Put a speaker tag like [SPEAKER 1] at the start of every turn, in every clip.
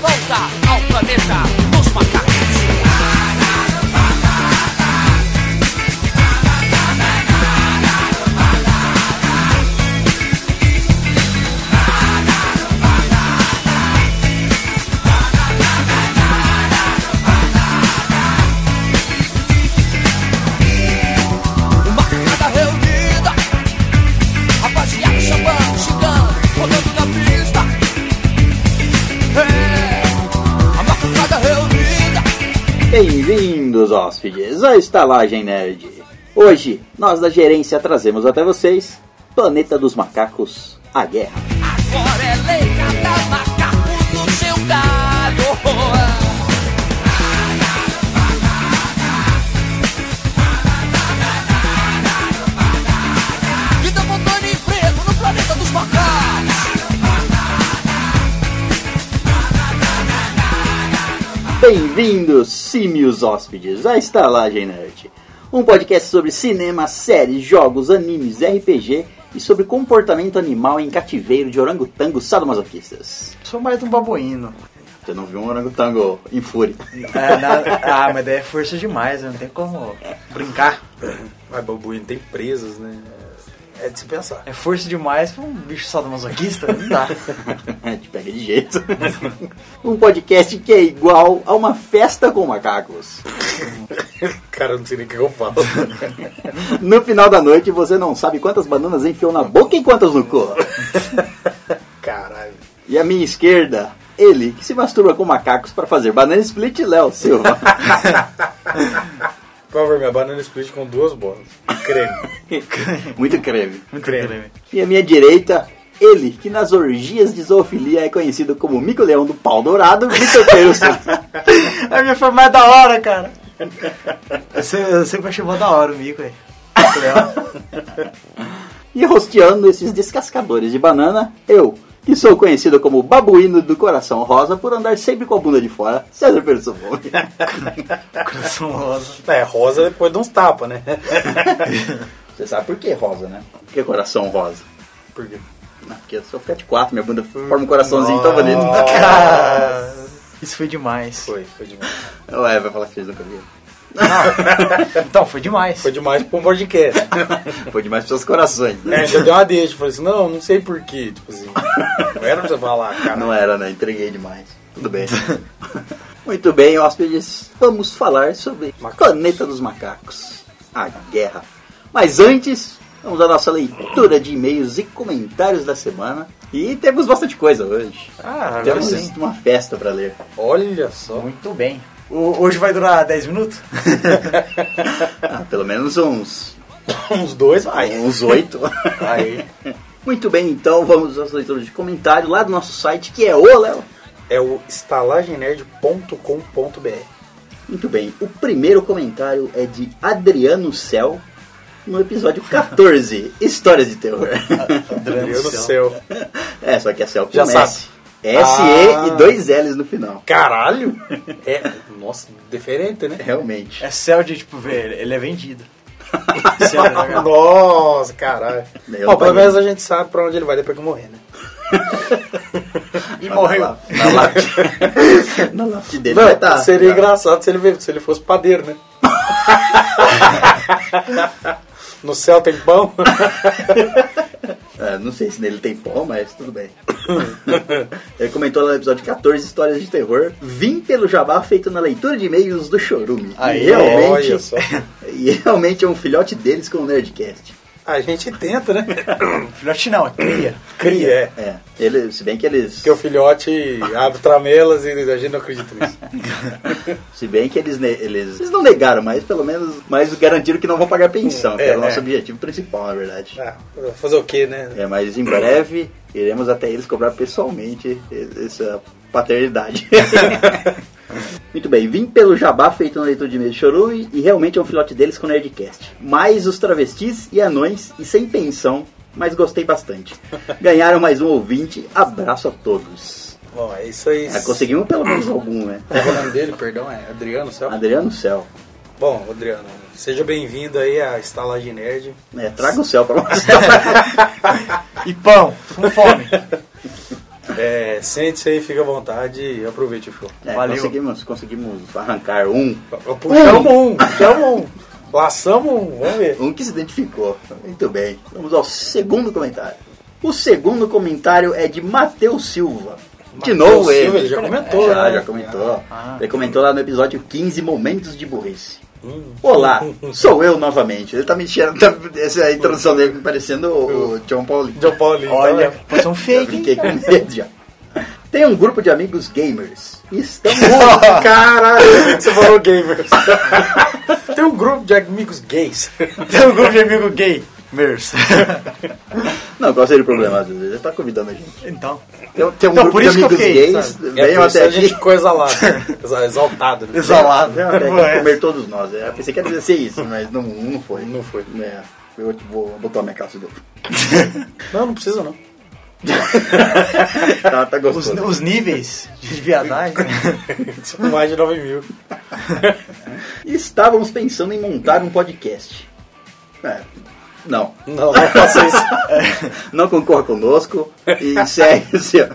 [SPEAKER 1] cabeça ao planeta dos macacos. Macacada reunida, rapaziada chamando, xingando, rodando na pista. É, a macacada reunida.
[SPEAKER 2] Bem-vindos, hóspedes, à Estalagem Nerd. Hoje, nós da gerência trazemos até vocês Planeta dos Macacos, a Guerra.
[SPEAKER 1] Agora é lei, cada macaco no seu galho. Vida montando emprego no planeta dos macacos.
[SPEAKER 2] Bem-vindos, símios hóspedes, à Estalagem Nerd. Um podcast sobre cinema, séries, jogos, animes, RPG e sobre comportamento animal em cativeiro de orangotango sadomasoquistas.
[SPEAKER 3] Sou mais um babuíno.
[SPEAKER 2] Você não viu um orangotango em fúria?
[SPEAKER 3] É, na- Ah, mas daí é força demais, né? não tem como brincar.
[SPEAKER 4] Mas babuíno tem presas, né? É de se pensar.
[SPEAKER 3] É força demais pra um bicho sadomasoquista? Não dá.
[SPEAKER 2] Te pega de jeito. um podcast que é igual a uma festa com macacos.
[SPEAKER 4] Cara, eu não sei nem o que eu falo.
[SPEAKER 2] No final da noite, você não sabe quantas bananas enfiou na boca e quantas no cu.
[SPEAKER 4] Caralho.
[SPEAKER 2] E à minha esquerda, ele que se masturba com macacos para fazer banana split, Léo Silva.
[SPEAKER 4] Por favor, minha banana split com duas bolas. E Creme.
[SPEAKER 2] Muito creme.
[SPEAKER 3] Muito
[SPEAKER 4] Creme.
[SPEAKER 3] creme.
[SPEAKER 2] E à minha direita, ele que nas orgias de zoofilia é conhecido como Mico Leão do Pau Dourado, Vitor Perusso.
[SPEAKER 3] A minha foi mais da hora, cara. Eu sempre, eu sempre achei mó da hora o mico, velho.
[SPEAKER 2] E rosteando esses descascadores de banana, eu. Que sou conhecido como o babuíno do coração rosa por andar sempre com a bunda de fora, César Perusso.
[SPEAKER 3] Coração rosa.
[SPEAKER 4] É, rosa depois de uns tapas, né?
[SPEAKER 2] Você sabe por que rosa, né? Por que coração rosa?
[SPEAKER 4] Por quê?
[SPEAKER 2] Não, Ah, porque eu sou Fiat 4, minha bunda forma um coraçãozinho tão bonito.
[SPEAKER 3] Cara, isso foi demais.
[SPEAKER 4] Foi, foi demais.
[SPEAKER 2] Ué, vai falar que vocês nunca viram.
[SPEAKER 3] Então, foi demais.
[SPEAKER 4] Foi demais pra um podcast.
[SPEAKER 2] Foi demais pros seus corações, né?
[SPEAKER 4] É, já deu uma deixa. Falei assim, não, não sei porquê. Tipo assim, não era pra você falar, cara.
[SPEAKER 2] Não era, né? Entreguei demais. Tudo bem. Muito bem, hóspedes. Vamos falar sobre a Planeta dos Macacos. A guerra. Mas antes, vamos à nossa leitura de e-mails e comentários da semana. E temos bastante coisa hoje.
[SPEAKER 3] Ah, agora
[SPEAKER 2] Temos
[SPEAKER 3] sim.
[SPEAKER 2] uma festa pra ler.
[SPEAKER 4] Olha só.
[SPEAKER 3] Muito bem. O- hoje vai durar 10 minutos?
[SPEAKER 2] Ah, pelo menos uns,
[SPEAKER 4] Uns dois, vai.
[SPEAKER 2] uns oito.
[SPEAKER 3] Aí.
[SPEAKER 2] Muito bem, então vamos às leituras de comentário lá do nosso site, que é o Léo.
[SPEAKER 4] É o estalagemnerd.com.br.
[SPEAKER 2] Muito bem, o primeiro comentário é de Adriano Cel, no episódio 14, Histórias de Terror.
[SPEAKER 4] Meu Deus do céu.
[SPEAKER 2] é, só que é Cel com
[SPEAKER 4] Já
[SPEAKER 2] S.
[SPEAKER 4] sabe.
[SPEAKER 2] S,
[SPEAKER 4] Ah.
[SPEAKER 2] E e dois L's no final.
[SPEAKER 4] Caralho. É, nossa, diferente, né?
[SPEAKER 2] Realmente.
[SPEAKER 3] É céu de, tipo, ver, ele é vendido. Céu, né,
[SPEAKER 4] Nossa, caralho.
[SPEAKER 2] Eu
[SPEAKER 4] Bom,
[SPEAKER 2] não
[SPEAKER 4] pelo menos
[SPEAKER 2] paguei.
[SPEAKER 4] a gente sabe pra onde ele vai depois que morrer, né?
[SPEAKER 3] e
[SPEAKER 2] Mas
[SPEAKER 3] morreu.
[SPEAKER 2] Na, na lápide- na lápide dele vai tá.
[SPEAKER 4] seria engraçado se ele, se ele fosse padeiro, né? no céu tem pão?
[SPEAKER 2] É, não sei se nele tem pó, mas tudo bem. Ele comentou lá no episódio 14, Histórias de Terror. Vim pelo jabá feito na leitura de e-mails do Chorume.
[SPEAKER 3] Aí,
[SPEAKER 2] e realmente,
[SPEAKER 4] Olha só.
[SPEAKER 2] e realmente é um filhote deles com o Nerdcast.
[SPEAKER 4] A gente tenta, né?
[SPEAKER 3] Filhote não, é cria.
[SPEAKER 4] Cria, é.
[SPEAKER 2] É, ele, se bem que eles.
[SPEAKER 4] Porque o filhote abre tramelas e a gente não acredita nisso.
[SPEAKER 2] Se bem que eles, ne- eles. Eles não negaram, mas pelo menos. Mas garantiram que não vão pagar pensão, que
[SPEAKER 4] É,
[SPEAKER 2] era o
[SPEAKER 4] é.
[SPEAKER 2] nosso objetivo principal, na verdade.
[SPEAKER 4] Ah, fazer o quê, né?
[SPEAKER 2] É, mas em breve iremos até eles cobrar pessoalmente e- essa paternidade. Muito bem, vim pelo jabá feito na leitura de meio de Chorume e realmente é um filhote deles com o Nerdcast. Mais os travestis e anões e sem pensão, mas gostei bastante. Ganharam mais um ouvinte, abraço a todos.
[SPEAKER 4] Bom, é isso aí.
[SPEAKER 2] É, conseguimos pelo menos algum, né?
[SPEAKER 4] Qual é o nome dele, perdão, é Adriano Céu.
[SPEAKER 2] Adriano Céu.
[SPEAKER 4] Bom, Adriano, seja bem-vindo aí à Estalagem Nerd.
[SPEAKER 2] É, traga o céu pra nós.
[SPEAKER 3] E pão, com fome.
[SPEAKER 4] É, sente-se aí, fica à vontade e aproveite o show.
[SPEAKER 2] É,
[SPEAKER 3] Valeu.
[SPEAKER 2] Conseguimos, conseguimos arrancar um,
[SPEAKER 4] Puxamos um, puxamos um, laçamos um, vamos ver.
[SPEAKER 2] um que se identificou. Muito bem. Vamos ao segundo comentário. O segundo comentário é de Matheus Silva. de
[SPEAKER 4] Matheus
[SPEAKER 2] novo
[SPEAKER 4] Silva,
[SPEAKER 2] ele. É,
[SPEAKER 4] ele já comentou,
[SPEAKER 2] já,
[SPEAKER 4] né?
[SPEAKER 2] já comentou.
[SPEAKER 3] Ah.
[SPEAKER 2] Ele comentou lá no episódio 15, Momentos de Burrice.
[SPEAKER 4] Hum.
[SPEAKER 2] Olá, sou eu novamente. Ele tá me enchendo. Tá, essa introdução dele me parecendo o, o John Paulinho.
[SPEAKER 4] John Paulinho,
[SPEAKER 3] Olha,
[SPEAKER 4] tá
[SPEAKER 3] pode ser um
[SPEAKER 2] Eu
[SPEAKER 3] fake,
[SPEAKER 2] fiquei
[SPEAKER 3] hein?
[SPEAKER 2] com medo já. Tem um grupo de amigos gamers. Estamos. Caralho!
[SPEAKER 4] vendo? Você falou gamers. Tem um grupo de amigos gays.
[SPEAKER 3] Tem um grupo de amigo gay. Mers.
[SPEAKER 2] Não, qual seria o problema? às vezes? Ele tá convidando a gente.
[SPEAKER 3] Então.
[SPEAKER 2] Tem, tem um
[SPEAKER 3] Então,
[SPEAKER 2] grupo
[SPEAKER 3] por
[SPEAKER 2] de
[SPEAKER 3] isso que eu
[SPEAKER 2] amigos
[SPEAKER 3] fiquei,
[SPEAKER 2] gays.
[SPEAKER 3] sabe?
[SPEAKER 4] É
[SPEAKER 2] Venham
[SPEAKER 4] por isso
[SPEAKER 2] até
[SPEAKER 4] a
[SPEAKER 2] a gente.
[SPEAKER 4] gente ficou exalado. Exa- Exaltado. né?
[SPEAKER 3] Exalado.
[SPEAKER 2] Não, até
[SPEAKER 3] Ué.
[SPEAKER 2] que comer todos nós. É, Eu pensei que ia dizer isso, mas não, não foi.
[SPEAKER 4] Não foi.
[SPEAKER 2] É, eu vou botar minha calça de novo.
[SPEAKER 4] Não, não precisa não.
[SPEAKER 2] Tá, tá
[SPEAKER 3] Os,
[SPEAKER 2] gostoso.
[SPEAKER 3] os níveis de viadagem. né?
[SPEAKER 4] São Mais de 9 mil.
[SPEAKER 2] Estávamos pensando em montar um podcast. É, não.
[SPEAKER 4] Não, não faça isso.
[SPEAKER 2] Não concorra conosco. e Encerre, seu,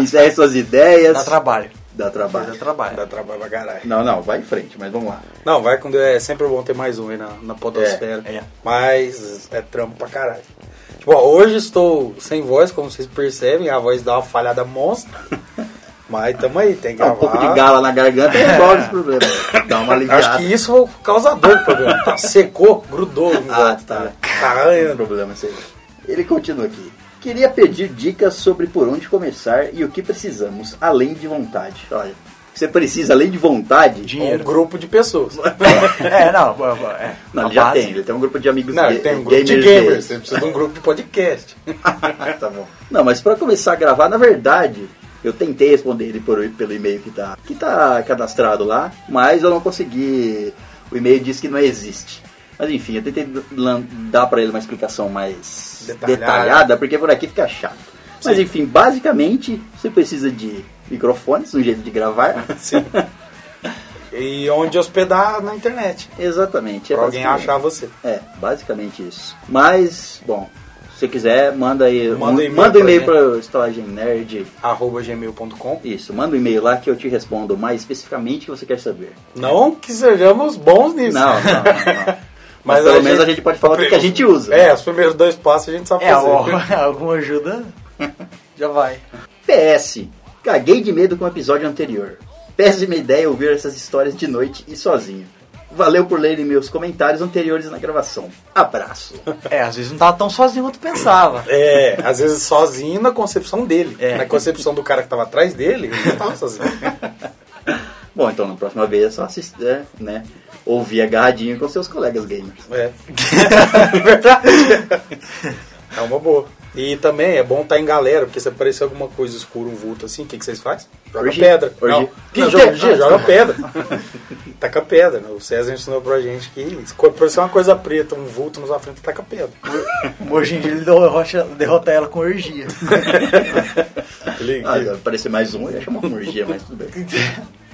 [SPEAKER 2] encerre suas ideias.
[SPEAKER 3] Dá trabalho.
[SPEAKER 2] Dá trabalho.
[SPEAKER 3] Dá trabalho.
[SPEAKER 4] Dá trabalho pra caralho.
[SPEAKER 2] Não, não, vai em frente, mas vamos lá.
[SPEAKER 4] Não, vai com Deus. É sempre bom ter mais um aí na, na podosfera.
[SPEAKER 3] É, é.
[SPEAKER 4] Mas é trampo pra caralho. Tipo, ó, hoje estou sem voz, como vocês percebem. A voz dá uma falhada monstra. Mas tamo aí, tem que
[SPEAKER 2] Dá
[SPEAKER 4] gravar.
[SPEAKER 2] um pouco de gala na garganta e resolve os problemas. Dá uma aliviada.
[SPEAKER 4] É. Acho que isso foi o causador do problema. Tá, secou, grudou. no
[SPEAKER 2] Ah,
[SPEAKER 4] gato,
[SPEAKER 2] tá.
[SPEAKER 4] Tá
[SPEAKER 2] Não tem
[SPEAKER 4] arranhando.
[SPEAKER 2] problema isso aí. Ele continua aqui. Queria pedir dicas sobre por onde começar e o que precisamos, além de vontade. Olha, você precisa, além de vontade.
[SPEAKER 4] Um
[SPEAKER 3] Dinheiro.
[SPEAKER 4] grupo de pessoas.
[SPEAKER 3] É, não. boa, boa, É.
[SPEAKER 2] Não,
[SPEAKER 3] A
[SPEAKER 2] ele já
[SPEAKER 3] base.
[SPEAKER 2] tem, ele tem um grupo de amigos
[SPEAKER 4] Não,
[SPEAKER 2] ga-
[SPEAKER 4] tem um grupo de
[SPEAKER 2] dele.
[SPEAKER 4] gamers. Você precisa de um grupo de podcast.
[SPEAKER 2] tá bom. Não, mas pra começar a gravar, na verdade, eu tentei responder ele por, pelo e-mail que tá, que tá cadastrado lá, mas eu não consegui. O e-mail diz que não existe. Mas enfim, eu tentei lan- dar pra ele uma explicação mais
[SPEAKER 4] Detalhada.
[SPEAKER 2] detalhada, porque por aqui fica chato. Mas enfim, basicamente, você precisa de microfones, um jeito de gravar.
[SPEAKER 4] Sim. E onde hospedar na internet.
[SPEAKER 2] Exatamente. é
[SPEAKER 4] Pra alguém
[SPEAKER 2] basicamente-
[SPEAKER 4] achar você.
[SPEAKER 2] É, basicamente isso. Mas, bom, se você quiser, manda aí.
[SPEAKER 4] Manda
[SPEAKER 2] um-
[SPEAKER 4] e-mail
[SPEAKER 2] manda um
[SPEAKER 4] pra
[SPEAKER 2] e-mail
[SPEAKER 4] gente.
[SPEAKER 2] para Estalagem Nerd.
[SPEAKER 4] Arroba gmail.com.
[SPEAKER 2] Isso, manda um e-mail lá que eu te respondo mais especificamente o que você quer saber.
[SPEAKER 4] Não que sejamos bons nisso.
[SPEAKER 2] Não, não, não. não. Mas pelo menos a gente pode falar o que que a gente usa.
[SPEAKER 4] É, os primeiros dois passos a gente sabe
[SPEAKER 3] É,
[SPEAKER 4] fazer.
[SPEAKER 3] ó, alguma ajuda já vai.
[SPEAKER 2] PS, caguei de medo com o episódio anterior. Péssima ideia ouvir essas histórias de noite e sozinho. Valeu por lerem meus comentários anteriores na gravação. Abraço.
[SPEAKER 3] É, às vezes não tava tão sozinho quanto pensava.
[SPEAKER 4] É, às vezes sozinho na concepção dele.
[SPEAKER 3] É.
[SPEAKER 4] Na concepção do cara que tava atrás dele, ele não tava sozinho.
[SPEAKER 2] Bom, então na próxima vez é só assistir, é, né? Ouvir agarradinho com seus colegas gamers.
[SPEAKER 4] É. é uma boa. E também é bom estar em galera, porque se aparecer alguma coisa escura, um vulto assim, o que, que vocês fazem? Joga
[SPEAKER 2] Orgia.
[SPEAKER 4] pedra.
[SPEAKER 2] Orgia.
[SPEAKER 4] Não, que
[SPEAKER 2] Não,
[SPEAKER 4] joga,
[SPEAKER 2] joga-
[SPEAKER 4] joga, joga pedra. taca pedra. né? O César ensinou pra gente que se aparecer uma coisa preta, um vulto na sua frente, taca pedra.
[SPEAKER 3] Hoje em dia ele derrota, derrota ela com orgia.
[SPEAKER 2] Ah, vai aparecer mais um, eu ia chamar uma orgia, mas tudo bem.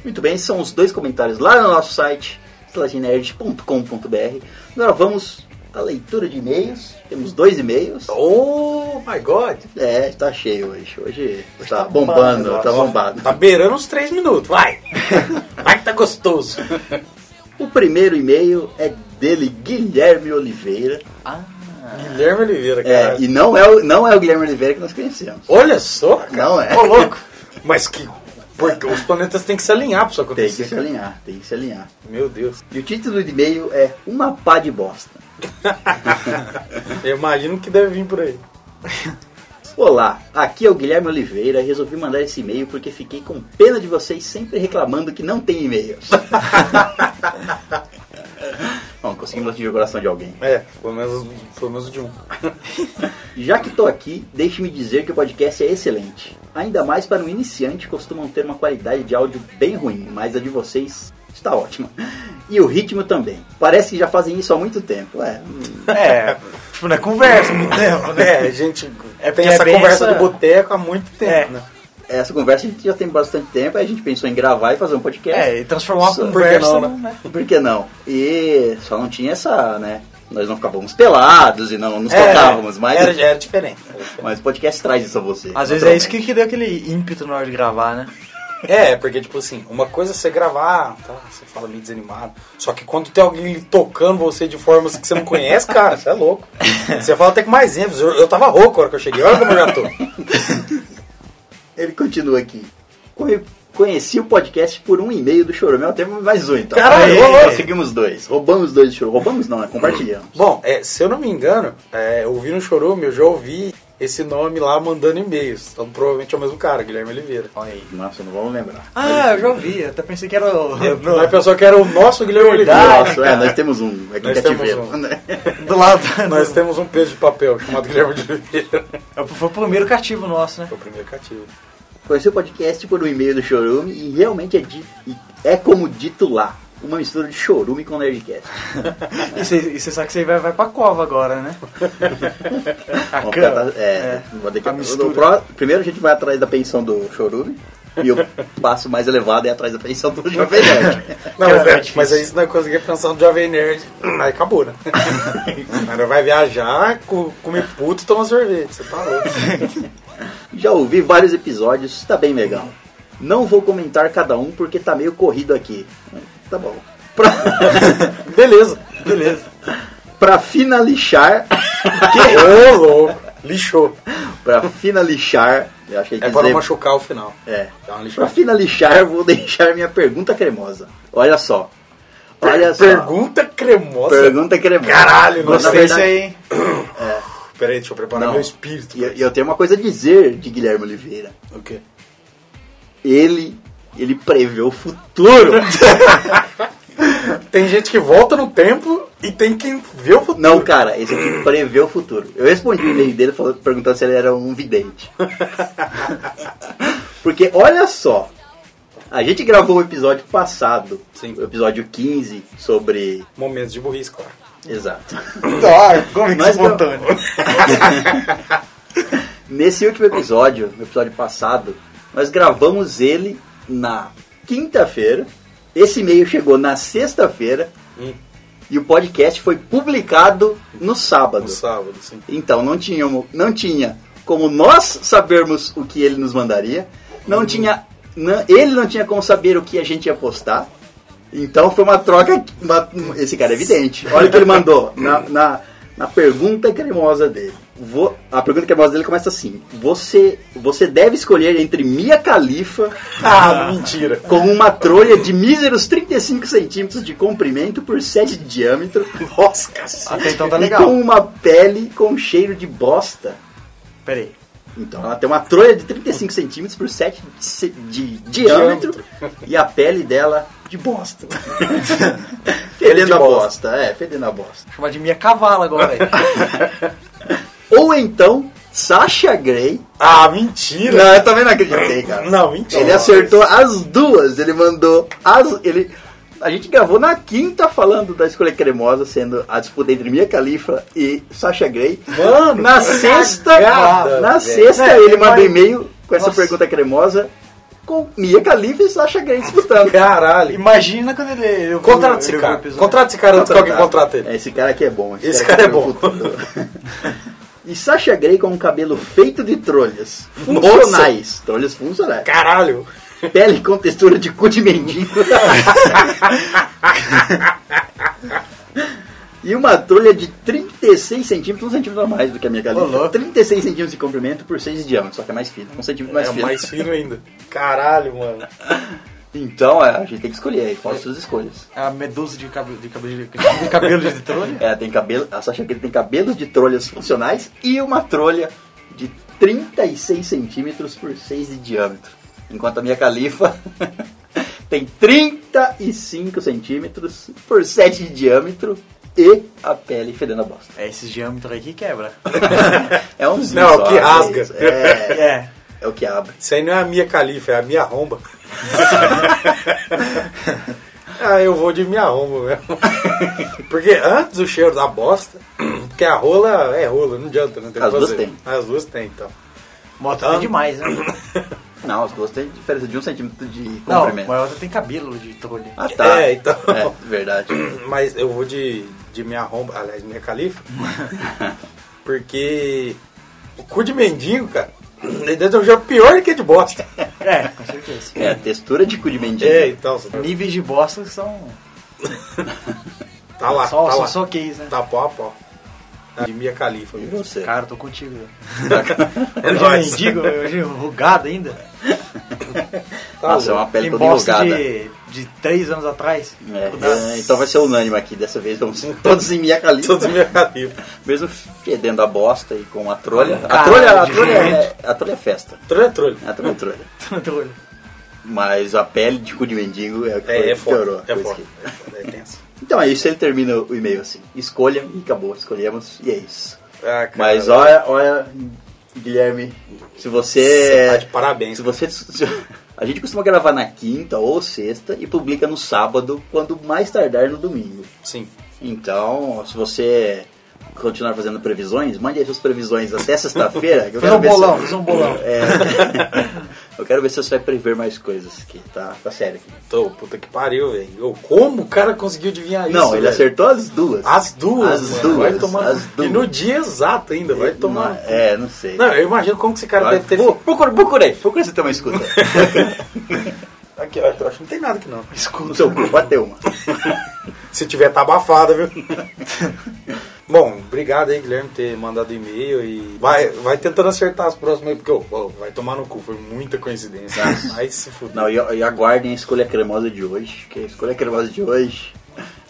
[SPEAKER 2] Muito bem, são os dois comentários lá no nosso site, estelaginerd.com.br. Agora vamos à leitura de e-mails. Temos dois e-mails.
[SPEAKER 4] Oh my god!
[SPEAKER 2] É, tá cheio hoje. Hoje tá
[SPEAKER 3] tá
[SPEAKER 2] bombando,
[SPEAKER 3] bombando,
[SPEAKER 2] tá
[SPEAKER 3] ó.
[SPEAKER 2] bombado.
[SPEAKER 4] Tá beirando uns três minutos, vai! Vai que tá gostoso!
[SPEAKER 2] O primeiro e-mail é dele, Guilherme Oliveira.
[SPEAKER 4] Guilherme Oliveira, cara.
[SPEAKER 2] É, e não é, o, não é o Guilherme Oliveira que nós conhecemos.
[SPEAKER 4] Olha só, cara.
[SPEAKER 2] Não é.
[SPEAKER 4] Ô, louco. Mas que. Porque os planetas têm que se alinhar pra isso
[SPEAKER 2] Tem
[SPEAKER 4] acontecer.
[SPEAKER 2] que se alinhar, tem que se alinhar.
[SPEAKER 4] Meu Deus.
[SPEAKER 2] E o título do e-mail é Uma Pá de Bosta.
[SPEAKER 4] Eu imagino que deve vir por aí.
[SPEAKER 2] Olá, aqui é o Guilherme Oliveira e resolvi mandar esse e-mail porque fiquei com pena de vocês sempre reclamando que não tem e-mails. Bom, conseguimos atingir o coração de alguém.
[SPEAKER 4] É, pelo menos, pelo menos de um.
[SPEAKER 2] Já que estou aqui, deixe-me dizer que o podcast é excelente. Ainda mais para um iniciante, costumam ter uma qualidade de áudio bem ruim, mas a de vocês está ótima. E o ritmo também. Parece que já fazem isso há muito tempo. É,
[SPEAKER 3] É, tipo, não é conversa muito tempo,
[SPEAKER 4] É,
[SPEAKER 3] né?
[SPEAKER 4] a gente
[SPEAKER 3] É,
[SPEAKER 4] tem
[SPEAKER 3] porque é
[SPEAKER 4] essa
[SPEAKER 3] bem
[SPEAKER 4] conversa
[SPEAKER 3] essa-
[SPEAKER 4] do boteco há muito
[SPEAKER 3] É.
[SPEAKER 4] tempo, né?
[SPEAKER 2] essa conversa a gente já tem bastante tempo, aí a gente pensou em gravar e fazer um podcast.
[SPEAKER 3] É, e transformar É, uma
[SPEAKER 2] Por que
[SPEAKER 3] conversa,
[SPEAKER 4] não,
[SPEAKER 3] né?
[SPEAKER 2] Por que não? E só não tinha essa, né? Nós não ficávamos pelados e não nos tocávamos, mas,
[SPEAKER 4] Era, era diferente. era diferente.
[SPEAKER 2] mas o podcast traz isso a você.
[SPEAKER 3] Às vezes é isso que, que deu aquele ímpeto na hora de gravar, né?
[SPEAKER 4] É, porque, tipo assim, uma coisa é você gravar, tá? Você fala meio desanimado. Só que quando tem alguém tocando você de formas que você não conhece, cara, você é louco. Você fala até com mais ênfase. Eu, eu tava rouco a hora que eu cheguei. Olha como eu já tô.
[SPEAKER 2] Ele continua aqui. Conhe- Conheci o podcast por um e-mail do Choromel, teve mais um então.
[SPEAKER 4] Caralho!
[SPEAKER 2] Aê! Conseguimos dois. Roubamos dois do Choromel. Roubamos não, né? Compartilhamos.
[SPEAKER 4] Bom, é, se eu não me engano, é, eu vi no Chorume, eu já ouvi esse nome lá mandando e-mails. Então provavelmente é o mesmo cara, Guilherme Oliveira.
[SPEAKER 3] Olha aí.
[SPEAKER 2] Nossa, não vamos lembrar.
[SPEAKER 3] Ah, eu já ouvi. Eu até pensei que era o...
[SPEAKER 4] Aí a pessoa que era o nosso Guilherme Oliveira.
[SPEAKER 2] Nossa, é, nós temos um. É que
[SPEAKER 4] Nós
[SPEAKER 2] cativeiro.
[SPEAKER 4] temos um.
[SPEAKER 2] né?
[SPEAKER 3] do lado.
[SPEAKER 4] Nós temos um peso de papel chamado Guilherme de Oliveira.
[SPEAKER 3] Foi o primeiro cativo nosso, né?
[SPEAKER 4] Foi o primeiro cativo.
[SPEAKER 2] Conheci o podcast por um e-mail do Chorume e realmente é, di- e é como dito lá. Uma mistura de chorume com Nerdcast.
[SPEAKER 3] E você sabe que você vai, vai pra cova agora, né? A
[SPEAKER 2] Vamos
[SPEAKER 3] cama.
[SPEAKER 2] ficar- é, vou ter que-
[SPEAKER 3] a mistura.
[SPEAKER 2] no pró- primeiro a gente vai atrás da pensão do chorume e o passo mais elevado é atrás da pensão do Jovem Nerd.
[SPEAKER 4] Não,
[SPEAKER 3] Cara,
[SPEAKER 4] mas,
[SPEAKER 3] é
[SPEAKER 4] é,
[SPEAKER 3] difícil.
[SPEAKER 4] mas aí você não conseguia pensar no Jovem Nerd.
[SPEAKER 2] Hum.
[SPEAKER 4] Aí acabou, né? Agora vai viajar, co- comer puto e tomar sorvete. Você tá louco.
[SPEAKER 2] Já ouvi vários episódios, tá bem legal. Não vou comentar cada um porque tá meio corrido aqui. Tá bom. Pra,
[SPEAKER 4] Beleza.
[SPEAKER 3] Beleza.
[SPEAKER 2] pra finalizar.
[SPEAKER 4] Ô, louco. Lixou.
[SPEAKER 2] Pra finalizar. Eu achei que
[SPEAKER 4] É
[SPEAKER 2] ia
[SPEAKER 4] pra não
[SPEAKER 2] dizer-
[SPEAKER 4] machucar o final.
[SPEAKER 2] É.
[SPEAKER 4] Dá uma
[SPEAKER 2] Pra
[SPEAKER 4] lixada.
[SPEAKER 2] finalizar, vou deixar minha pergunta cremosa. Olha só. Olha só.
[SPEAKER 4] Pergunta cremosa.
[SPEAKER 2] Pergunta cremosa.
[SPEAKER 4] Caralho, né?
[SPEAKER 2] Mas, na
[SPEAKER 3] Gostei disso
[SPEAKER 2] verdade, É.
[SPEAKER 3] aí. hein?
[SPEAKER 4] Peraí, deixa eu preparar
[SPEAKER 2] Não.
[SPEAKER 4] meu espírito.
[SPEAKER 2] E é- eu, e eu tenho uma coisa a dizer de Guilherme Oliveira.
[SPEAKER 4] O quê?
[SPEAKER 2] Ele. Ele prevê o futuro.
[SPEAKER 4] Tem gente que volta no tempo e tem quem vê o futuro.
[SPEAKER 2] Não, cara, esse aqui prevê o futuro. Eu respondi o e-mail dele falando- perguntando se ele era um vidente. Porque olha só, a gente gravou o episódio passado,
[SPEAKER 4] Sim.
[SPEAKER 2] o episódio 15, sobre.
[SPEAKER 4] Momentos de burrice, claro.
[SPEAKER 2] Exato.
[SPEAKER 3] Claro, como é
[SPEAKER 2] Mas não- Nesse último episódio, no episódio passado, nós gravamos ele na quinta-feira. Esse e-mail chegou na sexta-feira.
[SPEAKER 4] Hum.
[SPEAKER 2] E o podcast foi publicado no sábado.
[SPEAKER 4] No sábado, sim.
[SPEAKER 2] Então não tinha, não tinha como nós sabermos o que ele nos mandaria, não tinha, não- ele não tinha como saber o que a gente ia postar. Então foi uma troca. uma- esse cara é evidente. Olha o que ele mandou na, na, na pergunta cremosa dele. Vo- a pergunta cremosa dele começa assim: Você, você deve escolher entre Mia Khalifa
[SPEAKER 4] Ah, mentira.
[SPEAKER 2] com uma trolha de míseros 35 centímetros de comprimento por 7 de diâmetro
[SPEAKER 4] Nossa, cacete.
[SPEAKER 3] Até então tá
[SPEAKER 2] e
[SPEAKER 3] legal.
[SPEAKER 2] com uma pele com cheiro de bosta.
[SPEAKER 3] Peraí.
[SPEAKER 2] Então ela tem uma trolha de 35 centímetros por 7 de, ce- de diâmetro, e a pele dela de bosta. fedendo
[SPEAKER 4] De
[SPEAKER 2] a
[SPEAKER 4] bosta.
[SPEAKER 2] bosta. é, fedendo a bosta.
[SPEAKER 3] Chamar de minha cavala agora aí.
[SPEAKER 2] Ou então, Sasha Grey.
[SPEAKER 4] Ah, mentira.
[SPEAKER 2] Não, eu também não acreditei, cara.
[SPEAKER 4] Não, mentira.
[SPEAKER 2] Ele acertou as duas, ele mandou as. Ele, a gente gravou na quinta falando da escolha cremosa, sendo a disputa entre Mia Khalifa e Sasha Grey.
[SPEAKER 4] Mano,
[SPEAKER 2] na
[SPEAKER 4] que
[SPEAKER 2] sexta,
[SPEAKER 4] cagada,
[SPEAKER 2] na
[SPEAKER 4] velho.
[SPEAKER 2] sexta
[SPEAKER 3] É,
[SPEAKER 2] ele
[SPEAKER 3] ele
[SPEAKER 2] mandou
[SPEAKER 3] vai-
[SPEAKER 2] e-mail com essa
[SPEAKER 3] Nossa.
[SPEAKER 2] pergunta cremosa com Mia Khalifa e Sasha Grey disputando.
[SPEAKER 4] Caralho.
[SPEAKER 3] Imagina quando ele. eu vi-
[SPEAKER 4] Contrata esse
[SPEAKER 3] eu vi o
[SPEAKER 4] cara.
[SPEAKER 3] episódio.
[SPEAKER 4] Contrata esse cara antes que alguém contrata ele.
[SPEAKER 2] Esse cara aqui Tá. é bom.
[SPEAKER 4] Esse cara é
[SPEAKER 2] aqui
[SPEAKER 4] bom.
[SPEAKER 2] o futuro. e Sasha Grey com um cabelo feito de trolhas funcionais. Trolhas funcionais.
[SPEAKER 4] Caralho.
[SPEAKER 2] Pele com textura de cu de mendigo. e uma trolha de 36 centímetros, um centímetro a mais do que a minha
[SPEAKER 3] Ô,
[SPEAKER 2] galinha.
[SPEAKER 3] louco.
[SPEAKER 2] 36 centímetros de comprimento por 6 de diâmetro, só que é mais fino. Um centímetro mais
[SPEAKER 4] é
[SPEAKER 2] fino.
[SPEAKER 4] mais fino ainda. Caralho, mano.
[SPEAKER 2] Então, é, a gente tem que escolher aí, faz suas escolhas.
[SPEAKER 3] A medusa de cabelo de, cabelo de, de, cabelo de trolha.
[SPEAKER 2] É, tem cabelo, a Sasha Grey tem cabelo de trolhas funcionais e uma trolha de 36 centímetros por 6 de diâmetro. Enquanto a minha califa tem 35 centímetros por 7 de diâmetro e a pele fedendo a bosta.
[SPEAKER 3] É esse diâmetro aí que quebra.
[SPEAKER 2] É um zoom
[SPEAKER 4] Não, é o
[SPEAKER 2] só,
[SPEAKER 4] que
[SPEAKER 2] né?
[SPEAKER 4] rasga.
[SPEAKER 2] É,
[SPEAKER 3] É.
[SPEAKER 2] é o que abre.
[SPEAKER 4] Isso aí não é a minha califa, é a minha romba. ah, eu vou de minha romba mesmo. Porque antes o cheiro da bosta, porque a rola é rola, não adianta, não tem o
[SPEAKER 2] As
[SPEAKER 4] que
[SPEAKER 2] duas
[SPEAKER 4] fazer.
[SPEAKER 2] tem.
[SPEAKER 4] As duas tem, então.
[SPEAKER 3] Moto é demais, né?
[SPEAKER 2] Não, as duas têm diferença de um centímetro de
[SPEAKER 3] Não,
[SPEAKER 2] comprimento.
[SPEAKER 3] mas outra tem cabelo de trolha.
[SPEAKER 2] Ah, tá.
[SPEAKER 4] É, então.
[SPEAKER 2] É, verdade.
[SPEAKER 4] Mas eu vou de, de minha romba, aliás, minha califa. porque o cu de mendigo, cara, ele deve ter um jogo pior que de bosta.
[SPEAKER 3] É, com certeza.
[SPEAKER 2] É, a textura de cu de mendigo.
[SPEAKER 4] É, então, você
[SPEAKER 3] Níveis de bosta que são
[SPEAKER 4] tá lá,
[SPEAKER 3] só,
[SPEAKER 4] tá
[SPEAKER 3] só,
[SPEAKER 4] lá.
[SPEAKER 3] só case, né?
[SPEAKER 4] Tá pau a pau. De minha califa.
[SPEAKER 2] E você?
[SPEAKER 3] Cara, eu tô contigo. velho.
[SPEAKER 4] É
[SPEAKER 3] Hoje
[SPEAKER 4] nóis.
[SPEAKER 3] um mendigo, hoje rugado ainda.
[SPEAKER 4] Tá
[SPEAKER 2] Nossa, é
[SPEAKER 4] louco.
[SPEAKER 2] uma pele
[SPEAKER 3] Em
[SPEAKER 2] toda
[SPEAKER 3] bosta
[SPEAKER 2] enrugada.
[SPEAKER 3] de, de três anos atrás.
[SPEAKER 2] É, é, então vai ser unânime aqui, dessa vez vamos todos em minha califa,
[SPEAKER 4] Toda minha califa.
[SPEAKER 2] mesmo fedendo a bosta e com a trolha.
[SPEAKER 3] Olha,
[SPEAKER 2] A
[SPEAKER 3] cara,
[SPEAKER 2] trolha, a
[SPEAKER 3] de
[SPEAKER 2] trolha, é,
[SPEAKER 3] jeito.
[SPEAKER 2] a trolha é festa,
[SPEAKER 4] Trolha é trolha.
[SPEAKER 2] a trolha é trolha.
[SPEAKER 3] Trolha.
[SPEAKER 2] Mas a pele de cu de mendigo é a que
[SPEAKER 4] É, é
[SPEAKER 2] piorou. a
[SPEAKER 4] foda. É
[SPEAKER 2] coisa
[SPEAKER 4] foda.
[SPEAKER 2] que-
[SPEAKER 4] É foda, é tenso.
[SPEAKER 2] Então é isso, ele termina o e-mail assim, escolha e acabou, escolhemos e é isso.
[SPEAKER 4] Ah, cara,
[SPEAKER 2] Mas olha, olha, Guilherme, se
[SPEAKER 4] você tá de
[SPEAKER 2] você...
[SPEAKER 4] parabéns.
[SPEAKER 2] Se você... se- a gente costuma gravar na quinta ou sexta e publica no sábado, quando mais tardar no domingo.
[SPEAKER 4] Sim.
[SPEAKER 2] Então, se você continuar fazendo previsões, mande aí suas previsões até sexta-feira. que eu
[SPEAKER 3] Faz
[SPEAKER 2] quero
[SPEAKER 3] um
[SPEAKER 2] ver se-
[SPEAKER 3] bolão, faz um bolão.
[SPEAKER 2] É. eu quero ver se você vai prever mais coisas aqui, tá? Tá sério. aqui.
[SPEAKER 4] Tô, puta que pariu, velho. Eu- Como o cara conseguiu adivinhar isso?
[SPEAKER 2] Não, ele
[SPEAKER 4] velho?
[SPEAKER 2] acertou as duas.
[SPEAKER 4] As duas.
[SPEAKER 2] As
[SPEAKER 4] mano.
[SPEAKER 2] duas,
[SPEAKER 4] Vai tomar...
[SPEAKER 2] as duas.
[SPEAKER 4] E no dia exato ainda, vai tomar.
[SPEAKER 2] Não, É, não sei.
[SPEAKER 4] Não, eu imagino como que esse cara
[SPEAKER 2] Vai,
[SPEAKER 4] deve ter.
[SPEAKER 2] bu- Procura, procura aí, procura se tem uma escuta.
[SPEAKER 4] Aqui, ó, eu acho que não tem nada aqui não.
[SPEAKER 2] No seu cu, pode ter uma.
[SPEAKER 4] Se tiver, tá abafada, viu? Bom, obrigado aí, Guilherme, por ter mandado e-mail e vai, vai tentando acertar as próximas aí, porque ô, ô, vai tomar no cu, foi muita coincidência. Aí se fuder.
[SPEAKER 2] Não, e, e aguardem a escolha cremosa de hoje, que a escolha cremosa de hoje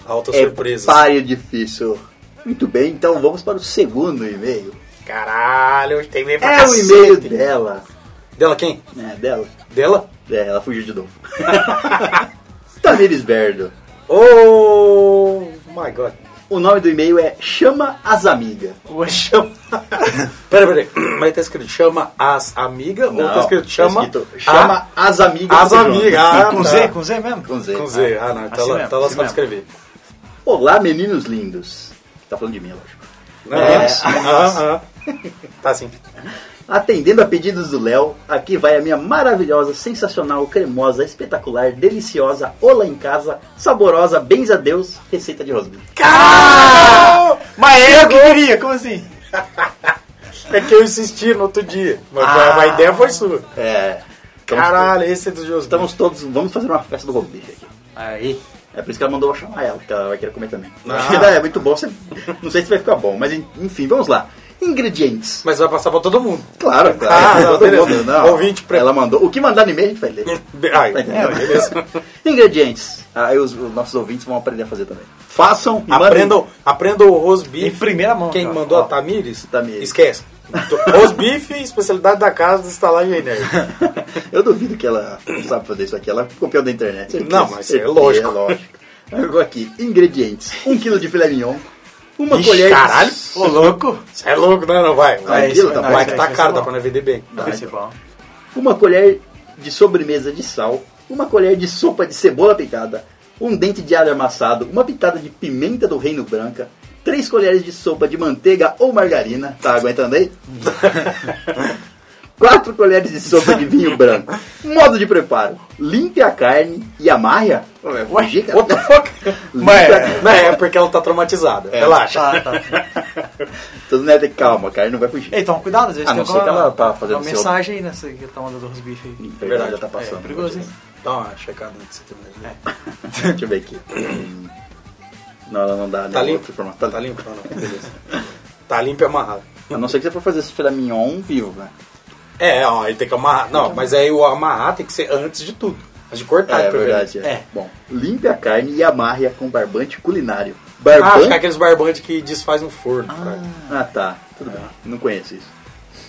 [SPEAKER 4] Alta
[SPEAKER 2] é
[SPEAKER 4] surpresa.
[SPEAKER 2] páreo difícil. Muito bem, então vamos para o segundo e-mail.
[SPEAKER 4] Caralho, hoje tem e-mail pra
[SPEAKER 2] É o
[SPEAKER 4] cacete.
[SPEAKER 2] e-mail dela.
[SPEAKER 4] Dela quem?
[SPEAKER 2] É, dela.
[SPEAKER 4] Dela?
[SPEAKER 2] É, ela fugiu de novo. Tamires Berdo.
[SPEAKER 4] Oh my god.
[SPEAKER 2] O nome do e-mail é Chama as Amigas.
[SPEAKER 4] Ué, chama. pera, pera. aí. Mas tá escrito chama as amigas ou tá escrito chama,
[SPEAKER 2] tá escrito chama as Amigas.
[SPEAKER 4] a- as
[SPEAKER 2] tudo junto.
[SPEAKER 4] amigas? Ah,
[SPEAKER 3] com
[SPEAKER 4] tá.
[SPEAKER 3] Z, com Z mesmo?
[SPEAKER 2] Com Z.
[SPEAKER 4] Com Z. Ah, não. Tá
[SPEAKER 3] Assim
[SPEAKER 4] lá,
[SPEAKER 3] mesmo,
[SPEAKER 4] tá lá
[SPEAKER 3] assim
[SPEAKER 4] só
[SPEAKER 3] mesmo.
[SPEAKER 4] pra escrever.
[SPEAKER 2] Olá, meninos lindos. Tá falando de mim, lógico.
[SPEAKER 4] É. Ah, ah. Tá assim.
[SPEAKER 2] Atendendo a pedidos do Léo, aqui vai a minha maravilhosa, sensacional, cremosa, espetacular, deliciosa, olá em casa, saborosa, bens a Deus, receita de rosbife.
[SPEAKER 3] Mas é eu que queria, como assim?
[SPEAKER 4] É que eu insisti no outro dia. Mas a- a ideia foi sua.
[SPEAKER 2] É. estamos-
[SPEAKER 4] Caralho, esse é do José.
[SPEAKER 2] Estamos todos, vamos fazer uma festa do rosbife aqui.
[SPEAKER 3] Aí.
[SPEAKER 2] É por isso que ela mandou eu chamar ela, porque ela vai querer comer também.
[SPEAKER 4] Ah.
[SPEAKER 2] Acho que é muito bom, você... não sei se vai ficar bom, mas en- enfim, vamos lá. Ingredientes.
[SPEAKER 4] Mas vai passar pra todo mundo.
[SPEAKER 2] Claro, claro.
[SPEAKER 4] Ah, não,
[SPEAKER 2] todo
[SPEAKER 4] beleza.
[SPEAKER 2] mundo, não.
[SPEAKER 4] Ouvinte pre-
[SPEAKER 2] Ela mandou. O que mandar no e-mail a gente vai ler.
[SPEAKER 4] Hum,
[SPEAKER 2] Tá
[SPEAKER 4] Ai,
[SPEAKER 2] entendendo?
[SPEAKER 4] beleza.
[SPEAKER 2] Ingredientes. Aí os, os nossos ouvintes vão aprender a fazer também. Façam e mandem.
[SPEAKER 4] Aprendam, aprendam o roast beef.
[SPEAKER 3] Em primeira mão,
[SPEAKER 4] Quem
[SPEAKER 3] cara.
[SPEAKER 4] mandou
[SPEAKER 3] Ó.
[SPEAKER 4] a Tamires?
[SPEAKER 2] Tamires.
[SPEAKER 4] Esquece. Roast beef, especialidade da casa de estalagem né? nerd.
[SPEAKER 2] Eu duvido que ela sabe fazer isso aqui. Ela copiou da internet. certeza.
[SPEAKER 4] Não, mas é
[SPEAKER 2] Certeza,
[SPEAKER 4] lógico.
[SPEAKER 2] É lógico. Aí eu vou aqui. Ingredientes. 1 um kg de filé mignon. Uma
[SPEAKER 4] Ixi,
[SPEAKER 2] colher...
[SPEAKER 4] caralho.
[SPEAKER 3] Ô, louco.
[SPEAKER 4] Cê é louco, não, não, vai. Vai,
[SPEAKER 2] Vai,
[SPEAKER 3] isso,
[SPEAKER 2] tá
[SPEAKER 3] não,
[SPEAKER 2] bom, isso
[SPEAKER 4] vai que
[SPEAKER 3] aí
[SPEAKER 4] tá
[SPEAKER 3] vai
[SPEAKER 4] caro,
[SPEAKER 3] ser
[SPEAKER 4] dá
[SPEAKER 3] bom.
[SPEAKER 4] pra nós vender bem.
[SPEAKER 3] Vai ser bom.
[SPEAKER 2] Uma colher de sobremesa de sal, uma colher de sopa de cebola picada, um dente de alho amassado, uma pitada de pimenta do reino branca, três colheres de sopa de manteiga ou margarina, tá aguentando aí? Quatro colheres de sopa de vinho branco. Modo de preparo: limpe a carne e amarre.
[SPEAKER 4] What the fuck?
[SPEAKER 2] Mas-
[SPEAKER 4] Não, é porque ela tá traumatizada. Relaxa.
[SPEAKER 3] Tá, tá.
[SPEAKER 2] Todo mundo tem que calma, a carne não vai fugir.
[SPEAKER 3] Ei, toma cuidado, às vezes
[SPEAKER 2] A
[SPEAKER 3] tem
[SPEAKER 2] não ser que ela tá fazendo
[SPEAKER 3] uma
[SPEAKER 2] seu-
[SPEAKER 3] mensagem aí nessa que tá mandando os bichos aí.
[SPEAKER 2] Verdade, já tá passando.
[SPEAKER 3] É, perigoso, hein?
[SPEAKER 4] Dá uma checada antes de você terminar.
[SPEAKER 2] Deixa eu ver aqui. Não, ela não dá.
[SPEAKER 4] Tá
[SPEAKER 2] nenhuma
[SPEAKER 4] limpo?
[SPEAKER 2] É. outra informação.
[SPEAKER 4] Tá limpo? Não, não, beleza. Tá limpo e amarrado.
[SPEAKER 2] A não ser que você for fazer esse filé mignon vivo, né?
[SPEAKER 4] É, ó, aí tem que amarrar. Não, mas aí o amarrar tem que ser antes de tudo. Antes de cortar, tá
[SPEAKER 2] É,
[SPEAKER 4] de preferência.
[SPEAKER 2] verdade. É.
[SPEAKER 3] É.
[SPEAKER 2] Bom, limpe a carne e amarre-a com barbante culinário.
[SPEAKER 4] Ah, ficar
[SPEAKER 2] Barbante?
[SPEAKER 4] aqueles barbantes que desfaz no forno. cara.
[SPEAKER 2] Ah, tá. Tudo bem. Não conheço isso.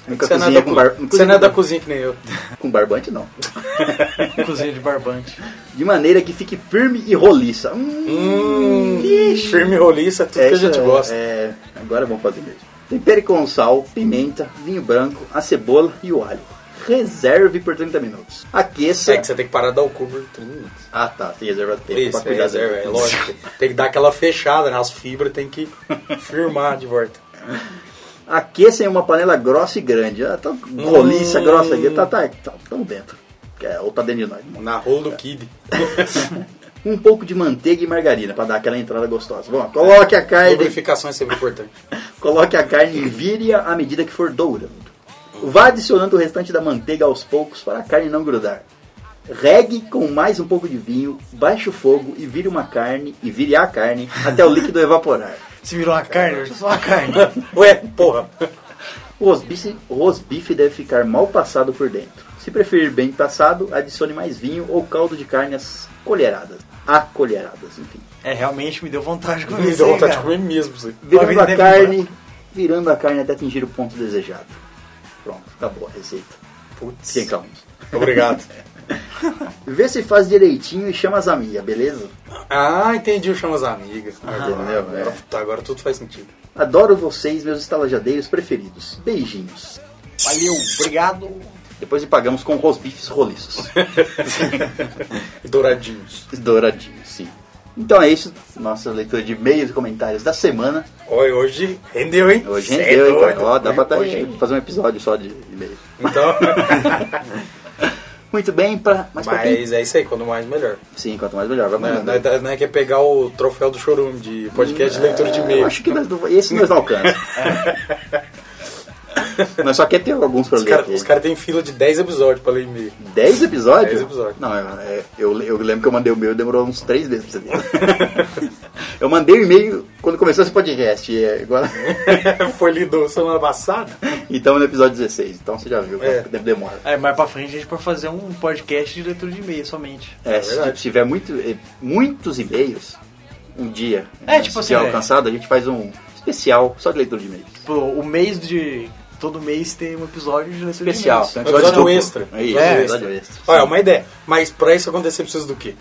[SPEAKER 2] Nunca
[SPEAKER 4] Você não é
[SPEAKER 2] cozinhei
[SPEAKER 4] da,
[SPEAKER 2] com,
[SPEAKER 4] co-
[SPEAKER 2] bar...
[SPEAKER 4] você
[SPEAKER 2] não cozinhei
[SPEAKER 4] não é
[SPEAKER 2] com
[SPEAKER 4] da
[SPEAKER 2] bar-
[SPEAKER 4] cozinha que nem eu.
[SPEAKER 2] com barbante, não. né?
[SPEAKER 3] Cozinha de barbante.
[SPEAKER 2] De maneira que fique firme e roliça. Hum, ixi.
[SPEAKER 4] Firme e roliça, é tudo que a gente
[SPEAKER 2] Essa é-
[SPEAKER 4] gosta.
[SPEAKER 2] É, agora vamos fazer mesmo. Tempere com sal, pimenta, vinho branco, a cebola e o alho. Reserve por 30 minutos. Aqueça.
[SPEAKER 4] É que você tem que parar de dar o cu por 30 minutos.
[SPEAKER 2] Ah, tá. Tem reserva tempo pra
[SPEAKER 4] Isso, é,
[SPEAKER 2] cuidar
[SPEAKER 4] é,
[SPEAKER 2] dela.
[SPEAKER 4] é, é lógico. Tem que dar aquela fechada, né? As fibras tem que firmar de volta.
[SPEAKER 2] Aqueça em uma panela grossa e grande. Ah, tá roliça, grossa e grande. Tá, tá, tá, tamo dentro. É, ou tá dentro de nós.
[SPEAKER 4] Na roll do kid.
[SPEAKER 2] um pouco de manteiga e margarina pra dar aquela entrada gostosa. Bom, coloque a carne,
[SPEAKER 4] Lubrificação é sempre importante.
[SPEAKER 2] coloque a carne e vire à medida que for dourando. Vá adicionando o restante da manteiga aos poucos para a carne não grudar. Regue com mais um pouco de vinho, baixe o fogo e vire uma carne e vire a carne até o líquido evaporar.
[SPEAKER 3] Se virou uma carne, hoje é só uma carne.
[SPEAKER 4] Ué, porra.
[SPEAKER 2] O rosbife, o rosbife deve ficar mal passado por dentro. Se preferir bem passado, adicione mais vinho ou caldo de carne às colheradas. A colheradas, enfim.
[SPEAKER 3] É, realmente me deu vontade de comer
[SPEAKER 4] Me
[SPEAKER 3] isso
[SPEAKER 4] deu
[SPEAKER 3] aí,
[SPEAKER 4] vontade de
[SPEAKER 3] cara.
[SPEAKER 4] comer então, tá tipo mesmo. isso aí.
[SPEAKER 2] Virando
[SPEAKER 3] Pra
[SPEAKER 2] a
[SPEAKER 3] vender
[SPEAKER 2] carne, virando a carne até atingir o ponto desejado. Pronto, acabou a receita.
[SPEAKER 4] Putz.
[SPEAKER 2] Sem calmos.
[SPEAKER 4] Obrigado.
[SPEAKER 2] Vê se faz direitinho e chama as amigas, beleza?
[SPEAKER 4] Ah, entendi. Eu chamo as amigas.
[SPEAKER 2] entendeu,
[SPEAKER 4] agora,
[SPEAKER 2] é.
[SPEAKER 4] tá, agora tudo faz sentido.
[SPEAKER 2] Adoro vocês, meus estalajadeiros preferidos. Beijinhos.
[SPEAKER 3] Valeu, obrigado.
[SPEAKER 2] Depois lhe pagamos com rosbifes roliços.
[SPEAKER 4] E douradinhos.
[SPEAKER 2] Douradinhos, sim. Então é isso. Nossa leitura de e-mails e comentários da semana.
[SPEAKER 4] Oi, hoje rendeu, hein?
[SPEAKER 2] Hoje
[SPEAKER 4] Cê é
[SPEAKER 2] rendeu, hein,
[SPEAKER 4] doido.
[SPEAKER 2] cara? Ó, dá pra até
[SPEAKER 4] Hoje-
[SPEAKER 2] fazer um episódio só de e-mail.
[SPEAKER 4] Então,
[SPEAKER 2] Muito bem, pra, mas, pra quem...
[SPEAKER 4] mas é isso aí, quanto mais melhor.
[SPEAKER 2] Sim, quanto mais melhor. Vai
[SPEAKER 4] Não é,
[SPEAKER 2] mandando.
[SPEAKER 4] não é- não é que é pegar o troféu do Chorume de podcast de leitura de
[SPEAKER 2] Eu
[SPEAKER 4] e-mail.
[SPEAKER 2] acho que nós não... esse nós não alcança. nós só quer ter alguns
[SPEAKER 4] Os
[SPEAKER 2] problemas.
[SPEAKER 4] caras cara têm fila de 10 episódios pra ler e-mail.
[SPEAKER 2] 10 episódios?
[SPEAKER 4] Dez episódios.
[SPEAKER 2] Não, é- é- eu, eu lembro que eu mandei o meu e demorou uns 3 meses pra você ver. eu mandei o e-mail quando começou esse podcast. e é igual-
[SPEAKER 4] Foi lido semana passada.
[SPEAKER 2] então no episódio 16. Então você já viu
[SPEAKER 4] É.
[SPEAKER 2] quanto tempo demora.
[SPEAKER 3] É, mais pra frente a gente pode fazer um podcast de leitura de e-mail somente.
[SPEAKER 2] É, se
[SPEAKER 4] verdade.
[SPEAKER 2] tiver muito, eh, muitos e-mails, um dia,
[SPEAKER 3] É,
[SPEAKER 2] né,
[SPEAKER 3] tipo
[SPEAKER 2] se
[SPEAKER 3] assim,
[SPEAKER 2] tiver
[SPEAKER 3] é.
[SPEAKER 2] alcançado, a gente faz um especial só de leitura de e-mails.
[SPEAKER 3] Tipo, o mês de. Todo mês tem um episódio de leitura
[SPEAKER 2] Especial.
[SPEAKER 3] de
[SPEAKER 2] tem
[SPEAKER 3] e-mails.
[SPEAKER 2] um
[SPEAKER 4] Episódio
[SPEAKER 2] duplo.
[SPEAKER 4] extra.
[SPEAKER 2] É isso,
[SPEAKER 3] É,
[SPEAKER 2] episódio extra.
[SPEAKER 4] Olha, uma ideia. Mas pra isso acontecer precisa do quê?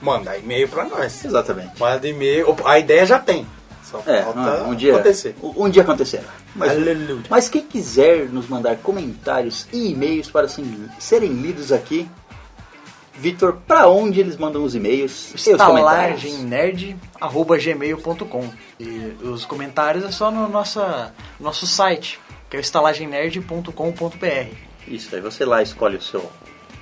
[SPEAKER 4] Mandar e-mail pra nós.
[SPEAKER 2] Exatamente.
[SPEAKER 4] Manda e-mail. Opa, A ideia já tem. Só
[SPEAKER 2] É,
[SPEAKER 4] falta
[SPEAKER 2] um, um dia
[SPEAKER 4] acontecer.
[SPEAKER 2] Um, um dia acontecerá. Mas,
[SPEAKER 4] Aleluia.
[SPEAKER 2] mas quem quiser nos mandar comentários e e-mails para serem, serem lidos aqui, Vitor, para onde eles mandam os e-mails? e os comentários?
[SPEAKER 3] estalagemnerd.gmail.com E os comentários é só no nossa, nosso site, que é o estalagemnerd.com.br.
[SPEAKER 2] Isso, aí você lá escolhe o seu,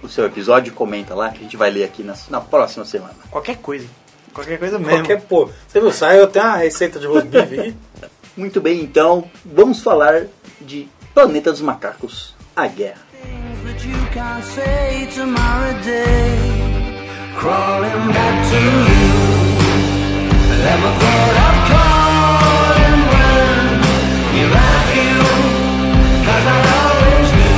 [SPEAKER 2] o seu episódio, comenta lá que a gente vai ler aqui na, na próxima semana.
[SPEAKER 3] Qualquer coisa. Qualquer coisa mesmo.
[SPEAKER 4] Qualquer pô. Você viu, saiu até uma receita de rosbife aí.
[SPEAKER 2] Muito bem, então, vamos falar de Planeta dos Macacos, a guerra.
[SPEAKER 1] Things that you can't say tomorrow day. Crawling back to you. Never thought of calling when you love you. 'Cause I always do.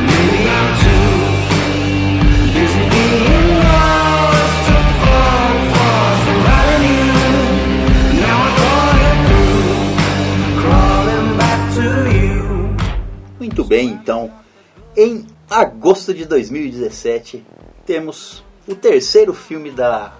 [SPEAKER 1] Maybe I'm too busy being lost to fall for somebody new. Now I thought it through. Crawling back to you.
[SPEAKER 2] Muito bem, então, em agosto de 2017, temos o terceiro filme da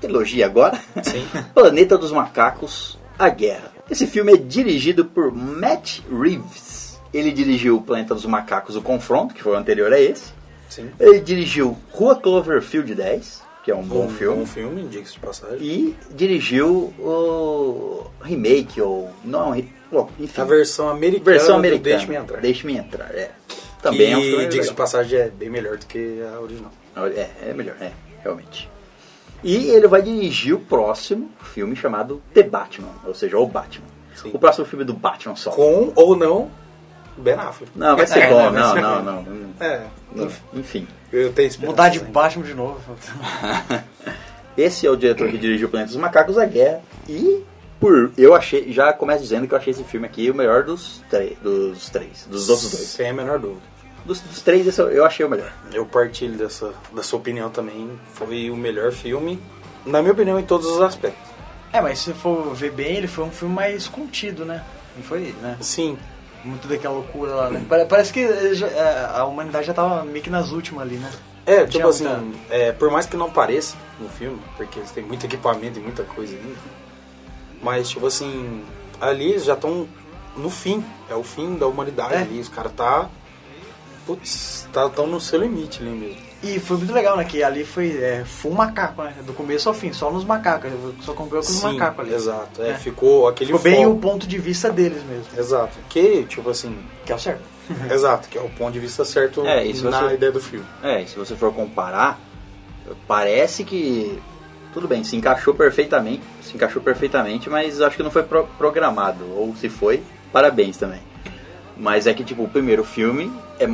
[SPEAKER 2] trilogia agora, Planeta dos Macacos, A Guerra. Esse filme é dirigido por Matt Reeves. Ele dirigiu Planeta dos Macacos, O Confronto, que foi o anterior a esse.
[SPEAKER 4] Sim.
[SPEAKER 2] Ele dirigiu Rua Cloverfield 10, que é um bom filme.
[SPEAKER 4] Bom filme, diga-se de passagem.
[SPEAKER 2] E dirigiu o remake, ou não, é um re- bom, enfim,
[SPEAKER 4] A versão americana.
[SPEAKER 2] versão
[SPEAKER 4] do
[SPEAKER 2] americana.
[SPEAKER 4] Deixe-me entrar.
[SPEAKER 2] Deixe-me entrar, é. Também é um filme
[SPEAKER 4] diga-se de
[SPEAKER 2] legal.
[SPEAKER 4] passagem, é bem melhor do que a original.
[SPEAKER 2] É, é melhor, é, realmente. E ele vai dirigir o próximo filme chamado The Batman, ou seja, o Batman.
[SPEAKER 4] Sim.
[SPEAKER 2] O próximo filme do Batman só.
[SPEAKER 4] Com ou não, Ben Affleck.
[SPEAKER 2] Não, vai ser
[SPEAKER 3] É,
[SPEAKER 2] bom,
[SPEAKER 4] né?
[SPEAKER 3] não, vai
[SPEAKER 2] não,
[SPEAKER 3] ser
[SPEAKER 2] não,
[SPEAKER 4] bom.
[SPEAKER 2] não,
[SPEAKER 4] É,
[SPEAKER 2] não, Enfim.
[SPEAKER 4] eu tenho esperança.
[SPEAKER 3] Mudar de
[SPEAKER 4] ainda.
[SPEAKER 3] Batman de novo.
[SPEAKER 2] Esse é o diretor que dirigiu Planeta dos Macacos, A Guerra. E por eu achei, já começo dizendo que eu achei esse filme aqui o melhor dos, tre- dos três, dos outros dois.
[SPEAKER 4] Sem a menor dúvida.
[SPEAKER 2] Dos, dos três, esse eu- eu achei o melhor.
[SPEAKER 4] Eu partilho dessa, da sua opinião também. Foi o melhor filme, na minha opinião, em todos os aspectos.
[SPEAKER 3] É, mas se for ver bem, ele foi um filme mais contido, né? Não foi, né?
[SPEAKER 4] Sim,
[SPEAKER 3] Muito daquela loucura lá, né? Pare- Parece que eh, já- eh, a humanidade já tava meio que nas últimas ali, né?
[SPEAKER 4] é,
[SPEAKER 3] Tinha um
[SPEAKER 4] tipo assim,
[SPEAKER 3] muita-
[SPEAKER 4] é, por mais que não pareça no filme, porque eles têm muito equipamento e muita coisa ainda, mas, tipo assim, ali eles já estão no fim. É o fim da humanidade
[SPEAKER 3] É.
[SPEAKER 4] ali. Os caras tá. Putz, estão no seu limite ali mesmo.
[SPEAKER 3] E foi muito legal, né? Que ali foi é, full macaco, né? Do começo ao fim, só nos macacos. Só conviveu com os
[SPEAKER 4] Sim,
[SPEAKER 3] macacos ali.
[SPEAKER 4] Exato. É,
[SPEAKER 3] É.
[SPEAKER 4] Ficou aquele
[SPEAKER 3] Ficou bem
[SPEAKER 4] foco.
[SPEAKER 3] o ponto de vista deles mesmo.
[SPEAKER 4] Exato. Que, tipo assim,
[SPEAKER 3] Que é o certo.
[SPEAKER 4] Exato, que é o ponto de vista certo
[SPEAKER 2] É, isso
[SPEAKER 4] na
[SPEAKER 2] você-
[SPEAKER 4] ideia do filme.
[SPEAKER 2] É, e se você for comparar, Parece que. Tudo bem, se encaixou perfeitamente. Se encaixou perfeitamente, mas acho que não foi pro- programado. Ou se foi, parabéns também. Mas é que, tipo, o primeiro filme é.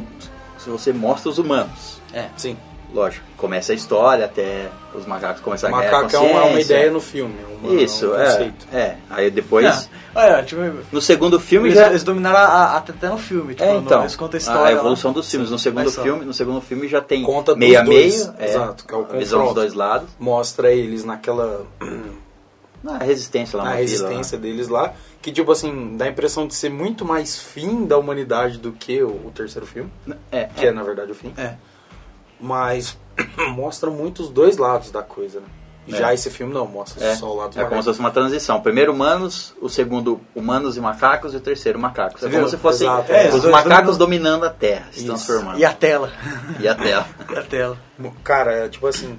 [SPEAKER 2] Se você mostra os humanos.
[SPEAKER 3] É.
[SPEAKER 4] Sim.
[SPEAKER 2] Lógico, começa a história até os macacos começarem a ganhar
[SPEAKER 4] Macaco é uma, é uma
[SPEAKER 2] consciência.
[SPEAKER 4] ideia no filme. Uma,
[SPEAKER 2] Isso,
[SPEAKER 4] um
[SPEAKER 2] é,
[SPEAKER 4] conceito.
[SPEAKER 2] é. Aí depois,
[SPEAKER 3] Não, olha, tipo,
[SPEAKER 2] no segundo filme
[SPEAKER 3] eles,
[SPEAKER 4] é.
[SPEAKER 2] já...
[SPEAKER 3] eles dominaram a- a- até no filme, tipo,
[SPEAKER 2] É,
[SPEAKER 3] no-
[SPEAKER 2] então,
[SPEAKER 3] eles contam
[SPEAKER 2] a,
[SPEAKER 3] a história. lá.
[SPEAKER 2] evolução dos filmes. No segundo
[SPEAKER 3] Mas só.
[SPEAKER 2] filme, no segundo filme já tem
[SPEAKER 4] Conta dos
[SPEAKER 2] meio a meio,
[SPEAKER 4] dois,
[SPEAKER 2] é,
[SPEAKER 4] exato, que é o
[SPEAKER 2] a visão dos
[SPEAKER 4] confronto.
[SPEAKER 2] dois lados.
[SPEAKER 4] Mostra eles naquela
[SPEAKER 2] Na resistência lá,
[SPEAKER 4] na
[SPEAKER 2] na né?
[SPEAKER 4] resistência deles lá, que tipo assim, dá a impressão de ser muito mais fim da humanidade do que o, o terceiro filme,
[SPEAKER 2] É,
[SPEAKER 4] que é na verdade o fim.
[SPEAKER 3] É.
[SPEAKER 4] Mas mostra muito os dois lados da coisa, né?
[SPEAKER 2] É.
[SPEAKER 4] Já esse filme não, mostra
[SPEAKER 2] é,
[SPEAKER 4] só o lado
[SPEAKER 2] é como se fosse uma transição. Primeiro humanos, o segundo humanos e macacos e o terceiro macacos. É
[SPEAKER 4] Você
[SPEAKER 2] como
[SPEAKER 4] viu?
[SPEAKER 2] se fossem
[SPEAKER 4] Exato, é,
[SPEAKER 2] os
[SPEAKER 3] os dois
[SPEAKER 2] macacos
[SPEAKER 3] dominam-
[SPEAKER 2] dominando a Terra, se
[SPEAKER 4] Isso.
[SPEAKER 2] transformando.
[SPEAKER 3] E a tela.
[SPEAKER 2] E a Terra.
[SPEAKER 3] e a tela.
[SPEAKER 4] Cara, é tipo assim,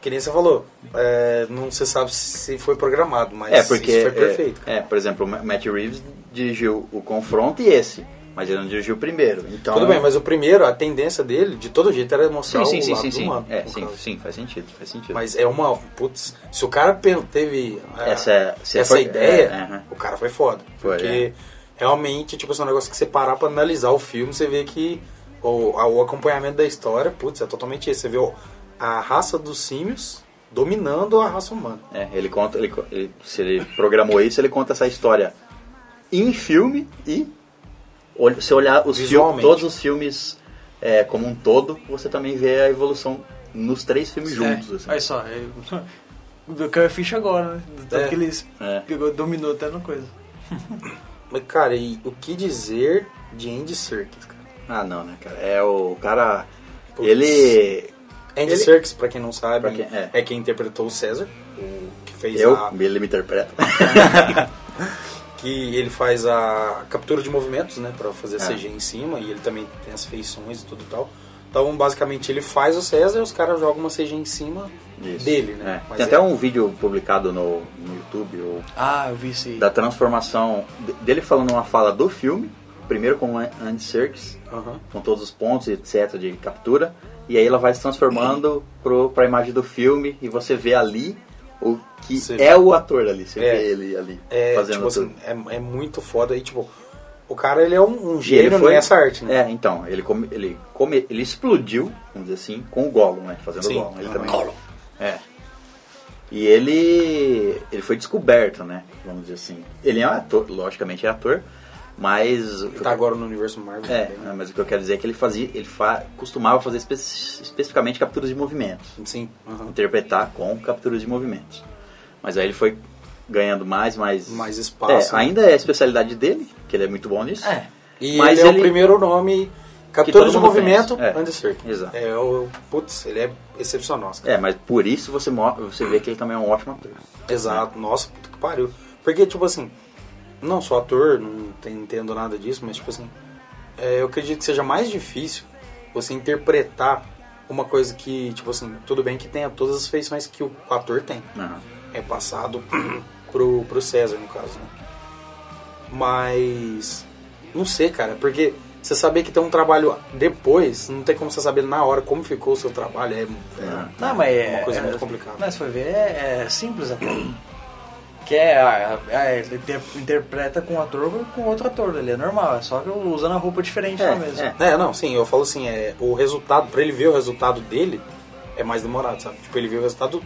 [SPEAKER 4] que nem você falou, é, não se sabe se foi programado, mas
[SPEAKER 2] É, porque.
[SPEAKER 4] isso foi
[SPEAKER 2] é,
[SPEAKER 4] perfeito. cara.
[SPEAKER 2] É, por exemplo, o Ma- Matt Reeves dirigiu o confronto e esse, mas ele não dirigiu o primeiro. Então,
[SPEAKER 4] Tudo bem, mas o primeiro, a tendência dele, de todo jeito, era
[SPEAKER 2] Sim,
[SPEAKER 4] mostrar
[SPEAKER 2] sim,
[SPEAKER 4] o
[SPEAKER 2] sim,
[SPEAKER 4] lado
[SPEAKER 2] sim, sim.
[SPEAKER 4] humano.
[SPEAKER 2] É,
[SPEAKER 4] no
[SPEAKER 2] sim,
[SPEAKER 4] caso.
[SPEAKER 2] sim, faz sentido, faz sentido.
[SPEAKER 4] Mas é uma. Putz, se o cara pen- teve é,
[SPEAKER 2] Essa- se
[SPEAKER 4] essa
[SPEAKER 2] for-
[SPEAKER 4] ideia,
[SPEAKER 2] é, aham.
[SPEAKER 4] o cara foi foda.
[SPEAKER 2] Foi, é.
[SPEAKER 4] porque realmente, tipo, esse é um negócio que você parar pra analisar o filme, você vê que o, a- o acompanhamento da história, putz, é totalmente isso. Você vê ó, a raça dos símios dominando a raça humana.
[SPEAKER 2] É, ele conta, ele, co- ele- se ele programou isso, ele conta essa história em filme e ol- se olhar os filmes,
[SPEAKER 4] Visualmente.
[SPEAKER 2] todos os filmes é, como um todo, você também vê a evolução nos três filmes
[SPEAKER 3] É.
[SPEAKER 2] juntos. assim.
[SPEAKER 3] Olha só, é... do Carrie Fish agora, né? Do tanto
[SPEAKER 4] É.
[SPEAKER 3] que eles
[SPEAKER 2] É.
[SPEAKER 3] pegou, dominou até na coisa.
[SPEAKER 4] Mas, cara, e o que dizer de Andy Serkis, cara?
[SPEAKER 2] Ah, não, né, cara? É o cara.
[SPEAKER 4] Putz.
[SPEAKER 2] Ele.
[SPEAKER 4] Andy
[SPEAKER 2] Ele-
[SPEAKER 4] Serkis, pra quem não sabe,
[SPEAKER 2] Pra quem- é.
[SPEAKER 4] é. quem interpretou o César, o que fez
[SPEAKER 2] Eu,
[SPEAKER 4] a.
[SPEAKER 2] ele me interpreta.
[SPEAKER 4] que ele faz a captura de movimentos, né, Pra fazer
[SPEAKER 2] É.
[SPEAKER 4] CG em cima e ele também tem as feições e tudo e tal. Então, basicamente, ele faz o César e os caras jogam uma CG em cima
[SPEAKER 2] Isso.
[SPEAKER 4] dele, né?
[SPEAKER 2] É.
[SPEAKER 4] Mas
[SPEAKER 2] Tem
[SPEAKER 4] é-
[SPEAKER 2] até um vídeo publicado no, no YouTube ou
[SPEAKER 3] Ah, eu vi isso aí.
[SPEAKER 2] da transformação de- dele falando uma fala do filme, primeiro com o An- Andy Serkis,
[SPEAKER 4] Aham.
[SPEAKER 2] com todos os pontos, etc, de captura, e aí ela vai se transformando pro, pra imagem do filme e você vê ali o que
[SPEAKER 4] Você
[SPEAKER 2] é o ator ali, você
[SPEAKER 4] É.
[SPEAKER 2] vê ele ali
[SPEAKER 4] É,
[SPEAKER 2] fazendo
[SPEAKER 4] tipo
[SPEAKER 2] tudo.
[SPEAKER 4] assim, é, é muito foda. E, tipo, o cara, ele é um, um
[SPEAKER 2] E ele
[SPEAKER 4] gênio
[SPEAKER 2] foi-
[SPEAKER 4] nessa arte, né?
[SPEAKER 2] É, então, ele, come- ele, come- ele explodiu, vamos dizer assim, com o Gollum, né? Fazendo
[SPEAKER 4] Sim.
[SPEAKER 2] o Gollum. Ele
[SPEAKER 4] Uhum.
[SPEAKER 2] também.
[SPEAKER 4] Gollum.
[SPEAKER 2] É. E ele. ele foi descoberto, né? Vamos dizer assim. Ele é um ator, logicamente é ator, mas. o que eu
[SPEAKER 4] Tá agora no universo Marvel.
[SPEAKER 2] É,
[SPEAKER 4] também, né?
[SPEAKER 2] não, mas o que eu quero dizer é que ele fazia, ele fa- costumava fazer espe- especificamente capturas de movimentos,
[SPEAKER 4] Sim. aham.
[SPEAKER 2] interpretar com capturas de movimentos. Mas aí ele foi ganhando mais, mais,
[SPEAKER 4] Mais espaço,
[SPEAKER 2] É,
[SPEAKER 4] né?
[SPEAKER 2] Ainda é a especialidade dele, que ele é muito bom nisso.
[SPEAKER 3] É.
[SPEAKER 4] E
[SPEAKER 2] Mas
[SPEAKER 4] ele, é
[SPEAKER 2] ele-
[SPEAKER 4] o primeiro nome...
[SPEAKER 2] todo
[SPEAKER 4] Captura de
[SPEAKER 2] mundo
[SPEAKER 4] movimento,
[SPEAKER 2] conhece. É,
[SPEAKER 4] Andy Serkis.
[SPEAKER 2] exato.
[SPEAKER 4] É, o, putz, ele é excepcional. Cara.
[SPEAKER 2] É, mas por isso você, mo- você vê que ele também é um ótimo ator.
[SPEAKER 4] Exato, nossa, puta que pariu. Porque, tipo assim, não sou ator, não te- entendo nada disso, mas, tipo assim, é, eu acredito que seja mais difícil você interpretar uma coisa que, tipo assim, tudo bem que tenha todas as feições que o ator tem.
[SPEAKER 2] Aham.
[SPEAKER 4] É passado pro, pro César, no caso, né? Mas, não sei, cara, porque você saber que tem um trabalho depois, não tem como você saber na hora como ficou o seu trabalho, é, é
[SPEAKER 3] Não, mas é.
[SPEAKER 4] uma coisa
[SPEAKER 3] é-
[SPEAKER 4] muito complicada.
[SPEAKER 3] Mas foi ver, é, é simples até. Que é, a- a- ele inter- interpreta com um ator ou com outro ator, ele é normal, é só que usando a roupa diferente
[SPEAKER 2] É,
[SPEAKER 3] lá mesmo.
[SPEAKER 2] é.
[SPEAKER 4] É, não, sim, eu falo assim, é, o resultado, pra ele ver o resultado dele, é mais demorado, sabe? Tipo, ele vê o resultado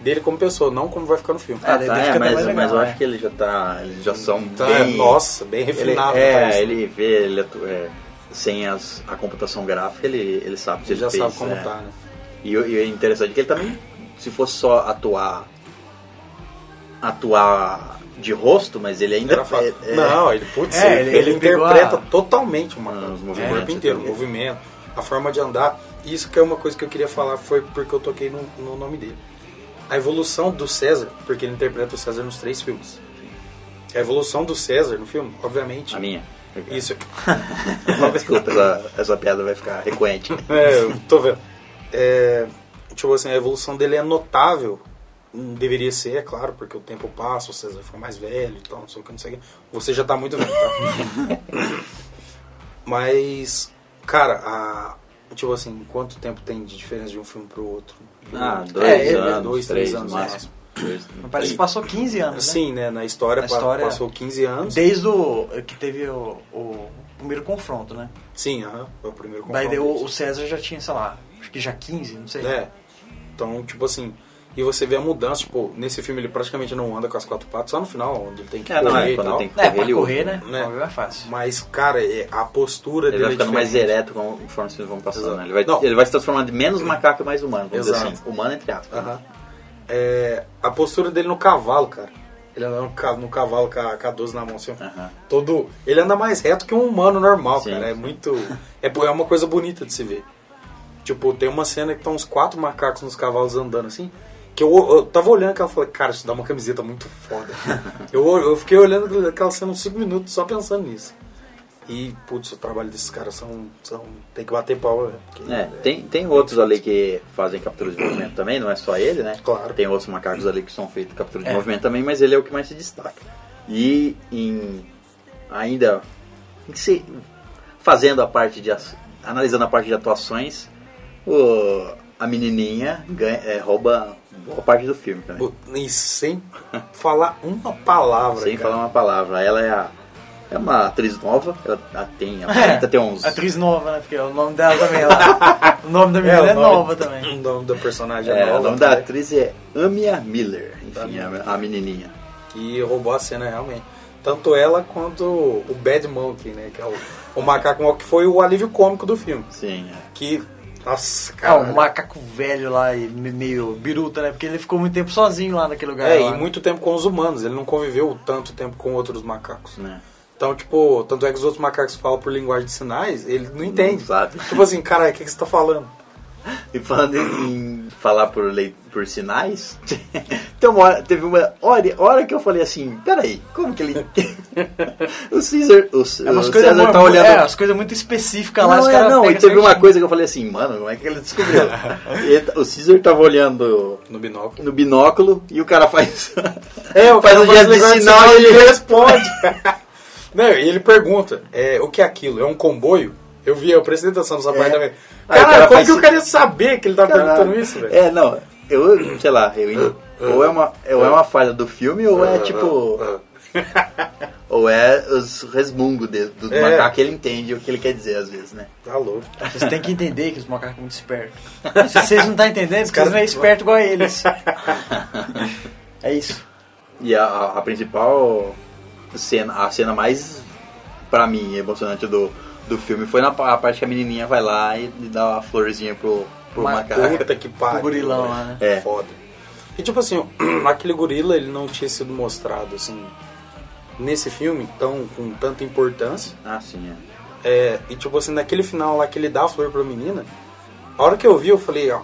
[SPEAKER 4] dele como pessoa, não como vai ficar no filme.
[SPEAKER 3] Ah,
[SPEAKER 2] Ah,
[SPEAKER 3] daí
[SPEAKER 2] tá,
[SPEAKER 3] fica
[SPEAKER 2] é,
[SPEAKER 3] até
[SPEAKER 2] mas,
[SPEAKER 3] mais legal,
[SPEAKER 2] mas eu
[SPEAKER 3] né?
[SPEAKER 2] acho que ele já tá. Eles já são
[SPEAKER 4] Então, é,
[SPEAKER 2] bem.
[SPEAKER 4] nossa, bem
[SPEAKER 2] ele,
[SPEAKER 4] refinado. pra isso,
[SPEAKER 2] É,
[SPEAKER 4] né?
[SPEAKER 2] ele vê, ele atua- é, sem as, a computação gráfica, ele, ele sabe se
[SPEAKER 4] Ele
[SPEAKER 2] ele
[SPEAKER 4] já
[SPEAKER 2] fez,
[SPEAKER 4] sabe como
[SPEAKER 2] é.
[SPEAKER 4] tá, né?
[SPEAKER 2] E, o- e é interessante que ele também, se fosse só atuar atuar de rosto, mas ele ainda
[SPEAKER 4] Ele fala-
[SPEAKER 2] é- é-
[SPEAKER 4] Não, ele, putz,
[SPEAKER 3] É,
[SPEAKER 4] ele,
[SPEAKER 3] ele-
[SPEAKER 4] ele
[SPEAKER 3] ele pegou
[SPEAKER 4] interpreta
[SPEAKER 3] a-
[SPEAKER 4] totalmente uma,
[SPEAKER 2] Ah, os
[SPEAKER 4] o
[SPEAKER 2] movimentos,
[SPEAKER 4] corpo inteiro, o
[SPEAKER 2] entendeu?
[SPEAKER 4] movimento, a forma de andar. Isso que é uma coisa que eu queria falar, foi porque eu toquei no, no nome dele. A evolução do César, porque ele interpreta o César nos três filmes. A evolução do César no filme, obviamente.
[SPEAKER 2] a minha.
[SPEAKER 4] Isso, é
[SPEAKER 2] Desculpa, essa, essa piada vai ficar recorrente.
[SPEAKER 4] É, eu tô vendo. É, tipo assim, a evolução dele é notável. Hum, Deveria ser, é claro, porque o tempo passa, o César foi mais velho e tal, não sei o que, não sei o que. Você já tá muito velho, tá? Mas, cara, a- Tipo assim, quanto tempo tem de diferença de um filme pro outro?
[SPEAKER 2] Ah,
[SPEAKER 4] É,
[SPEAKER 2] dois
[SPEAKER 4] é,
[SPEAKER 2] anos,
[SPEAKER 4] dois,
[SPEAKER 2] três,
[SPEAKER 4] três anos
[SPEAKER 2] no
[SPEAKER 4] no
[SPEAKER 2] máximo. Dois,
[SPEAKER 3] Mas parece que
[SPEAKER 2] três.
[SPEAKER 3] passou 15 anos, né?
[SPEAKER 4] Sim, né? Na história,
[SPEAKER 3] Na
[SPEAKER 4] pa-
[SPEAKER 3] história-
[SPEAKER 4] passou 15 anos.
[SPEAKER 3] Desde o que teve o, o primeiro confronto, né?
[SPEAKER 4] Sim, aham, foi o primeiro
[SPEAKER 3] Daí
[SPEAKER 4] confronto
[SPEAKER 3] deu-
[SPEAKER 4] deles.
[SPEAKER 3] o César já tinha, sei lá, acho que já 15, não sei.
[SPEAKER 4] É. Então, tipo assim, e você vê a mudança, tipo, nesse filme ele praticamente não anda com as quatro patas, só no final, onde ele tem que
[SPEAKER 2] É, não,
[SPEAKER 4] correr
[SPEAKER 2] é
[SPEAKER 4] e
[SPEAKER 2] quando
[SPEAKER 4] tal.
[SPEAKER 2] tem que
[SPEAKER 3] É,
[SPEAKER 2] correr,
[SPEAKER 3] pra
[SPEAKER 2] ele,
[SPEAKER 3] correr, né?
[SPEAKER 4] né?
[SPEAKER 3] Correr é fácil.
[SPEAKER 4] Mas, cara, é- a postura
[SPEAKER 2] ele
[SPEAKER 4] dele
[SPEAKER 2] vai
[SPEAKER 4] é
[SPEAKER 2] ficando mais
[SPEAKER 4] diferente.
[SPEAKER 2] ereto conforme os filmes vão passando.
[SPEAKER 4] Exato.
[SPEAKER 2] né? Ele vai,
[SPEAKER 4] Não.
[SPEAKER 2] ele vai se transformando de menos macaco e mais humano. Vamos dizer
[SPEAKER 4] Exato.
[SPEAKER 2] assim. Humano entre aspas.
[SPEAKER 4] Aham. É, a postura dele no cavalo, cara. Ele anda no ca- no cavalo com a, com a 12 na mão, assim, ó.
[SPEAKER 2] Aham.
[SPEAKER 4] todo. Ele anda mais reto que um humano normal,
[SPEAKER 2] Sim.
[SPEAKER 4] cara. É muito. É, bo- é uma coisa bonita de se ver. Tipo, tem uma cena que estão uns quatro macacos nos cavalos andando assim. Que eu, eu tava olhando aquela e falei, cara, isso dá uma camiseta muito foda. eu, eu fiquei olhando aquela cena uns 5 minutos só pensando nisso. E, putz, o trabalho desses caras são. são tem que bater pau, né? Porque-
[SPEAKER 2] É, tem, tem outros ali que fazem captura de movimento também, não é só ele, né?
[SPEAKER 4] Claro.
[SPEAKER 2] Tem outros macacos ali que são feitos captura de
[SPEAKER 3] É.
[SPEAKER 2] movimento também, mas ele é o que mais se destaca. E em, ainda em se- fazendo a parte de as- analisando a parte de atuações, o- a menininha ganha- é, rouba boa parte do filme também.
[SPEAKER 4] E sem falar uma palavra.
[SPEAKER 2] Sem
[SPEAKER 4] cara.
[SPEAKER 2] falar uma palavra, ela é a- é uma atriz nova, ela ela tem,
[SPEAKER 4] É.
[SPEAKER 2] aparenta ter uns
[SPEAKER 3] Atriz nova, né? Porque o nome dela também é lá. O nome da
[SPEAKER 4] É,
[SPEAKER 3] menina é,
[SPEAKER 4] o nome-
[SPEAKER 3] nova também.
[SPEAKER 4] O nome da personagem é,
[SPEAKER 2] É,
[SPEAKER 4] nova.
[SPEAKER 2] o nome da
[SPEAKER 4] cara,
[SPEAKER 2] atriz é Amia Miller, enfim, a, a menininha.
[SPEAKER 4] Que roubou a cena realmente. Tanto ela quanto o Bad Monkey, né? Que é o, o macaco Monkey, que foi o alívio cômico do filme.
[SPEAKER 2] Sim, é.
[SPEAKER 4] Que. Nossa, cara.
[SPEAKER 3] Ah, um macaco velho lá, e me- meio biruta, né? Porque ele ficou muito tempo sozinho lá naquele lugar.
[SPEAKER 4] É,
[SPEAKER 3] lá,
[SPEAKER 4] e
[SPEAKER 3] né?
[SPEAKER 4] muito tempo com os humanos. Ele não conviveu tanto tempo com outros macacos.
[SPEAKER 2] né?
[SPEAKER 4] Então, tipo, tanto é que os outros macacos falam por linguagem de sinais, ele não entende.
[SPEAKER 2] sabe.
[SPEAKER 4] Tipo assim, cara, o que, que você tá falando?
[SPEAKER 2] E falando em, em falar por, lei, por sinais, tem uma hora- teve uma hora, hora que eu falei assim, peraí, como que ele... o César, o,
[SPEAKER 3] É umas
[SPEAKER 2] o
[SPEAKER 3] coisas
[SPEAKER 2] César
[SPEAKER 3] muito-
[SPEAKER 2] tá olhando...
[SPEAKER 3] É, as coisas muito específicas lá.
[SPEAKER 2] não,
[SPEAKER 3] os
[SPEAKER 2] é,
[SPEAKER 3] caras
[SPEAKER 2] não, e
[SPEAKER 3] pegam
[SPEAKER 2] teve uma
[SPEAKER 3] certinho.
[SPEAKER 2] coisa que eu falei assim, mano, como é que ele descobriu? Ele tá- o César tava olhando
[SPEAKER 4] No binóculo.
[SPEAKER 2] no binóculo e o cara faz...
[SPEAKER 4] É, o
[SPEAKER 2] Faz
[SPEAKER 4] cara
[SPEAKER 2] um
[SPEAKER 4] faz
[SPEAKER 2] gesto de
[SPEAKER 4] negócio de
[SPEAKER 2] sinal
[SPEAKER 4] sinal
[SPEAKER 2] e
[SPEAKER 4] e
[SPEAKER 2] ele-
[SPEAKER 4] ele responde. Não, e ele pergunta, é, o que é aquilo? É um comboio? Eu vi a apresentação dessa parte também.
[SPEAKER 2] Aí o
[SPEAKER 4] Caralho,
[SPEAKER 2] cara
[SPEAKER 4] como
[SPEAKER 2] faz
[SPEAKER 4] que eu
[SPEAKER 2] sin-
[SPEAKER 4] queria saber que ele tá
[SPEAKER 2] Caralho.
[SPEAKER 4] perguntando isso, velho?
[SPEAKER 2] É, não, eu, sei lá, eu, ou, é uma, ou é uma falha do filme, ou é tipo. Ou é os resmungos de- do
[SPEAKER 4] É.
[SPEAKER 2] macaco que ele entende o que ele quer dizer às vezes, né?
[SPEAKER 4] Tá louco.
[SPEAKER 3] Vocês têm que entender que os macacos são muito espertos. Se vocês não estão entendendo, vocês
[SPEAKER 4] caras-
[SPEAKER 2] tá-
[SPEAKER 3] não é esperto igual eles. É isso.
[SPEAKER 2] E a- a, a principal cena, a cena mais, pra mim, emocionante do, do filme foi na pa- a parte que a menininha vai lá e, e dá uma florzinha pro, pro
[SPEAKER 3] Uma
[SPEAKER 2] macaco.
[SPEAKER 4] Puta que pariu.
[SPEAKER 3] O gorilão lá, né?
[SPEAKER 2] É.
[SPEAKER 4] Foda. E tipo assim, aquele gorila, ele não tinha sido mostrado, assim, nesse filme, tão, com tanta importância.
[SPEAKER 2] Ah, sim, é.
[SPEAKER 4] É, e tipo assim, naquele final lá que ele dá a flor pra menina, a hora que eu vi, eu falei, ó,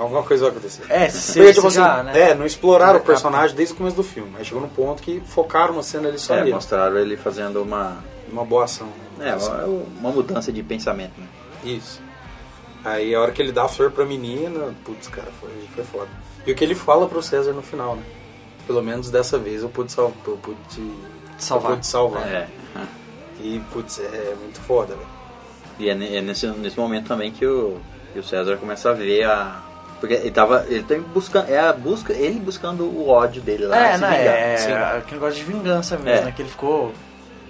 [SPEAKER 4] alguma coisa vai acontecer.
[SPEAKER 3] É, se
[SPEAKER 4] Porque,
[SPEAKER 3] você
[SPEAKER 4] tipo assim,
[SPEAKER 3] já, né?
[SPEAKER 4] é, não exploraram o
[SPEAKER 3] Já capta.
[SPEAKER 4] personagem desde o começo do filme. Aí chegou num ponto que focaram uma cena ali só
[SPEAKER 2] É,
[SPEAKER 4] nele.
[SPEAKER 2] mostraram ele fazendo uma.
[SPEAKER 4] Uma boa ação.
[SPEAKER 2] É, uma, uma mudança de pensamento, né?
[SPEAKER 4] Isso. Aí a hora que ele dá a flor pra menina, putz, cara, foi, foi foda. E o que ele fala pro César no final, né? Pelo menos dessa vez eu pude, sal eu pude te
[SPEAKER 3] Salvar.
[SPEAKER 4] Eu pude te salvar.
[SPEAKER 2] É.
[SPEAKER 4] E, putz, é muito foda, velho.
[SPEAKER 2] E é, ne- é nesse, nesse momento também que o, que o César começa a ver a. Porque ele tava. Ele tá buscando. É a busca. Ele buscando o ódio dele lá.
[SPEAKER 3] É,
[SPEAKER 2] se
[SPEAKER 3] né?
[SPEAKER 2] vingar.
[SPEAKER 3] É,
[SPEAKER 2] Sim.
[SPEAKER 3] aquele negócio de vingança mesmo,
[SPEAKER 2] É.
[SPEAKER 3] né? Que ele ficou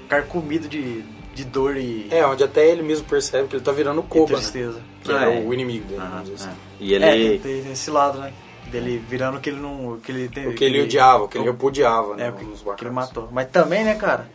[SPEAKER 3] carcomido de, de dor e,
[SPEAKER 4] É, onde até ele mesmo percebe que ele tá virando o
[SPEAKER 3] e
[SPEAKER 4] Koba, né?
[SPEAKER 3] tristeza.
[SPEAKER 4] Que
[SPEAKER 2] Ah,
[SPEAKER 4] é
[SPEAKER 2] é.
[SPEAKER 4] o inimigo dele,
[SPEAKER 2] Aham,
[SPEAKER 4] vamos dizer assim.
[SPEAKER 2] é. E ele.
[SPEAKER 3] É, tem, tem esse lado, né? Dele virando o que ele não. O que ele, tem,
[SPEAKER 4] O que ele odiava, o que ele
[SPEAKER 3] o-
[SPEAKER 4] repudiava, né?
[SPEAKER 3] É, o que,
[SPEAKER 4] nos
[SPEAKER 3] o que ele
[SPEAKER 4] macacos.
[SPEAKER 3] matou. Mas também, né, cara?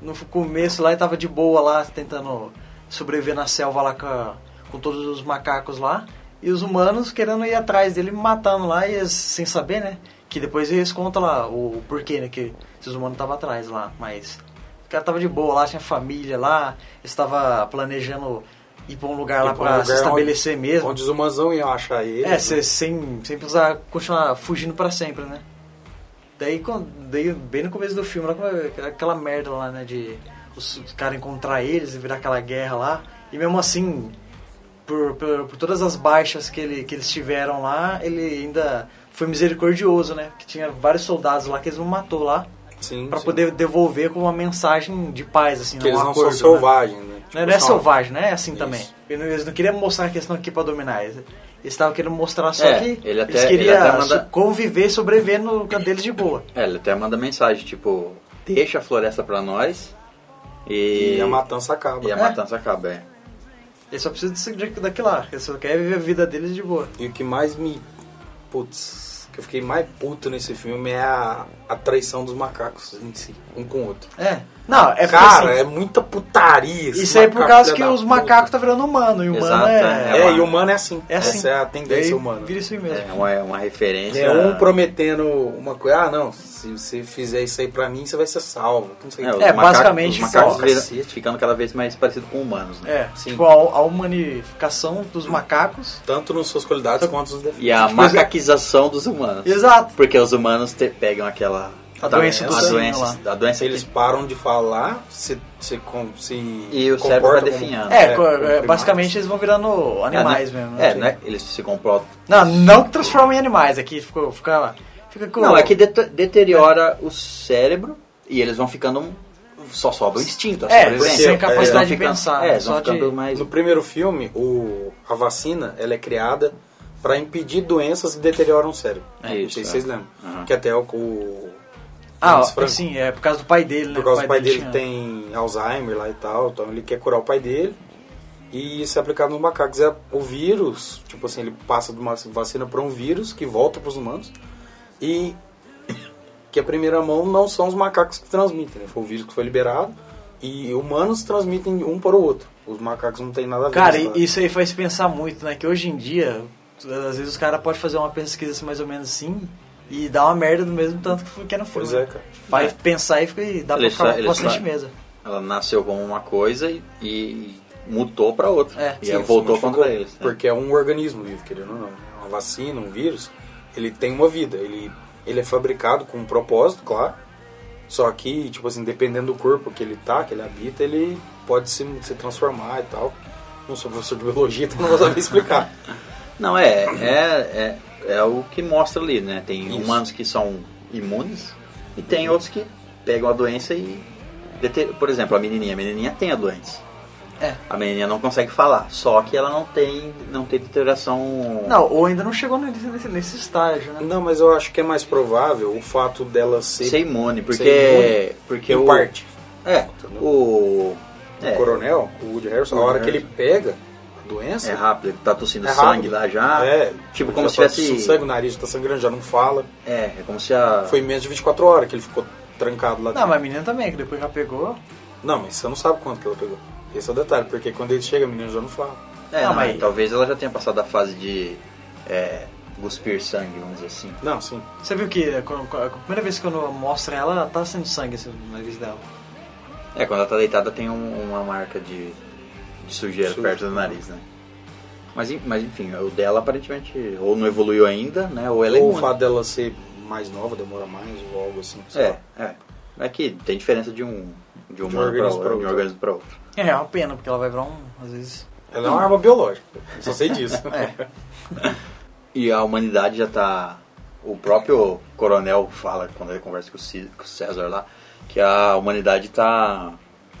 [SPEAKER 3] No começo lá ele tava de boa lá, tentando sobreviver na selva lá com, a- com todos os macacos lá. E os humanos querendo ir atrás dele, matando lá, e eles, sem saber, né? Que depois eles contam lá o, o porquê, né? Que esses humanos estavam atrás lá. Mas o cara tava de boa lá, tinha família lá, estava planejando ir pra um lugar
[SPEAKER 4] Ir
[SPEAKER 3] lá
[SPEAKER 4] pra um
[SPEAKER 3] pra se
[SPEAKER 4] lugar
[SPEAKER 3] estabelecer mesmo.
[SPEAKER 4] Onde os humanos não iam achar ele.
[SPEAKER 3] É, cê, sem, sem precisar continuar fugindo pra sempre, né? Daí, quando- daí, bem no começo do filme, lá, aquela- aquela merda lá, né? De os, os caras encontrar eles e virar aquela guerra lá. E mesmo assim, por, por, por todas as baixas que, ele, que eles tiveram lá, ele ainda foi misericordioso, né? Que tinha vários soldados lá que eles não matou lá.
[SPEAKER 4] Sim,
[SPEAKER 3] Pra
[SPEAKER 4] sim.
[SPEAKER 3] poder devolver com uma mensagem de paz, assim,
[SPEAKER 4] Que eles
[SPEAKER 3] um
[SPEAKER 4] não
[SPEAKER 3] acordo,
[SPEAKER 4] são selvagens, né?
[SPEAKER 3] Não, não é
[SPEAKER 4] só-
[SPEAKER 3] selvagem, né? É assim
[SPEAKER 4] Isso.
[SPEAKER 3] também. Eles não- Eles não queriam mostrar a questão aqui pra dominar. Eles eles estavam querendo mostrar só
[SPEAKER 2] É,
[SPEAKER 3] que
[SPEAKER 2] ele até-
[SPEAKER 3] eles
[SPEAKER 2] ele até
[SPEAKER 3] queriam
[SPEAKER 2] manda-
[SPEAKER 3] so- conviver e sobreviver no canto deles de boa.
[SPEAKER 2] É, ele até manda mensagem, tipo, deixa a floresta pra nós e,
[SPEAKER 4] E a matança acaba.
[SPEAKER 2] e a
[SPEAKER 4] É.
[SPEAKER 2] matança acaba, é.
[SPEAKER 3] Eles só precisam desse- de- daquilo lá. Eles só querem viver a vida deles de boa.
[SPEAKER 4] E o que mais me. Putz, que eu fiquei mais puto nesse filme é a, a traição dos macacos em si, um com o outro.
[SPEAKER 3] É. Não, é porque,
[SPEAKER 4] Cara,
[SPEAKER 3] assim,
[SPEAKER 4] é muita putaria. esse
[SPEAKER 3] Isso aí é por
[SPEAKER 4] macaco,
[SPEAKER 3] causa
[SPEAKER 4] filha
[SPEAKER 3] que
[SPEAKER 4] da
[SPEAKER 3] os
[SPEAKER 4] puta.
[SPEAKER 3] macacos tá virando humano. E humano
[SPEAKER 2] Exato,
[SPEAKER 3] é...
[SPEAKER 4] É, e o humano é assim.
[SPEAKER 3] É assim.
[SPEAKER 4] Essa é a
[SPEAKER 3] Daí
[SPEAKER 4] tendência humana.
[SPEAKER 3] Vira isso aí mesmo.
[SPEAKER 2] É uma, é uma referência.
[SPEAKER 4] É um prometendo uma coisa, ah não, se você fizer isso aí pra mim, você vai ser salvo. Não sei o
[SPEAKER 2] os
[SPEAKER 4] que.
[SPEAKER 3] É,
[SPEAKER 2] macacos-
[SPEAKER 3] basicamente
[SPEAKER 2] os macacos
[SPEAKER 4] só-
[SPEAKER 2] viram- ficando cada vez mais parecido com humanos, né?
[SPEAKER 3] É,
[SPEAKER 4] Sim.
[SPEAKER 3] tipo, a, a humanificação dos macacos.
[SPEAKER 4] Tanto nas é suas qualidades quanto nos defeitos.
[SPEAKER 2] E a macaquização dos humanos.
[SPEAKER 3] Exato.
[SPEAKER 2] Porque os humanos te- pegam aquela.
[SPEAKER 3] A doença do
[SPEAKER 2] a
[SPEAKER 3] sangue
[SPEAKER 2] doença, a doença
[SPEAKER 4] Eles
[SPEAKER 2] eles.
[SPEAKER 4] param de falar, se, se, com- se
[SPEAKER 2] E o cérebro
[SPEAKER 4] comportam
[SPEAKER 2] vai
[SPEAKER 4] como-
[SPEAKER 2] definhando.
[SPEAKER 3] É,
[SPEAKER 4] é,
[SPEAKER 3] co- é,
[SPEAKER 4] primais.
[SPEAKER 3] basicamente eles vão virando animais
[SPEAKER 2] é, né?
[SPEAKER 3] mesmo. assim.
[SPEAKER 2] É,
[SPEAKER 3] Sim.
[SPEAKER 2] né? Eles se comportam.
[SPEAKER 3] Não, não que transformam em animais. Aqui ficou, fica, fica com...
[SPEAKER 2] Não, é que deto- deteriora o cérebro e eles vão ficando. um- Só sobra o instinto, a
[SPEAKER 3] É,
[SPEAKER 2] sobrevivência. Eles
[SPEAKER 4] sem
[SPEAKER 2] vão
[SPEAKER 3] capacidade de
[SPEAKER 2] ficando-
[SPEAKER 3] pensar,
[SPEAKER 2] É, eles
[SPEAKER 3] só
[SPEAKER 2] vão ficando
[SPEAKER 3] de-
[SPEAKER 2] mais.
[SPEAKER 4] No primeiro filme, o, a vacina ela é criada para impedir doenças que deterioram o cérebro.
[SPEAKER 2] É
[SPEAKER 4] Não
[SPEAKER 2] isso,
[SPEAKER 4] sei
[SPEAKER 2] é.
[SPEAKER 4] se vocês lembram.
[SPEAKER 2] Aham.
[SPEAKER 4] Que até o, o
[SPEAKER 3] Ah,
[SPEAKER 4] Franco-
[SPEAKER 3] ó, sim, é por causa do pai dele, né?
[SPEAKER 4] Por causa do pai dele
[SPEAKER 3] tinha-
[SPEAKER 4] tem Alzheimer lá e tal, então ele quer curar o pai dele. E isso é aplicado nos macacos. É o vírus, tipo assim, ele passa de uma vacina para um vírus que volta para os humanos. E que a primeira mão não são os macacos que transmitem, né? Foi o vírus que foi liberado. E humanos transmitem um para o outro. Os macacos não tem nada a ver. né?
[SPEAKER 3] Cara,
[SPEAKER 4] sabe?
[SPEAKER 3] e- isso aí faz pensar muito, né? Que hoje em dia, às vezes os caras podem fazer uma pesquisa assim, mais ou menos assim e dar uma merda do mesmo tanto que foi- que era no filme.
[SPEAKER 4] Pois é, cara.
[SPEAKER 3] Vai
[SPEAKER 2] É.
[SPEAKER 3] pensar e, fica, e dá
[SPEAKER 2] Eles
[SPEAKER 3] pra
[SPEAKER 2] só-
[SPEAKER 3] ficar
[SPEAKER 2] eles
[SPEAKER 3] bastante
[SPEAKER 2] só-
[SPEAKER 3] mesa.
[SPEAKER 2] Ela nasceu com uma coisa e, e mutou pra outra.
[SPEAKER 3] É,
[SPEAKER 2] e
[SPEAKER 4] Sim,
[SPEAKER 2] ela
[SPEAKER 4] se
[SPEAKER 2] voltou
[SPEAKER 4] modificou,
[SPEAKER 2] contra eles. né?
[SPEAKER 4] Porque é um organismo vivo, querendo ou não. Uma vacina, um vírus, ele tem uma vida. Ele, ele é fabricado com um propósito, claro. Só que, tipo assim, dependendo do corpo que ele tá, que ele habita, ele pode se, se transformar e tal. Não sou professor de biologia, então não vou saber explicar.
[SPEAKER 2] Não, é, é, é, é o que mostra ali, né? Tem
[SPEAKER 4] Isso.
[SPEAKER 2] humanos que são imunes e tem outros que pegam a doença e. deter- Por exemplo, a menininha. A menininha tem a doença.
[SPEAKER 3] É.
[SPEAKER 2] A menininha não consegue falar, só que ela não tem, não tem deterioração.
[SPEAKER 3] Não, ou ainda não chegou nesse, nesse- nesse estágio, né?
[SPEAKER 4] Não, mas eu acho que é mais provável o fato dela ser,
[SPEAKER 2] Ser imune, porque.
[SPEAKER 4] Ser imune.
[SPEAKER 2] Porque
[SPEAKER 4] em
[SPEAKER 2] o.
[SPEAKER 4] parte.
[SPEAKER 2] É, o.
[SPEAKER 4] O
[SPEAKER 2] É,
[SPEAKER 4] coronel, o Woody Harrison, a
[SPEAKER 2] Woody
[SPEAKER 4] hora que ele pega a doença,
[SPEAKER 2] é rápido, ele tá tossindo
[SPEAKER 4] é
[SPEAKER 2] sangue
[SPEAKER 4] rápido.
[SPEAKER 2] lá já.
[SPEAKER 4] É,
[SPEAKER 2] Tipo,
[SPEAKER 4] já
[SPEAKER 2] como se
[SPEAKER 4] tá
[SPEAKER 2] tivesse-
[SPEAKER 4] com Sangue, o nariz tá sangrando, já não fala.
[SPEAKER 2] É, é como se a.
[SPEAKER 4] Foi menos de 24 horas que ele ficou trancado lá
[SPEAKER 3] Não,
[SPEAKER 4] dentro.
[SPEAKER 3] mas a menina também, que depois já pegou.
[SPEAKER 4] Não, mas você não sabe quanto que ela pegou. Esse é o detalhe, porque quando ele chega, a menina já não fala.
[SPEAKER 2] É,
[SPEAKER 3] Ah,
[SPEAKER 2] não,
[SPEAKER 3] mas-
[SPEAKER 2] é, talvez ela já tenha passado a fase de é, cuspir sangue, vamos dizer assim.
[SPEAKER 4] Não, sim.
[SPEAKER 3] Você viu que é, quando- a primeira vez que eu mostro ela, ela tá sendo sangue assim, no nariz dela.
[SPEAKER 2] É, quando ela tá deitada tem um- uma marca de, de sujeira
[SPEAKER 4] Sujo.
[SPEAKER 2] perto do nariz, né? Mas, en- mas enfim, o dela aparentemente ou não evoluiu ainda, né? Ou ela é
[SPEAKER 4] Ou o
[SPEAKER 2] imune.
[SPEAKER 4] fato dela ser mais nova, demora mais, ou algo assim. sei
[SPEAKER 2] É,
[SPEAKER 4] lá.
[SPEAKER 2] é. É que tem diferença de um de um
[SPEAKER 4] De um
[SPEAKER 2] humano pra
[SPEAKER 4] organismo
[SPEAKER 2] outro,
[SPEAKER 4] pra
[SPEAKER 2] de um
[SPEAKER 4] outro.
[SPEAKER 2] organismo pra outro.
[SPEAKER 3] É, é uma pena, porque ela vai virar um, às vezes...
[SPEAKER 4] Ela é uma arma biológica. eu Só sei disso.
[SPEAKER 3] É.
[SPEAKER 2] E a humanidade já tá. O próprio coronel fala quando ele conversa com o Cí- com o César lá, que a humanidade tá.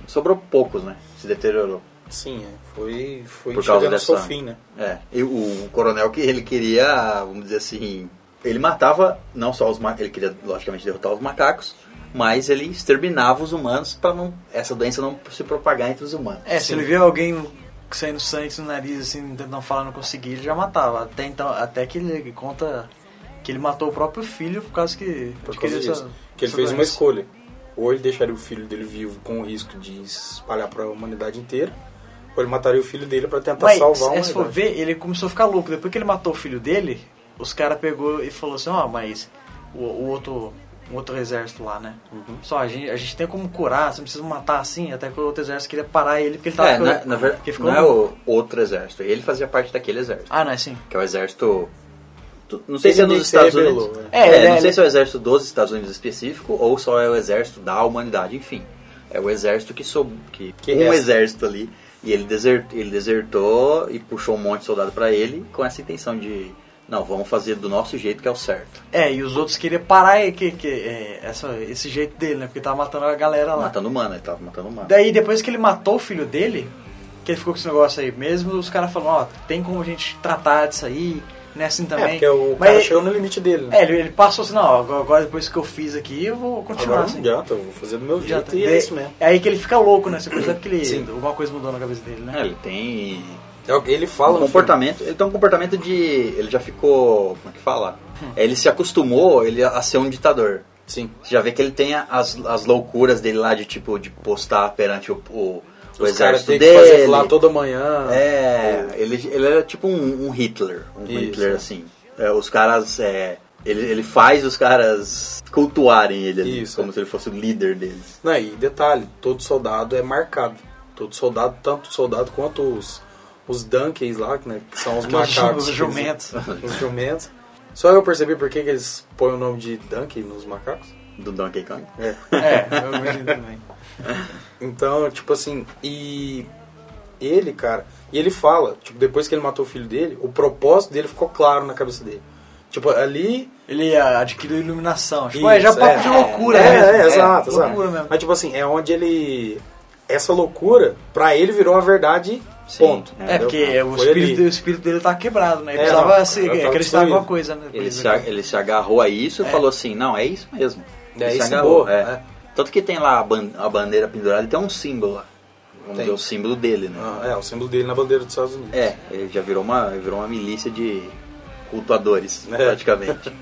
[SPEAKER 2] Sobrou poucos, né? Se deteriorou.
[SPEAKER 4] Sim, é. foi, foi
[SPEAKER 2] Por causa
[SPEAKER 4] chegando ao seu
[SPEAKER 2] dessa-
[SPEAKER 4] fim, né?
[SPEAKER 2] É, e o coronel que ele queria, vamos dizer assim, ele matava não só os macacos, ele queria logicamente derrotar os macacos, mas ele exterminava os humanos para não essa doença não se propagar entre os humanos.
[SPEAKER 3] É, se ele viu alguém saindo sangue no nariz, assim, tentando falar, não conseguia, ele já matava. Até então, até que ele conta que ele matou o próprio filho por causa que...
[SPEAKER 4] Por
[SPEAKER 3] de
[SPEAKER 4] causa
[SPEAKER 3] querer
[SPEAKER 4] disso.
[SPEAKER 3] essa-
[SPEAKER 4] Que ele
[SPEAKER 3] essa
[SPEAKER 4] fez uma
[SPEAKER 3] doença.
[SPEAKER 4] escolha. Ou ele deixaria o filho dele vivo com o risco de se espalhar para a humanidade inteira, ou ele mataria o filho dele para tentar
[SPEAKER 3] Mas,
[SPEAKER 4] salvar a
[SPEAKER 3] é, se for
[SPEAKER 4] humanidade.
[SPEAKER 3] ver, ele começou a ficar louco. Depois que ele matou o filho dele, os caras pegou e falou assim, ó, mas o, o outro o outro exército lá, né?
[SPEAKER 4] Uhum.
[SPEAKER 3] Só a gente, a gente tem como curar, você não precisa matar assim, até que o outro exército queria parar ele porque ele tava
[SPEAKER 2] É,
[SPEAKER 3] ficando-
[SPEAKER 2] na, na verdade,
[SPEAKER 3] porque um ficou um
[SPEAKER 2] não é o outro exército, ele fazia parte daquele exército,
[SPEAKER 3] Ah, não é assim.
[SPEAKER 2] que é o exército tu- não sei se é
[SPEAKER 4] Ele
[SPEAKER 2] nos
[SPEAKER 4] se
[SPEAKER 2] Estados
[SPEAKER 4] rebelou,
[SPEAKER 2] Unidos.
[SPEAKER 3] é. É,
[SPEAKER 4] né,
[SPEAKER 3] ele
[SPEAKER 2] não
[SPEAKER 3] é-
[SPEAKER 2] sei se é o exército dos Estados Unidos específico ou só é o exército da humanidade, enfim. É o exército que sob... que,
[SPEAKER 4] Que
[SPEAKER 2] um
[SPEAKER 4] resta.
[SPEAKER 2] exército ali e ele desertou, ele desertou e puxou um monte de soldado pra ele com essa intenção de não, vamos fazer do nosso jeito que é o certo,
[SPEAKER 3] É, e os outros queriam parar e que, que, é, essa- esse jeito dele, né? Porque tava matando a galera lá.
[SPEAKER 2] matando humano, ele tava matando humano.
[SPEAKER 3] Daí, depois que ele matou o filho dele, que ele ficou com esse negócio aí. Mesmo os caras falam, ó, tem como a gente tratar disso aí, né, assim
[SPEAKER 4] É,
[SPEAKER 3] também.
[SPEAKER 4] porque o
[SPEAKER 3] Mas
[SPEAKER 4] cara
[SPEAKER 3] ele-
[SPEAKER 4] chegou no limite dele. né?
[SPEAKER 3] É, ele, ele passou assim, não, agora- agora depois que eu fiz aqui, eu vou continuar
[SPEAKER 4] Agora não
[SPEAKER 3] assim.
[SPEAKER 4] adianta, eu vou fazer do meu jeito
[SPEAKER 3] Adianta.
[SPEAKER 4] e
[SPEAKER 3] De-
[SPEAKER 4] é isso mesmo.
[SPEAKER 3] É aí que ele fica louco, né? Você percebe que ele,
[SPEAKER 4] Sim.
[SPEAKER 3] alguma coisa mudou na cabeça dele, né?
[SPEAKER 2] Ele tem
[SPEAKER 4] É o que ele fala.
[SPEAKER 2] um
[SPEAKER 4] no
[SPEAKER 2] comportamento. Ele tem um comportamento de. Ele já ficou. Como é que fala?
[SPEAKER 4] Hum.
[SPEAKER 2] Ele se acostumou ele, a ser um ditador.
[SPEAKER 4] filme. Sim.
[SPEAKER 2] Você já vê que ele tem as, as loucuras dele lá de tipo de postar perante o, o, o
[SPEAKER 4] Os caras
[SPEAKER 2] exército
[SPEAKER 4] têm que
[SPEAKER 2] dele.
[SPEAKER 4] fazer lá toda manhã.
[SPEAKER 2] É, ele, ele era tipo um, um Hitler, um
[SPEAKER 4] Isso.
[SPEAKER 2] Hitler assim. É, os caras, é, ele, ele faz os caras cultuarem ele, ali,
[SPEAKER 4] Isso.
[SPEAKER 2] como se ele fosse o líder deles.
[SPEAKER 4] Não, e detalhe, todo soldado é marcado. Todo soldado, tanto soldado quanto os, os donkeys lá, né, que são os macacos.
[SPEAKER 3] Os jumentos.
[SPEAKER 4] Os jumentos. Só eu percebi por que, que eles põem o nome de donkey nos macacos.
[SPEAKER 2] Do Donkey Kong.
[SPEAKER 4] É.
[SPEAKER 3] É, eu imagino também.
[SPEAKER 4] Então, tipo assim, e ele, cara, e ele fala, tipo, depois que ele matou o filho dele, o propósito dele ficou claro na cabeça dele. Tipo, ali.
[SPEAKER 3] Ele ah, adquiriu iluminação. Tipo,
[SPEAKER 4] Isso,
[SPEAKER 3] é já papo
[SPEAKER 4] é.
[SPEAKER 3] de loucura,
[SPEAKER 4] é,
[SPEAKER 3] mesmo.
[SPEAKER 4] é, exato, exato.
[SPEAKER 3] loucura mesmo.
[SPEAKER 4] Mas tipo assim, é onde ele. Essa loucura, pra ele virou a verdade.
[SPEAKER 2] Sim,
[SPEAKER 4] Ponto.
[SPEAKER 2] é.
[SPEAKER 3] É,
[SPEAKER 4] entendeu?
[SPEAKER 3] porque o
[SPEAKER 4] Foi
[SPEAKER 3] espírito, o
[SPEAKER 4] ali.
[SPEAKER 3] espírito dele tá quebrado, né? Ele
[SPEAKER 4] É,
[SPEAKER 3] precisava
[SPEAKER 4] não,
[SPEAKER 3] se,
[SPEAKER 4] eu tava
[SPEAKER 3] acreditar em
[SPEAKER 4] destruído.
[SPEAKER 3] alguma coisa, né?
[SPEAKER 2] Ele
[SPEAKER 3] Depois
[SPEAKER 2] se,
[SPEAKER 3] daquilo.
[SPEAKER 2] a- ele se agarrou a isso e falou assim, não, é isso mesmo.
[SPEAKER 4] É
[SPEAKER 2] ele
[SPEAKER 4] isso,
[SPEAKER 2] se agarrou.
[SPEAKER 4] boa,
[SPEAKER 2] é.
[SPEAKER 4] é.
[SPEAKER 2] Tanto que tem lá a, ban- a bandeira pendurada e tem um símbolo lá. Vamos
[SPEAKER 4] Tem.
[SPEAKER 2] dizer, o símbolo dele, né?
[SPEAKER 4] Ah, é, o símbolo dele na bandeira dos Estados Unidos.
[SPEAKER 2] É, ele já virou uma, virou uma milícia de cultuadores,
[SPEAKER 4] É.
[SPEAKER 2] praticamente.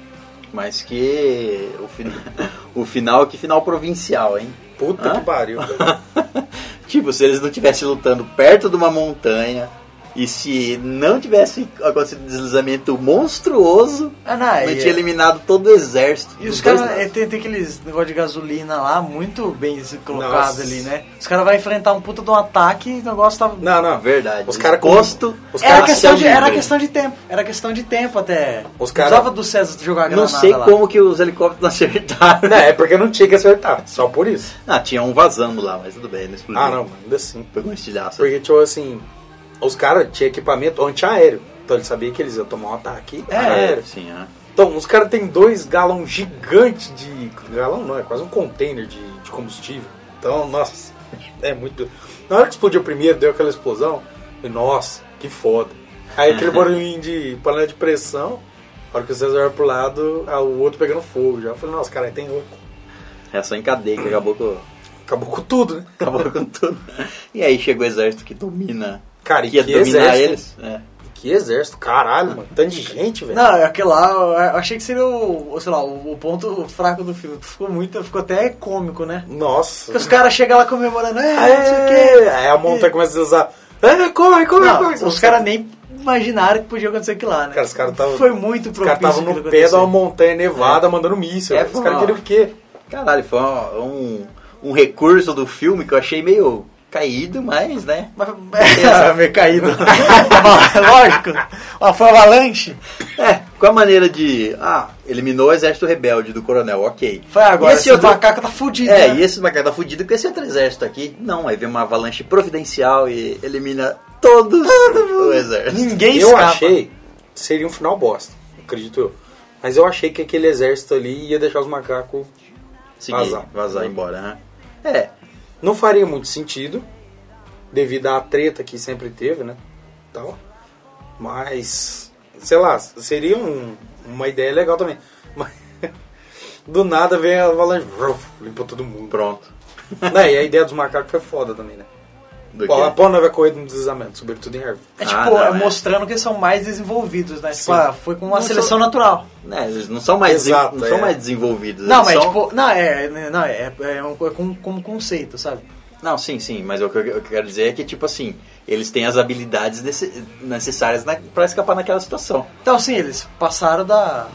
[SPEAKER 2] Mas que o, fina- o final, que final provincial,
[SPEAKER 3] É.
[SPEAKER 2] hein?
[SPEAKER 4] Puta
[SPEAKER 2] Hã?
[SPEAKER 4] que pariu. velho.
[SPEAKER 2] Tipo, se eles não tivessem lutando perto de uma montanha e se não tivesse acontecido um deslizamento monstruoso,
[SPEAKER 3] Ah, não,
[SPEAKER 2] não
[SPEAKER 3] e-
[SPEAKER 4] é.
[SPEAKER 2] tinha eliminado todo o exército.
[SPEAKER 3] E
[SPEAKER 2] dos
[SPEAKER 3] os
[SPEAKER 2] dois
[SPEAKER 3] caras
[SPEAKER 2] lados.
[SPEAKER 3] é, tem, tem aqueles negócio de gasolina lá, muito bem colocado
[SPEAKER 4] Nossa.
[SPEAKER 3] ali, né? Os caras vão enfrentar um puta de um ataque e o negócio tava.
[SPEAKER 4] Não, não.
[SPEAKER 2] Verdade.
[SPEAKER 4] Os caras com-
[SPEAKER 2] posto.
[SPEAKER 4] os
[SPEAKER 3] Era
[SPEAKER 4] caras
[SPEAKER 3] questão, de, era
[SPEAKER 2] livre.
[SPEAKER 3] questão de tempo. Era questão de tempo até.
[SPEAKER 4] Os
[SPEAKER 3] Não
[SPEAKER 4] cara-
[SPEAKER 3] Precisava do César jogar a
[SPEAKER 2] Não
[SPEAKER 3] granada
[SPEAKER 2] sei
[SPEAKER 3] lá.
[SPEAKER 2] como que os helicópteros não acertaram.
[SPEAKER 4] Não, é porque não tinha que acertar. Só por isso.
[SPEAKER 2] Ah, tinha um vazando lá, mas tudo bem, não
[SPEAKER 3] Hum.
[SPEAKER 2] explodiu.
[SPEAKER 4] Ah, não, mano, ainda assim.
[SPEAKER 2] Pegou um estilhaço.
[SPEAKER 4] Porque, tipo assim, os caras tinham equipamento antiaéreo. Então ele sabia que eles iam tomar um ataque
[SPEAKER 3] É.
[SPEAKER 4] aéreo.
[SPEAKER 2] sim, é.
[SPEAKER 4] Então, os caras têm dois galão gigante de. Galão não, é quase um container de, de combustível. Então, nossa, é muito. doido. Na hora que explodiu o primeiro, deu aquela explosão. E, nossa, que foda. Aí
[SPEAKER 3] Uhum.
[SPEAKER 4] aquele barulhinho de panela de pressão. Na hora que o César olha pro lado, ah, o outro pegando fogo já. Eu falei, nossa, cara, tem outro.
[SPEAKER 2] É só em cadeia que acabou com,
[SPEAKER 4] Acabou com tudo, né?
[SPEAKER 2] acabou com tudo. E aí chegou o exército que domina.
[SPEAKER 4] Cara,
[SPEAKER 2] Que
[SPEAKER 4] e
[SPEAKER 2] ia
[SPEAKER 4] que
[SPEAKER 2] dominar
[SPEAKER 4] exército.
[SPEAKER 2] eles. É.
[SPEAKER 4] Que exército, caralho, mano. um Tanto de gente, velho.
[SPEAKER 3] Não, é aquele lá, eu achei que seria o, o, sei lá, o, o ponto fraco do filme. Ficou muito, ficou até cômico, né?
[SPEAKER 4] Nossa.
[SPEAKER 3] Porque os caras chegam lá comemorando, é, não sei o quê.
[SPEAKER 4] É, aí a montanha começa a usar. É, corre, corre,
[SPEAKER 3] Não,
[SPEAKER 4] corre.
[SPEAKER 3] os caras nem imaginaram que podia acontecer aquilo lá, né?
[SPEAKER 4] Cara, os caras tavam-
[SPEAKER 3] Foi muito
[SPEAKER 4] Os caras
[SPEAKER 3] propício
[SPEAKER 4] estavam
[SPEAKER 3] aquilo
[SPEAKER 4] no pé de uma
[SPEAKER 3] acontecer.
[SPEAKER 4] montanha nevada mandando míssil.
[SPEAKER 2] É,
[SPEAKER 4] os
[SPEAKER 2] foi
[SPEAKER 4] caras queriam
[SPEAKER 2] uma-
[SPEAKER 4] o quê?
[SPEAKER 2] Caralho, foi um, um, um recurso do filme que eu achei meio caído, mas, né?
[SPEAKER 3] Mas, é, meio caído. Lógico. Ó, foi avalanche.
[SPEAKER 2] É, com a maneira de. Ah, eliminou o exército rebelde do coronel, ok.
[SPEAKER 3] Foi agora,
[SPEAKER 2] E esse
[SPEAKER 3] esse
[SPEAKER 2] outro.
[SPEAKER 3] macaco tá fudido.
[SPEAKER 2] É,
[SPEAKER 3] né?
[SPEAKER 2] e esse macaco tá fudido com esse outro exército aqui. Não, aí vem uma avalanche providencial e elimina todos o exército.
[SPEAKER 3] é. Ninguém
[SPEAKER 4] eu
[SPEAKER 3] escapa.
[SPEAKER 4] achei que seria um final bosta, acredito eu. Mas eu achei que aquele exército ali ia deixar os macacos.
[SPEAKER 2] Seguir,
[SPEAKER 4] Vazar.
[SPEAKER 2] vazar, embora, né? É,
[SPEAKER 4] Não faria muito sentido, devido à treta que sempre teve, né? Tal. Mas, sei lá, seria um- uma ideia legal também. Mas, do nada vem a avalanche, vruf, limpa todo mundo.
[SPEAKER 2] pronto.
[SPEAKER 4] Né, e a ideia dos macacos foi foda também, né?
[SPEAKER 2] Do é?
[SPEAKER 4] Pô, a
[SPEAKER 2] quê?
[SPEAKER 4] pão não vai correr no deslizamento, sobretudo em árvore.
[SPEAKER 3] É tipo,
[SPEAKER 2] Ah, não,
[SPEAKER 3] é
[SPEAKER 2] é.
[SPEAKER 3] mostrando que eles são mais desenvolvidos, né? Tipo,
[SPEAKER 4] Sim.
[SPEAKER 3] ah, foi com uma
[SPEAKER 2] Não
[SPEAKER 3] seleção
[SPEAKER 2] são-
[SPEAKER 3] natural.
[SPEAKER 2] Né, eles não são mais,
[SPEAKER 4] Exato,
[SPEAKER 2] não são
[SPEAKER 4] é.
[SPEAKER 2] mais desenvolvidos.
[SPEAKER 3] Não,
[SPEAKER 2] eles
[SPEAKER 3] mas
[SPEAKER 2] são...
[SPEAKER 3] tipo, não, é, não, é, é, um, é como, como conceito, sabe?
[SPEAKER 2] Não, sim, sim, mas o que eu, o que eu quero dizer é que, tipo assim, eles têm as habilidades nesse- necessárias na, pra escapar naquela situação.
[SPEAKER 3] Então, sim, eles passaram da.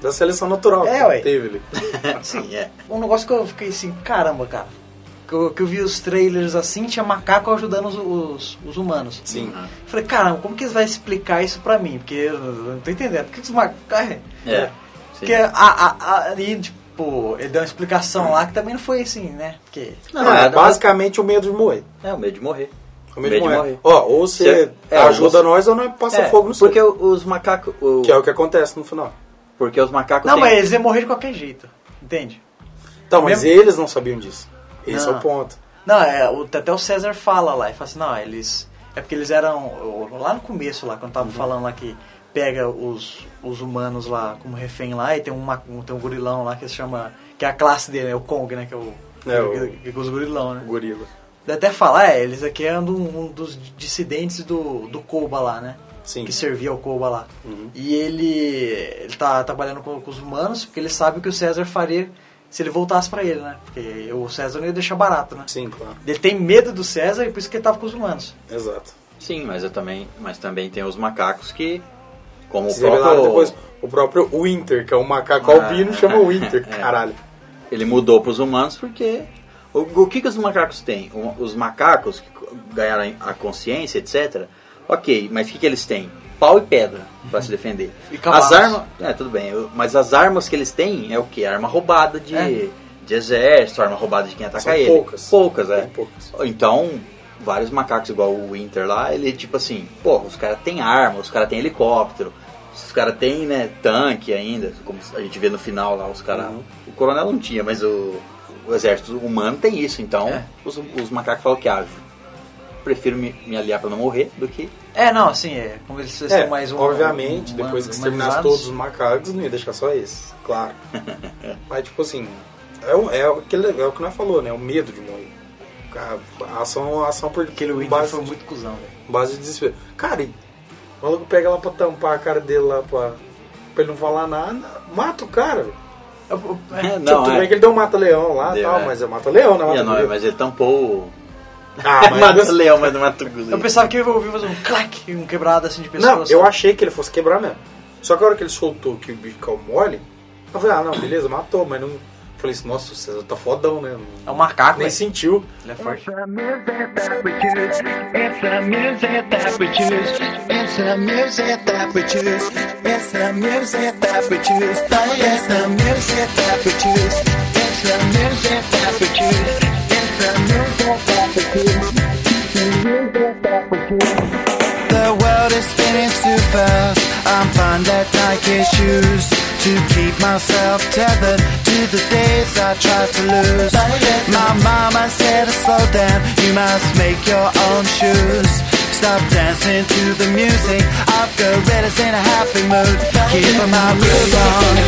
[SPEAKER 4] Da seleção natural.
[SPEAKER 3] É,
[SPEAKER 4] que
[SPEAKER 3] ué.
[SPEAKER 4] Teve ali.
[SPEAKER 2] sim, é.
[SPEAKER 3] Um negócio que eu fiquei assim, caramba, cara. Que eu, que eu vi os trailers assim, tinha macaco ajudando os, os, os humanos.
[SPEAKER 4] Sim.
[SPEAKER 2] Uhum.
[SPEAKER 3] Falei, caramba, como que eles vão explicar isso pra mim? Porque eu não tô entendendo. Por que que os macacos.
[SPEAKER 2] É. sim.
[SPEAKER 3] Porque a, a, a- ali, tipo, ele deu uma explicação lá que também não foi assim, né? Porque.
[SPEAKER 2] Não,
[SPEAKER 4] é,
[SPEAKER 2] é,
[SPEAKER 4] basicamente o medo de morrer.
[SPEAKER 2] é o medo de morrer.
[SPEAKER 4] O medo de morrer. Ó, ou você
[SPEAKER 2] Você- é,
[SPEAKER 4] ajuda
[SPEAKER 2] você-
[SPEAKER 4] nós ou nós passa
[SPEAKER 2] É,
[SPEAKER 4] fogo no seu.
[SPEAKER 2] porque os macacos. o-
[SPEAKER 4] Que é o que acontece no final.
[SPEAKER 2] Porque os macacos.
[SPEAKER 3] Não,
[SPEAKER 2] têm-
[SPEAKER 3] mas eles iam morrer de qualquer jeito, entende?
[SPEAKER 4] Então, mas
[SPEAKER 3] Mesmo-
[SPEAKER 2] Ah.
[SPEAKER 4] eles não sabiam disso. Esse
[SPEAKER 3] Não.
[SPEAKER 4] é o ponto.
[SPEAKER 3] Não, é, o, até o César fala lá, ele fala assim, não, eles É porque eles eram. Lá no começo, lá, quando tava
[SPEAKER 4] Uhum.
[SPEAKER 3] falando lá que pega os, os humanos lá como refém lá e tem um, ma- um- tem um gorilão lá que se chama. Que é a classe dele, é o Kong, né? Que é o.
[SPEAKER 4] É, o-
[SPEAKER 3] que, que, que os gorilão, né?
[SPEAKER 4] Gorila.
[SPEAKER 3] Dá até falar, é, eles aqui eram do- um dos dissidentes do, do Koba lá, né?
[SPEAKER 4] Sim. Uhum.
[SPEAKER 3] Que servia ao Koba lá. E ele, ele tá trabalhando com, com os humanos, porque ele sabe o que o César faria se ele voltasse pra ele, né? Porque o César não ia deixar barato, né?
[SPEAKER 4] Sim, claro.
[SPEAKER 3] Ele tem medo do César e por isso que ele tava com os humanos.
[SPEAKER 4] Exato.
[SPEAKER 2] Sim, mas eu também, mas também tem os macacos que como o
[SPEAKER 4] Se revelaram
[SPEAKER 2] próprio
[SPEAKER 4] depois. O próprio Winter, que é um macaco
[SPEAKER 2] Ah. É.
[SPEAKER 4] albino, chama Winter. Caralho.
[SPEAKER 2] ele mudou para os humanos porque o, o que que os macacos têm? O- os macacos que co- ganharam a consciência, etc. OK, mas o que que eles têm? Pau e pedra para se defender.
[SPEAKER 3] E cavalos.
[SPEAKER 2] As armas, é, tudo bem, eu- mas as armas que eles têm é o que? Arma roubada de,
[SPEAKER 3] É.
[SPEAKER 2] de exército, arma roubada de quem ataca
[SPEAKER 4] São
[SPEAKER 2] Tá ele.
[SPEAKER 4] poucas.
[SPEAKER 2] Poucas, é.
[SPEAKER 4] Tem poucas.
[SPEAKER 2] Então, vários macacos igual o Winter lá, ele tipo assim, pô, os caras têm arma, os caras têm helicóptero, os caras têm, né, tanque ainda, como a gente vê no final lá, os caras.
[SPEAKER 4] Uhum.
[SPEAKER 2] O coronel não tinha, mas o, o exército humano tem isso, então
[SPEAKER 3] É.
[SPEAKER 2] os, os macacos falam que ah, prefiro me, me aliar pra não morrer do que.
[SPEAKER 3] É, não, assim, é. Como eles eles
[SPEAKER 4] É,
[SPEAKER 3] são mais um-
[SPEAKER 4] obviamente,
[SPEAKER 3] um-
[SPEAKER 4] depois
[SPEAKER 3] humanizados.
[SPEAKER 4] que exterminasse todos os macacos, não ia deixar só esse, claro. Mas, tipo assim, é, o- é, o aquele, é o que nós falou, né? O medo de morrer. A, a ação, a ação por
[SPEAKER 3] Aquele Winter
[SPEAKER 4] base,
[SPEAKER 3] foi muito cuzão, velho.
[SPEAKER 4] base de desespero. Cara, e o maluco pega lá pra tampar a cara dele lá pra, pra ele não falar nada, mata o cara. velho.
[SPEAKER 2] É,
[SPEAKER 4] Tipo,
[SPEAKER 2] não,
[SPEAKER 4] tudo bem
[SPEAKER 2] é.
[SPEAKER 4] que ele deu um mata-leão lá e
[SPEAKER 2] Deu,
[SPEAKER 4] tal,
[SPEAKER 2] é.
[SPEAKER 4] mas é mata-leão, não é
[SPEAKER 2] E é nóis,
[SPEAKER 4] mata-leão.
[SPEAKER 2] mas ele tampou o.
[SPEAKER 4] Ah, mas...
[SPEAKER 2] Mata-leão, mas não mata o
[SPEAKER 3] Eu
[SPEAKER 2] Gulli.
[SPEAKER 3] pensava que eu ouvi fazer um clac, um quebrado assim de pessoas.
[SPEAKER 4] Não, eu achei que ele fosse quebrar mesmo. Só que a hora que ele soltou que o bicho caiu mole, eu falei, ah, não, beleza, matou, mas não. Eu falei assim, nossa, o César tá fodão, né? Não-
[SPEAKER 3] É um macaco,
[SPEAKER 4] Nem
[SPEAKER 3] velho.
[SPEAKER 4] sentiu.
[SPEAKER 3] Ele é forte.
[SPEAKER 1] It's the music that we choose. It's the music that we choose. It's the music that we choose. It's the music that we choose. Oh, it's the music that we choose. It's the music that we choose. It's the music that we choose. It's the music that we choose. The world is spinning too fast. I'm fine that Nike shoes to keep myself tethered to the days I tried to lose. My mama said to slow down, you must make your own shoes. Stop dancing to the music of gorillas in a happy mood. Keep my groove on.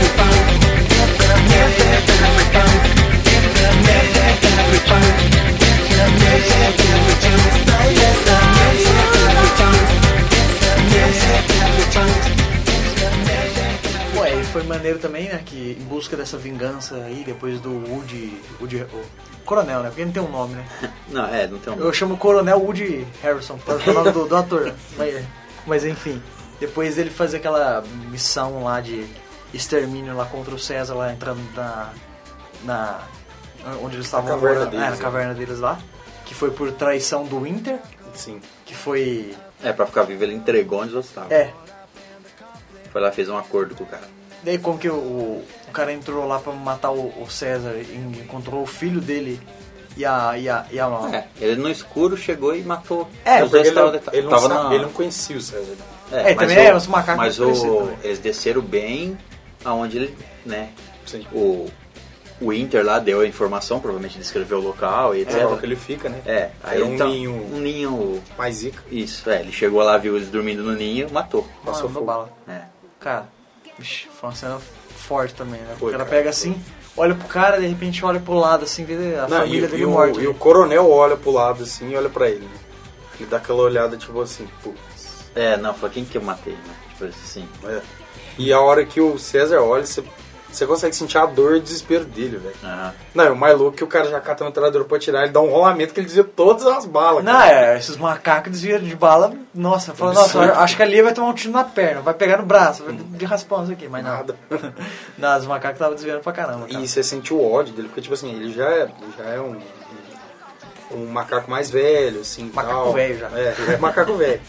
[SPEAKER 3] Pô, e foi maneiro também, né? Que em busca dessa vingança aí, depois do Woody. Woody o coronel, né? Porque ele não tem um nome, né?
[SPEAKER 2] Não, é, não tem um.
[SPEAKER 3] Eu chamo Coronel Woody Harrison, por causa do nome do, do ator. né? Mas, mas, enfim, depois ele fazer aquela missão lá de extermínio lá contra o César, lá entrando na. na onde eles estavam
[SPEAKER 4] caverna
[SPEAKER 3] morando,
[SPEAKER 4] deles,
[SPEAKER 3] é, na
[SPEAKER 4] né?
[SPEAKER 3] caverna deles lá. Que foi por traição do Winter,
[SPEAKER 4] Sim.
[SPEAKER 3] que foi.
[SPEAKER 2] É, pra ficar vivo, ele entregou onde você tava.
[SPEAKER 3] É,
[SPEAKER 2] Foi lá fez um acordo com o cara.
[SPEAKER 3] Daí como que o, o cara entrou lá pra matar o, o César e encontrou o filho dele e a. E a, e a
[SPEAKER 2] É, ele no escuro chegou e matou.
[SPEAKER 3] É,
[SPEAKER 2] os dois
[SPEAKER 4] Porque ele,
[SPEAKER 2] estavam
[SPEAKER 4] não,
[SPEAKER 2] deta-
[SPEAKER 4] ele, não
[SPEAKER 2] tava
[SPEAKER 4] sabe-
[SPEAKER 2] na-
[SPEAKER 4] ele não conhecia o César.
[SPEAKER 2] É,
[SPEAKER 3] É,
[SPEAKER 2] mas
[SPEAKER 3] também
[SPEAKER 2] o-
[SPEAKER 3] é, os macacos
[SPEAKER 2] Mas
[SPEAKER 3] muito
[SPEAKER 2] o,
[SPEAKER 3] parecidos, né?
[SPEAKER 2] eles desceram bem aonde ele, né?
[SPEAKER 4] Sim.
[SPEAKER 2] O, o Inter lá deu a informação, provavelmente descreveu o local e
[SPEAKER 4] É,
[SPEAKER 2] etc.
[SPEAKER 4] é que ele fica, né?
[SPEAKER 2] É, aí
[SPEAKER 4] Era um
[SPEAKER 2] então-
[SPEAKER 4] ninho.
[SPEAKER 2] Um ninho.
[SPEAKER 4] Mais zica.
[SPEAKER 2] Isso, é, ele chegou lá, viu eles dormindo no ninho, matou.
[SPEAKER 4] Passou
[SPEAKER 3] Mano,
[SPEAKER 4] fogo.
[SPEAKER 3] bala.
[SPEAKER 2] né?
[SPEAKER 3] Cara, vixi, foi uma cena forte também, né?
[SPEAKER 4] Foi,
[SPEAKER 3] o cara,
[SPEAKER 4] cara,
[SPEAKER 3] pega assim, olha pro cara, de repente olha pro lado assim, vê a
[SPEAKER 4] Não, e,
[SPEAKER 3] família
[SPEAKER 4] e
[SPEAKER 3] dele né?
[SPEAKER 4] o-
[SPEAKER 3] morta.
[SPEAKER 4] e o coronel olha pro lado assim e olha pra ele. né? Ele dá aquela olhada tipo assim, putz.
[SPEAKER 2] É, não, falou quem que eu matei, né? Tipo assim.
[SPEAKER 4] É. E a hora que o César olha, você, você consegue sentir a dor e o desespero dele, velho.
[SPEAKER 2] aham.
[SPEAKER 4] Não, e o mais louco é que o cara já cata uma metralhadora pra tirar, ele dá um rolamento que ele desvia todas as balas.
[SPEAKER 3] Não,
[SPEAKER 4] cara.
[SPEAKER 3] é, esses macacos desviaram de bala, nossa, fala, nossa,
[SPEAKER 4] Absurdo. Hum.
[SPEAKER 3] acho que ali vai tomar um tiro na perna, vai pegar no braço, vai de raspão isso aqui, mas não.
[SPEAKER 4] Nada.
[SPEAKER 3] não, os macacos estavam desviando pra caramba, cara.
[SPEAKER 4] E você sente o ódio dele, porque, tipo assim, ele já é, ele já é um, um macaco mais velho, assim,
[SPEAKER 3] Macaco
[SPEAKER 4] tal.
[SPEAKER 3] velho já.
[SPEAKER 4] É, ele é macaco velho.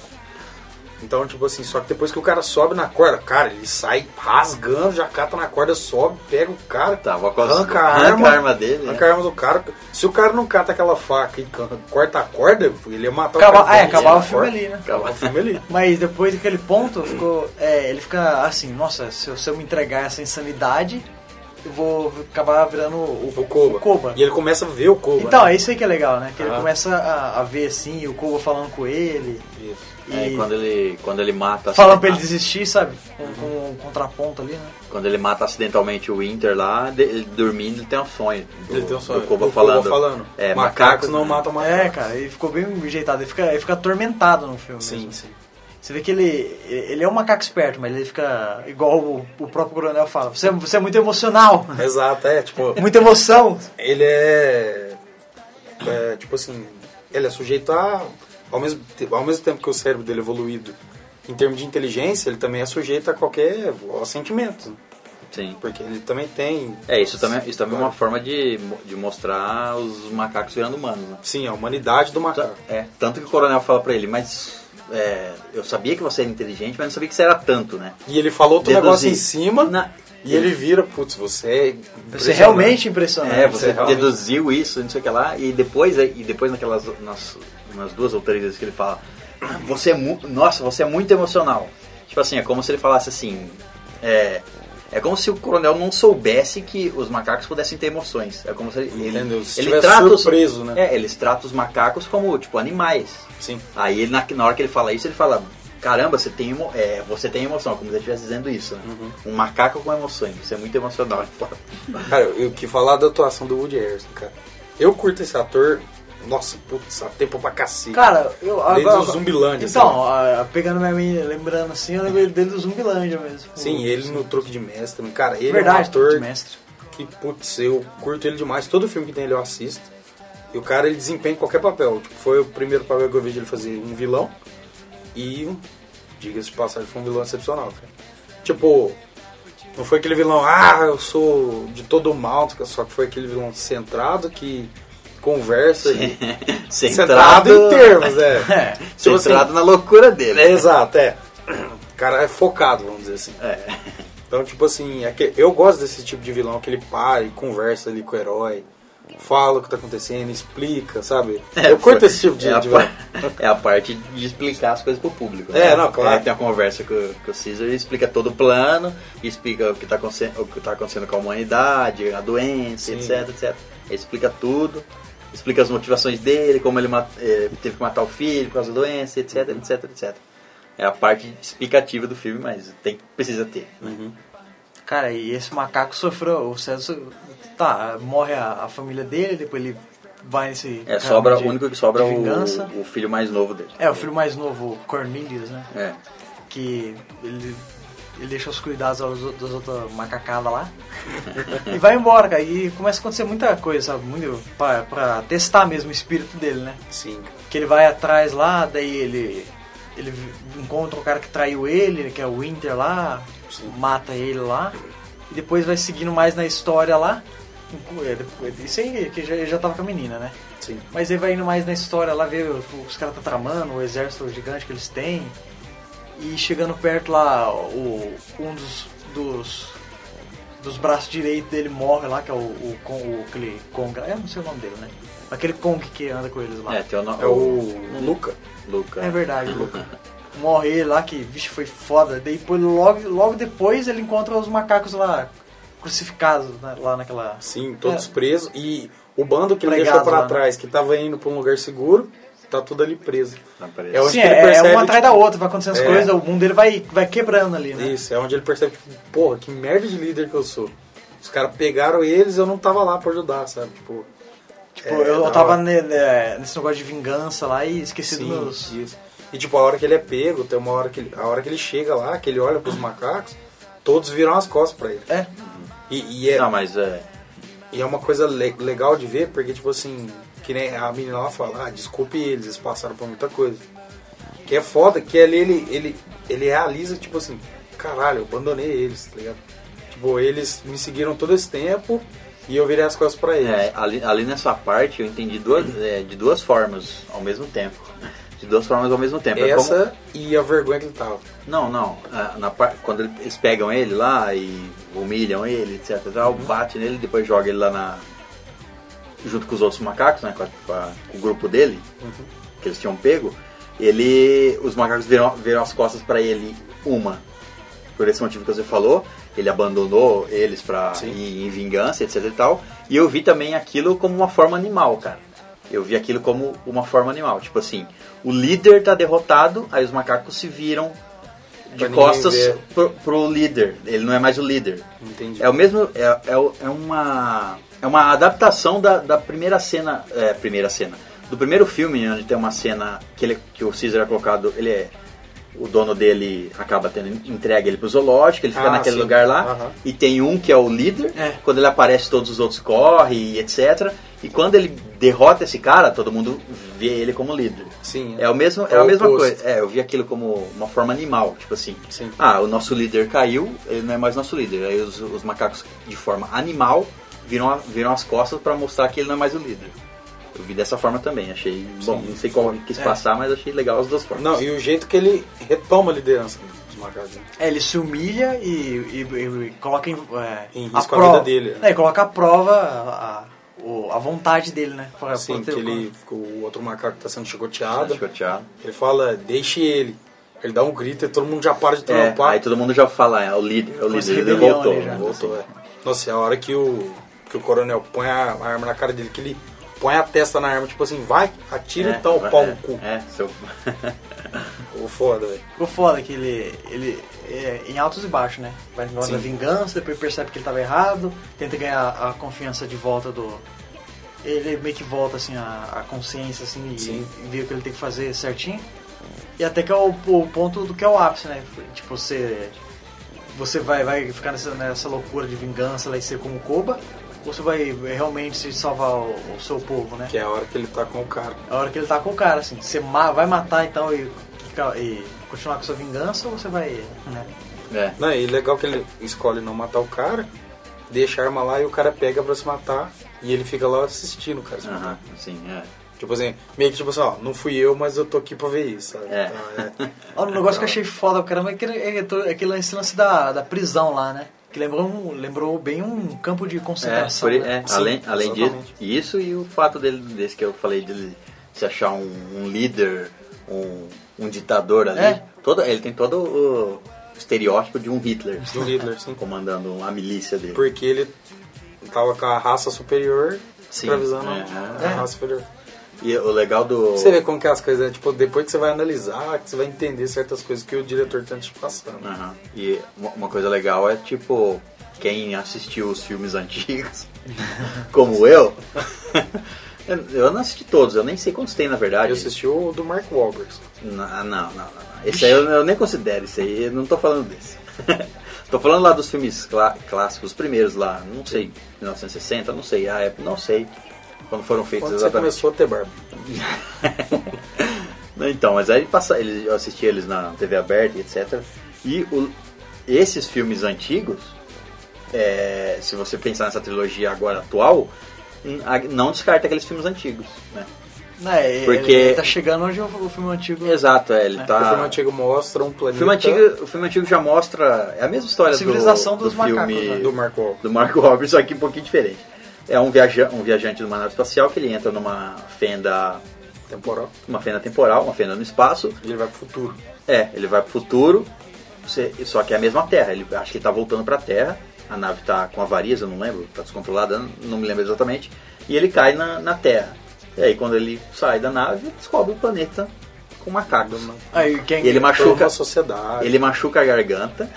[SPEAKER 4] Então, tipo assim, só que depois que o cara sobe na corda, cara, ele sai rasgando, já cata na corda, sobe, pega o cara,
[SPEAKER 2] Tava Tá, com a-
[SPEAKER 4] arranca a
[SPEAKER 2] arranca
[SPEAKER 4] arma,
[SPEAKER 2] a arma dele, né?
[SPEAKER 4] arranca a arma do cara. Se o cara não cata aquela faca e can- corta a corda, ele ia matar o
[SPEAKER 3] Acaba,
[SPEAKER 4] cara.
[SPEAKER 3] é,
[SPEAKER 4] Ele ia
[SPEAKER 3] acabava o
[SPEAKER 4] matar
[SPEAKER 3] filme
[SPEAKER 4] corda.
[SPEAKER 3] ali, né?
[SPEAKER 4] Acabava o filme ali.
[SPEAKER 3] Mas depois daquele ponto, ficou, é, ele fica assim, nossa, se eu, se eu me entregar a essa insanidade, eu vou acabar virando o,
[SPEAKER 4] O Koba.
[SPEAKER 3] o Koba.
[SPEAKER 4] E ele começa a ver o Koba.
[SPEAKER 3] Então,
[SPEAKER 4] né?
[SPEAKER 3] é isso aí que é legal, né? Que ele
[SPEAKER 4] Ah.
[SPEAKER 3] começa a, a ver assim, o Koba falando com ele.
[SPEAKER 4] Isso.
[SPEAKER 3] E
[SPEAKER 2] É, quando ele, quando ele
[SPEAKER 4] tá
[SPEAKER 2] mata... assim,
[SPEAKER 3] falando pra ele
[SPEAKER 2] acidenta-
[SPEAKER 3] desistir, sabe? Com,
[SPEAKER 4] Uhum.
[SPEAKER 3] com um contraponto ali, né?
[SPEAKER 2] Quando ele mata acidentalmente o Winter lá, de- ele dormindo, ele tem um sonho. do-
[SPEAKER 4] Ele tem um sonho.
[SPEAKER 2] Do Koba
[SPEAKER 4] O
[SPEAKER 2] falando. É,
[SPEAKER 4] macacos, não matam
[SPEAKER 3] É,
[SPEAKER 4] macacos.
[SPEAKER 3] cara, ele ficou bem enjeitado, ele fica, ele fica atormentado no filme.
[SPEAKER 4] Sim,
[SPEAKER 3] mesmo.
[SPEAKER 4] sim.
[SPEAKER 3] Você vê que ele, ele é um macaco esperto, mas ele fica igual o, o próprio coronel fala: você, é- você é muito emocional,
[SPEAKER 4] Exato, é, tipo,
[SPEAKER 3] muita emoção.
[SPEAKER 4] ele é, é, tipo assim, ele é sujeito a ao mesmo te- ao mesmo tempo que o cérebro dele é evoluído em termos de inteligência, ele também é sujeito a qualquer a sentimentos, né?
[SPEAKER 2] Sim.
[SPEAKER 4] porque ele também tem
[SPEAKER 2] É, isso também, isso também é uma forma de, mo- de mostrar os macacos virando humanos, né?
[SPEAKER 4] Sim, a humanidade do
[SPEAKER 2] Ta-
[SPEAKER 4] macaco.
[SPEAKER 2] É, tanto que o coronel fala pra ele, mas é, eu sabia que você era inteligente, mas não sabia que você era tanto, né?
[SPEAKER 4] E ele falou outro
[SPEAKER 2] Deduzir.
[SPEAKER 4] um negócio em cima
[SPEAKER 2] Na-
[SPEAKER 4] e ele vira, putz, você é
[SPEAKER 3] Você é
[SPEAKER 4] impressionante.
[SPEAKER 3] realmente impressionante.
[SPEAKER 2] É, você
[SPEAKER 4] Né? Você realmente-
[SPEAKER 2] deduziu isso, não sei o que lá, e depois, e depois naquelas nas, nas duas ou três vezes que ele fala, "Ah, você é muito, nossa, você é muito emocional. Tipo assim, é como se ele falasse assim, é, é como se o coronel não soubesse que os macacos pudessem ter emoções. É como se ele,
[SPEAKER 4] Entendeu? Se
[SPEAKER 2] ele, ele
[SPEAKER 4] tivesse
[SPEAKER 2] trata os,
[SPEAKER 4] surpreso, né?
[SPEAKER 2] é, eles tratam os macacos como tipo animais.
[SPEAKER 4] Sim.
[SPEAKER 2] Aí ele, na, na hora que ele fala isso, ele fala, caramba, você tem, emo- é, você tem emoção, como se ele estivesse dizendo isso, né?
[SPEAKER 4] Uhum.
[SPEAKER 2] Um macaco com emoções, você é muito emocional. Ele fala,
[SPEAKER 4] Cara, eu que falar da atuação do Woody Harrison, cara. Eu curto esse ator. Nossa, putz, há tempo pra cacete.
[SPEAKER 3] Cara, eu
[SPEAKER 4] Desde
[SPEAKER 3] agora.
[SPEAKER 4] o Zumbilândia. assim.
[SPEAKER 3] então, a- pegando minha mente, lembrando assim, eu lembro ele dele do Zumbilândia mesmo. Hum.
[SPEAKER 4] Sim, ele no truque de mestre também. Cara, ele é um
[SPEAKER 3] Verdade,
[SPEAKER 4] ator
[SPEAKER 3] de mestre.
[SPEAKER 4] que, putz, eu curto ele demais. Todo filme que tem ele eu assisto. E o cara, ele desempenha qualquer papel. Tipo, foi o primeiro papel que eu vejo ele fazer um vilão. E, diga-se de passagem, foi um vilão excepcional, cara. Tipo, não foi aquele vilão, ah, eu sou de todo mal, só que foi aquele vilão centrado que conversa e centrado, em termos, é. Tipo assim,
[SPEAKER 2] centrado na loucura dele.
[SPEAKER 4] é, exato, é. O cara é focado, vamos dizer assim.
[SPEAKER 2] É.
[SPEAKER 4] Então, tipo assim, é que- eu gosto desse tipo de vilão que ele para e conversa ali com o herói, fala o que tá acontecendo, explica, sabe? eu curto esse tipo de,
[SPEAKER 2] é a,
[SPEAKER 4] de vilão.
[SPEAKER 2] par- é a parte de explicar as coisas pro público.
[SPEAKER 4] É, não, claro.
[SPEAKER 2] Aí tem a conversa com, com o Caesar e explica todo o plano, explica o que tá, aconte- o que tá acontecendo com a humanidade, a doença,
[SPEAKER 4] Sim.
[SPEAKER 2] etc, etc. Ele explica tudo, explica as motivações dele, como ele ma- eh, teve que matar o filho por causa da doença, etc, etc, etc. É a parte explicativa do filme, mas tem, precisa ter. né?
[SPEAKER 3] Cara, e esse macaco sofreu, o César. Tá, morre a, a família dele, depois ele vai nesse.
[SPEAKER 2] É,
[SPEAKER 3] caminho
[SPEAKER 2] sobra,
[SPEAKER 3] de-
[SPEAKER 2] o único que sobra é
[SPEAKER 3] de vingança.
[SPEAKER 2] o, o filho mais novo dele.
[SPEAKER 3] É, o filho mais novo, o Cornelius, né?
[SPEAKER 2] É.
[SPEAKER 3] Que ele, ele deixa os cuidados aos ou- das outras macacadas lá. e vai embora, cara. E começa a acontecer muita coisa, sabe? Muito pra, pra testar mesmo o espírito dele, né?
[SPEAKER 4] Sim,
[SPEAKER 3] Que ele vai atrás lá, daí ele, ele encontra o cara que traiu ele, que é o Winter lá, mata ele lá. E depois vai seguindo mais na história lá. É, Isso aí que já, ele já tava com a menina, né?
[SPEAKER 4] sim.
[SPEAKER 3] Mas ele vai indo mais na história lá, ver o- os caras tá tramando, o exército gigante que eles têm. E chegando perto lá, o, um dos, dos, dos braços direitos dele morre lá, que é o, o, Con- o aquele Kong. Eu não sei o nome dele, né? Aquele Kong que anda com eles lá.
[SPEAKER 2] É, tem o, no-
[SPEAKER 4] É o Luca.
[SPEAKER 2] Luca.
[SPEAKER 3] É verdade, Luca. Morre ele lá, que vixe, foi foda. Daí pô, logo, logo depois ele encontra os macacos lá, crucificados né, lá naquela.
[SPEAKER 4] Sim, todos
[SPEAKER 3] É.
[SPEAKER 4] presos. E o bando que ele
[SPEAKER 3] Pregado
[SPEAKER 4] deixou pra
[SPEAKER 3] lá, né?
[SPEAKER 4] trás, que tava indo pra um lugar seguro, tá tudo ali preso.
[SPEAKER 2] Não, parece.
[SPEAKER 4] É onde
[SPEAKER 3] Sim,
[SPEAKER 4] que ele
[SPEAKER 3] é, é
[SPEAKER 4] percebe,
[SPEAKER 3] uma atrás da
[SPEAKER 4] tipo,
[SPEAKER 3] outra, vai acontecendo as
[SPEAKER 4] é.
[SPEAKER 3] coisas, o mundo dele vai, vai quebrando ali, né?
[SPEAKER 4] Isso, é onde ele percebe, tipo, porra, que merda de líder que eu sou. Os caras pegaram eles, eu não tava lá pra ajudar, sabe? Tipo,
[SPEAKER 3] Tipo,
[SPEAKER 4] É,
[SPEAKER 3] eu,
[SPEAKER 4] da
[SPEAKER 3] eu tava
[SPEAKER 4] hora.
[SPEAKER 3] ne- ne- nesse negócio de vingança lá e esqueci
[SPEAKER 4] sim,
[SPEAKER 3] dos meus.
[SPEAKER 4] isso. E tipo, a hora que ele é pego, tem uma hora que ele, a hora que ele chega lá, que ele olha pros macacos, todos viram as costas pra ele.
[SPEAKER 3] É,
[SPEAKER 4] E, e é,
[SPEAKER 2] Não, mas é.
[SPEAKER 4] e é uma coisa le- legal de ver, porque tipo assim, que nem a menina lá fala, ah, desculpe eles, eles passaram por muita coisa. Que é foda, que ali ele, ele, ele realiza, tipo assim, caralho, eu abandonei eles, tá ligado? Tipo, eles me seguiram todo esse tempo e eu virei as costas pra eles.
[SPEAKER 2] É, ali, ali nessa parte eu entendi duas, é, de duas formas ao mesmo tempo. De duas formas ao mesmo tempo. É como-
[SPEAKER 4] Essa e a vergonha que ele tava.
[SPEAKER 2] Não, não. Ah, Na par- Quando ele- eles pegam ele lá e humilham ele, etc. e Tal, Bate nele, depois joga ele lá na. junto com os outros macacos, né? Com, a- com a- com o grupo dele,
[SPEAKER 4] Uhum.
[SPEAKER 2] que eles tinham pego. Ele. Os macacos viram, viram as costas pra ele uma. por esse motivo que você falou, ele abandonou eles pra
[SPEAKER 4] Sim.
[SPEAKER 2] ir em vingança, etc e tal. E eu vi também aquilo como uma forma animal, cara. Eu vi aquilo como uma forma animal. Tipo assim, o líder tá derrotado, aí os macacos se viram de
[SPEAKER 4] Pra ninguém
[SPEAKER 2] costas
[SPEAKER 4] ver.
[SPEAKER 2] pro, pro líder. Ele não é mais o líder.
[SPEAKER 4] Entendi.
[SPEAKER 2] É o mesmo. É, é, o- é uma. É uma adaptação da, da primeira cena. É, primeira cena. Do primeiro filme, né, onde tem uma cena que, ele, que o Caesar é colocado. Ele é. O dono dele acaba tendo entregue ele pro zoológico, ele fica
[SPEAKER 4] Ah,
[SPEAKER 2] naquele
[SPEAKER 4] sim.
[SPEAKER 2] lugar lá.
[SPEAKER 4] Aham.
[SPEAKER 2] E tem um que é o líder.
[SPEAKER 3] É.
[SPEAKER 2] Quando ele aparece, todos os outros correm e etc. E quando ele derrota esse cara, todo mundo vê ele como líder.
[SPEAKER 4] Sim.
[SPEAKER 2] É, o mesmo, é
[SPEAKER 4] É
[SPEAKER 2] a
[SPEAKER 4] o
[SPEAKER 2] mesma
[SPEAKER 4] oposto.
[SPEAKER 2] coisa. É, eu vi aquilo como uma forma animal, tipo assim.
[SPEAKER 4] Sim.
[SPEAKER 2] Ah, o nosso líder caiu, ele não é mais nosso líder. Aí os, os macacos, de forma animal, viram, a- viram as costas pra mostrar que ele não é mais o líder. Eu vi dessa forma também, achei bom. Não sei qual ele quis passar, mas achei legal as duas formas.
[SPEAKER 4] É. Não, e o jeito que ele retoma a liderança dos macacos. né?
[SPEAKER 3] É, ele se humilha e, e- e- e coloca em, é,
[SPEAKER 4] Em
[SPEAKER 3] a
[SPEAKER 4] risco a
[SPEAKER 3] prova.
[SPEAKER 4] vida dele, né?
[SPEAKER 3] É, coloca a prova, a, a- o- a vontade dele, né?
[SPEAKER 2] É
[SPEAKER 3] Pra-
[SPEAKER 4] Sim,
[SPEAKER 3] pra
[SPEAKER 4] que
[SPEAKER 3] ter-
[SPEAKER 4] ele, o outro macaco tá sendo chicoteado.
[SPEAKER 2] Chicoteado.
[SPEAKER 4] Ele fala, deixe ele. Ele dá um grito e todo mundo já para de
[SPEAKER 2] É,
[SPEAKER 4] trampar.
[SPEAKER 2] aí todo mundo já fala, é o líder, é o
[SPEAKER 3] Coisa
[SPEAKER 2] líder, ele
[SPEAKER 3] rebelião
[SPEAKER 2] voltou.
[SPEAKER 3] ali já.
[SPEAKER 4] Voltou, é. Nossa, e a hora que o, que o coronel põe a, a arma na cara dele, que ele põe a testa na arma, tipo assim, vai, atira e tal, pau no cu.
[SPEAKER 2] É, seu...
[SPEAKER 4] Ô, foda, velho.
[SPEAKER 3] Ficou foda é que ele, ele é em altos e baixos, né? Vai no negócio da vingança, depois percebe que ele tava errado, tenta ganhar a confiança de volta do. Ele meio que volta assim a, a consciência assim e,
[SPEAKER 4] Sim.
[SPEAKER 3] e vê o que ele tem que fazer certinho. E até que é o, o ponto do que é o ápice, né? Tipo, você. Você vai, vai ficar nessa, nessa loucura de vingança lá e ser como Koba, ou você vai realmente se salvar o, o seu povo, né?
[SPEAKER 4] Que é a hora que ele tá com o cara.
[SPEAKER 3] É a hora que ele tá com o cara, assim. Você ma- vai matar então e, e continuar com sua vingança ou você vai. Né?
[SPEAKER 2] é.
[SPEAKER 4] Não, e legal que ele escolhe não matar o cara, deixa a arma lá e o cara pega pra se matar e ele fica lá assistindo o cara se matar.
[SPEAKER 2] Aham, sim, é.
[SPEAKER 4] Tipo assim, meio que tipo assim, ó, não fui eu, mas eu tô aqui pra ver isso, sabe?
[SPEAKER 2] É.
[SPEAKER 4] Então, é.
[SPEAKER 3] Olha, um negócio que eu achei foda, caramba, é aquele, é to- é aquele esse lance da, da prisão lá, né? Que lembrou, um- lembrou bem um campo de
[SPEAKER 2] É,
[SPEAKER 3] concentração.
[SPEAKER 2] por, i-
[SPEAKER 3] né?
[SPEAKER 2] é, além, além disso,
[SPEAKER 4] exatamente.
[SPEAKER 2] isso e o fato dele, desse que eu falei, dele se achar um, um líder, um, um ditador ali.
[SPEAKER 3] É.
[SPEAKER 2] Todo, ele tem todo o estereótipo de um Hitler
[SPEAKER 4] Do Hitler, sim.
[SPEAKER 2] comandando a milícia dele.
[SPEAKER 4] Porque ele tava com a raça superior,
[SPEAKER 2] Sim,
[SPEAKER 4] escravizando
[SPEAKER 2] é,
[SPEAKER 4] a
[SPEAKER 2] é.
[SPEAKER 4] raça superior.
[SPEAKER 2] E o legal do.
[SPEAKER 4] Você vê como que é as coisas, né? tipo, depois que você vai analisar, que você vai entender certas coisas que o diretor tá te passando.
[SPEAKER 2] Aham. E uma- uma coisa legal é tipo, quem assistiu os filmes antigos, como eu. eu- Eu não assisti todos, eu nem sei quantos tem na verdade.
[SPEAKER 4] Eu assisti o do Mark Wahlberg.
[SPEAKER 2] Não, não, não, não. Esse aí eu, eu nem considero esse aí, eu não tô falando desse. tô falando lá dos filmes clá- clássicos, os primeiros lá, não sei, 1960, não sei, a época, não sei. Quando foram feitos
[SPEAKER 4] Quando você
[SPEAKER 2] exatamente.
[SPEAKER 4] começou a ter barba.
[SPEAKER 2] Não, então, mas aí passa, eles, eu assisti eles na TV aberta e etc. E o- esses filmes antigos, é, se você pensar nessa trilogia agora atual, n- a- não descarta aqueles filmes antigos, né?
[SPEAKER 3] Né, ele-
[SPEAKER 2] Porque-
[SPEAKER 3] ele tá chegando onde o, o filme antigo.
[SPEAKER 2] Exato, é, ele
[SPEAKER 3] É,
[SPEAKER 2] tá.
[SPEAKER 4] O filme antigo mostra um
[SPEAKER 2] O
[SPEAKER 4] planeta
[SPEAKER 2] filme, antigo, o filme antigo já mostra. É a mesma história
[SPEAKER 3] Então- A civilização
[SPEAKER 2] do,
[SPEAKER 3] dos
[SPEAKER 2] do filme
[SPEAKER 3] macacos, né?
[SPEAKER 4] do Mark Wahlberg.
[SPEAKER 2] do Mark Wahlberg, só que um pouquinho diferente. É um, viaja, um viajante numa nave espacial que ele entra numa fenda.
[SPEAKER 4] Temporal.
[SPEAKER 2] Uma fenda temporal, uma fenda no espaço.
[SPEAKER 4] E ele vai pro futuro.
[SPEAKER 2] É, ele vai pro futuro, você- só que é a mesma Terra. Ele acha que ele tá voltando pra Terra. A nave tá com avarias, eu não lembro, tá descontrolada, não me lembro exatamente. E ele cai na, na Terra. E aí quando ele sai da nave, descobre o planeta com macacos.
[SPEAKER 3] Aí quem
[SPEAKER 2] E ele
[SPEAKER 4] Toda
[SPEAKER 2] machuca.
[SPEAKER 4] uma sociedade.
[SPEAKER 2] Ele machuca a garganta.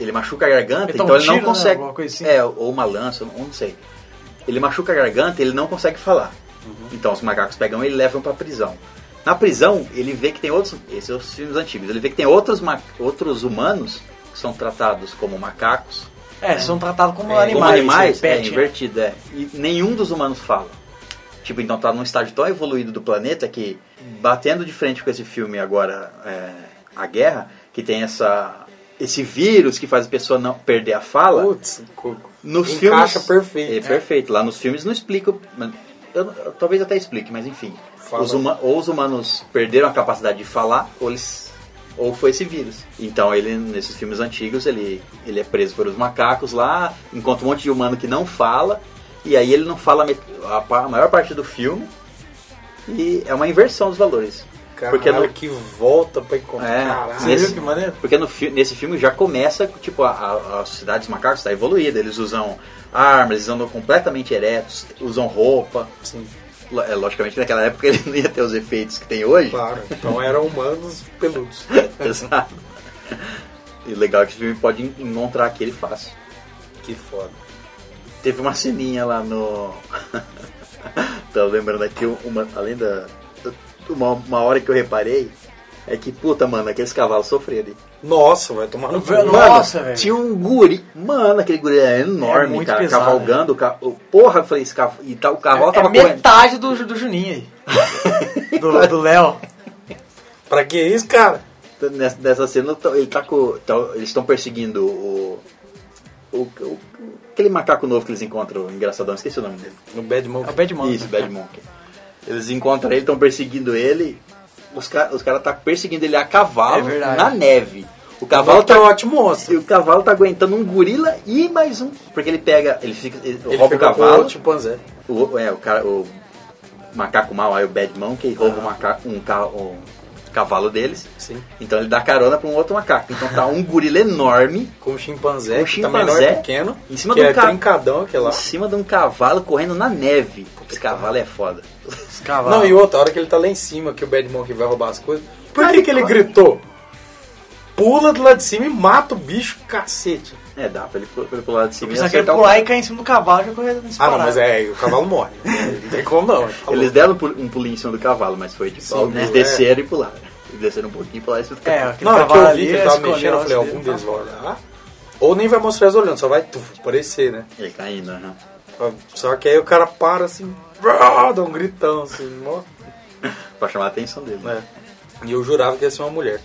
[SPEAKER 2] Ele machuca a garganta,
[SPEAKER 3] Ele toma
[SPEAKER 2] então
[SPEAKER 3] um
[SPEAKER 2] ele
[SPEAKER 3] tiro,
[SPEAKER 2] não
[SPEAKER 3] né?
[SPEAKER 2] consegue.
[SPEAKER 3] Alguma coisa assim.
[SPEAKER 2] É, ou uma lança, ou não sei. Ele machuca a garganta, ele não consegue falar.
[SPEAKER 3] Uhum.
[SPEAKER 2] Então os macacos pegam ele e levam pra prisão. Na prisão, ele vê que tem outros. Esses são os filmes antigos. Ele vê que tem outros, ma- outros humanos que são tratados como macacos,
[SPEAKER 3] É, são tratados como
[SPEAKER 2] como
[SPEAKER 3] animais.
[SPEAKER 2] animais.
[SPEAKER 3] né?
[SPEAKER 2] É,
[SPEAKER 3] Pet, né?
[SPEAKER 2] invertido, é. E nenhum dos humanos fala. Tipo, então tá num estágio tão evoluído do planeta que, batendo de frente com esse filme agora, é, A Guerra, que tem essa esse vírus que faz a pessoa não perder a fala,
[SPEAKER 4] Putz, coco.
[SPEAKER 2] nos
[SPEAKER 4] Encaixa
[SPEAKER 2] filmes...
[SPEAKER 4] perfeito.
[SPEAKER 2] É, perfeito. Lá nos filmes não explica... mas- eu- eu talvez até explique, mas enfim.
[SPEAKER 4] Fala.
[SPEAKER 2] Os huma- ou os humanos perderam a capacidade de falar, ou eles... Ou foi esse vírus. Então ele, nesses filmes antigos, ele, ele é preso por os macacos lá, encontra um monte de humano que não fala, e aí ele não fala met- a, pa- a maior parte do filme, e é uma inversão dos valores.
[SPEAKER 4] Caralho,
[SPEAKER 2] Porque
[SPEAKER 4] Porque
[SPEAKER 2] no-
[SPEAKER 4] que volta pra encontrar.
[SPEAKER 2] É,
[SPEAKER 4] Caralho.
[SPEAKER 3] Você viu que maneiro?
[SPEAKER 2] Porque no fi- nesse filme já começa, tipo, a, a, a sociedade dos macacos está evoluída. Eles usam armas, eles andam completamente eretos, usam roupa.
[SPEAKER 4] Sim,
[SPEAKER 2] Lo- é, Logicamente, naquela época ele não ia ter os efeitos que tem hoje.
[SPEAKER 4] claro. Então eram humanos peludos.
[SPEAKER 2] Exato. E legal que esse filme pode en- encontrar aquele fácil.
[SPEAKER 4] Que foda.
[SPEAKER 2] Teve uma ceninha lá no. Tô lembrando aqui, um, uma, além da. Uma, uma hora que eu reparei é que, puta, mano, aqueles cavalos sofreram. hein?
[SPEAKER 4] Nossa, vai tomar no cu.
[SPEAKER 3] Velho,
[SPEAKER 4] Mano,
[SPEAKER 3] Nossa, velho.
[SPEAKER 2] Tinha um guri. Mano, aquele guri é
[SPEAKER 3] É
[SPEAKER 2] enorme,
[SPEAKER 3] muito
[SPEAKER 2] cara.
[SPEAKER 3] pesado, né?
[SPEAKER 2] cavalgando. o Ca... o- Porra, eu falei, esse cavalo. E tá, o cavalo
[SPEAKER 3] é
[SPEAKER 2] tava correndo.
[SPEAKER 3] metade do, do Juninho aí. Do do Léo.
[SPEAKER 4] Pra que isso, cara?
[SPEAKER 2] Então, Nessa, nessa cena, tá- ele tá com. tá- eles estão perseguindo o, o, o- Aquele macaco novo que eles encontram, engraçadão, esqueci o nome dele.
[SPEAKER 4] No Bad
[SPEAKER 3] É o
[SPEAKER 4] Monkey.
[SPEAKER 3] Bad Monkey.
[SPEAKER 2] Isso, Bad Monkey. Eles encontram ele, estão perseguindo ele. Os caras os cara tá perseguindo ele a cavalo
[SPEAKER 3] É verdade.
[SPEAKER 2] na neve. O cavalo
[SPEAKER 4] Volta
[SPEAKER 2] tá.
[SPEAKER 4] tá ótimo monstro.
[SPEAKER 2] E o cavalo tá aguentando um gorila e mais um. Porque ele pega. Ele, fica, ele rouba o
[SPEAKER 4] fica com
[SPEAKER 2] cavalo.
[SPEAKER 4] o chimpanzé.
[SPEAKER 2] O, é, o cara, o macaco mau, aí o Bad Monkey rouba um, macaco, um, ca, um cavalo deles.
[SPEAKER 4] Sim.
[SPEAKER 2] Então ele dá carona pra um outro macaco. Então tá um gorila enorme
[SPEAKER 4] Com o chimpanzé,
[SPEAKER 2] Um
[SPEAKER 4] que também não
[SPEAKER 2] chimpanzé
[SPEAKER 4] é pequeno.
[SPEAKER 2] em cima
[SPEAKER 4] que
[SPEAKER 2] de um
[SPEAKER 4] é
[SPEAKER 2] ca-
[SPEAKER 4] trincadão, aquele lá.
[SPEAKER 2] em cima de um cavalo correndo na neve. Esse cavalo é foda.
[SPEAKER 3] Os cavalos.
[SPEAKER 4] Não, e outra, a hora que ele tá lá em cima, que o Bad Monkey vai roubar as coisas. Por que, que ele gritou? Pula do lado de cima e mata o bicho, cacete.
[SPEAKER 2] É, dá pra ele, pu- pra ele pular de cima e
[SPEAKER 3] Pensar que ele
[SPEAKER 2] acertar um o
[SPEAKER 3] pular e cair em cima do cavalo já correu
[SPEAKER 4] Ah,
[SPEAKER 3] disparado.
[SPEAKER 4] não, mas é, o cavalo morre. Não tem como não.
[SPEAKER 2] Eles deram um pul- um pulinho em cima do cavalo, mas foi tipo,
[SPEAKER 4] Sim,
[SPEAKER 2] eles
[SPEAKER 4] né?
[SPEAKER 2] desceram e pularam. Eles desceram um pouquinho e pularam em cima do
[SPEAKER 3] É,
[SPEAKER 2] cavalo.
[SPEAKER 3] aquele
[SPEAKER 4] Não, é que
[SPEAKER 3] cavalo
[SPEAKER 4] eu vi
[SPEAKER 3] ali,
[SPEAKER 4] que ele tava
[SPEAKER 3] escolheu
[SPEAKER 4] mexendo, eu falei,
[SPEAKER 3] as
[SPEAKER 4] algum
[SPEAKER 2] né?"
[SPEAKER 3] dele,
[SPEAKER 4] deles vai olhar. Ou nem vai mostrar eles olhando, só vai tuf, aparecer, né?
[SPEAKER 2] Ele caindo, né?
[SPEAKER 4] Só que aí o cara para assim, brá, dá um gritão assim, mó.
[SPEAKER 2] Pra chamar a atenção dele.
[SPEAKER 3] É.
[SPEAKER 4] né? E eu jurava que ia ser uma mulher.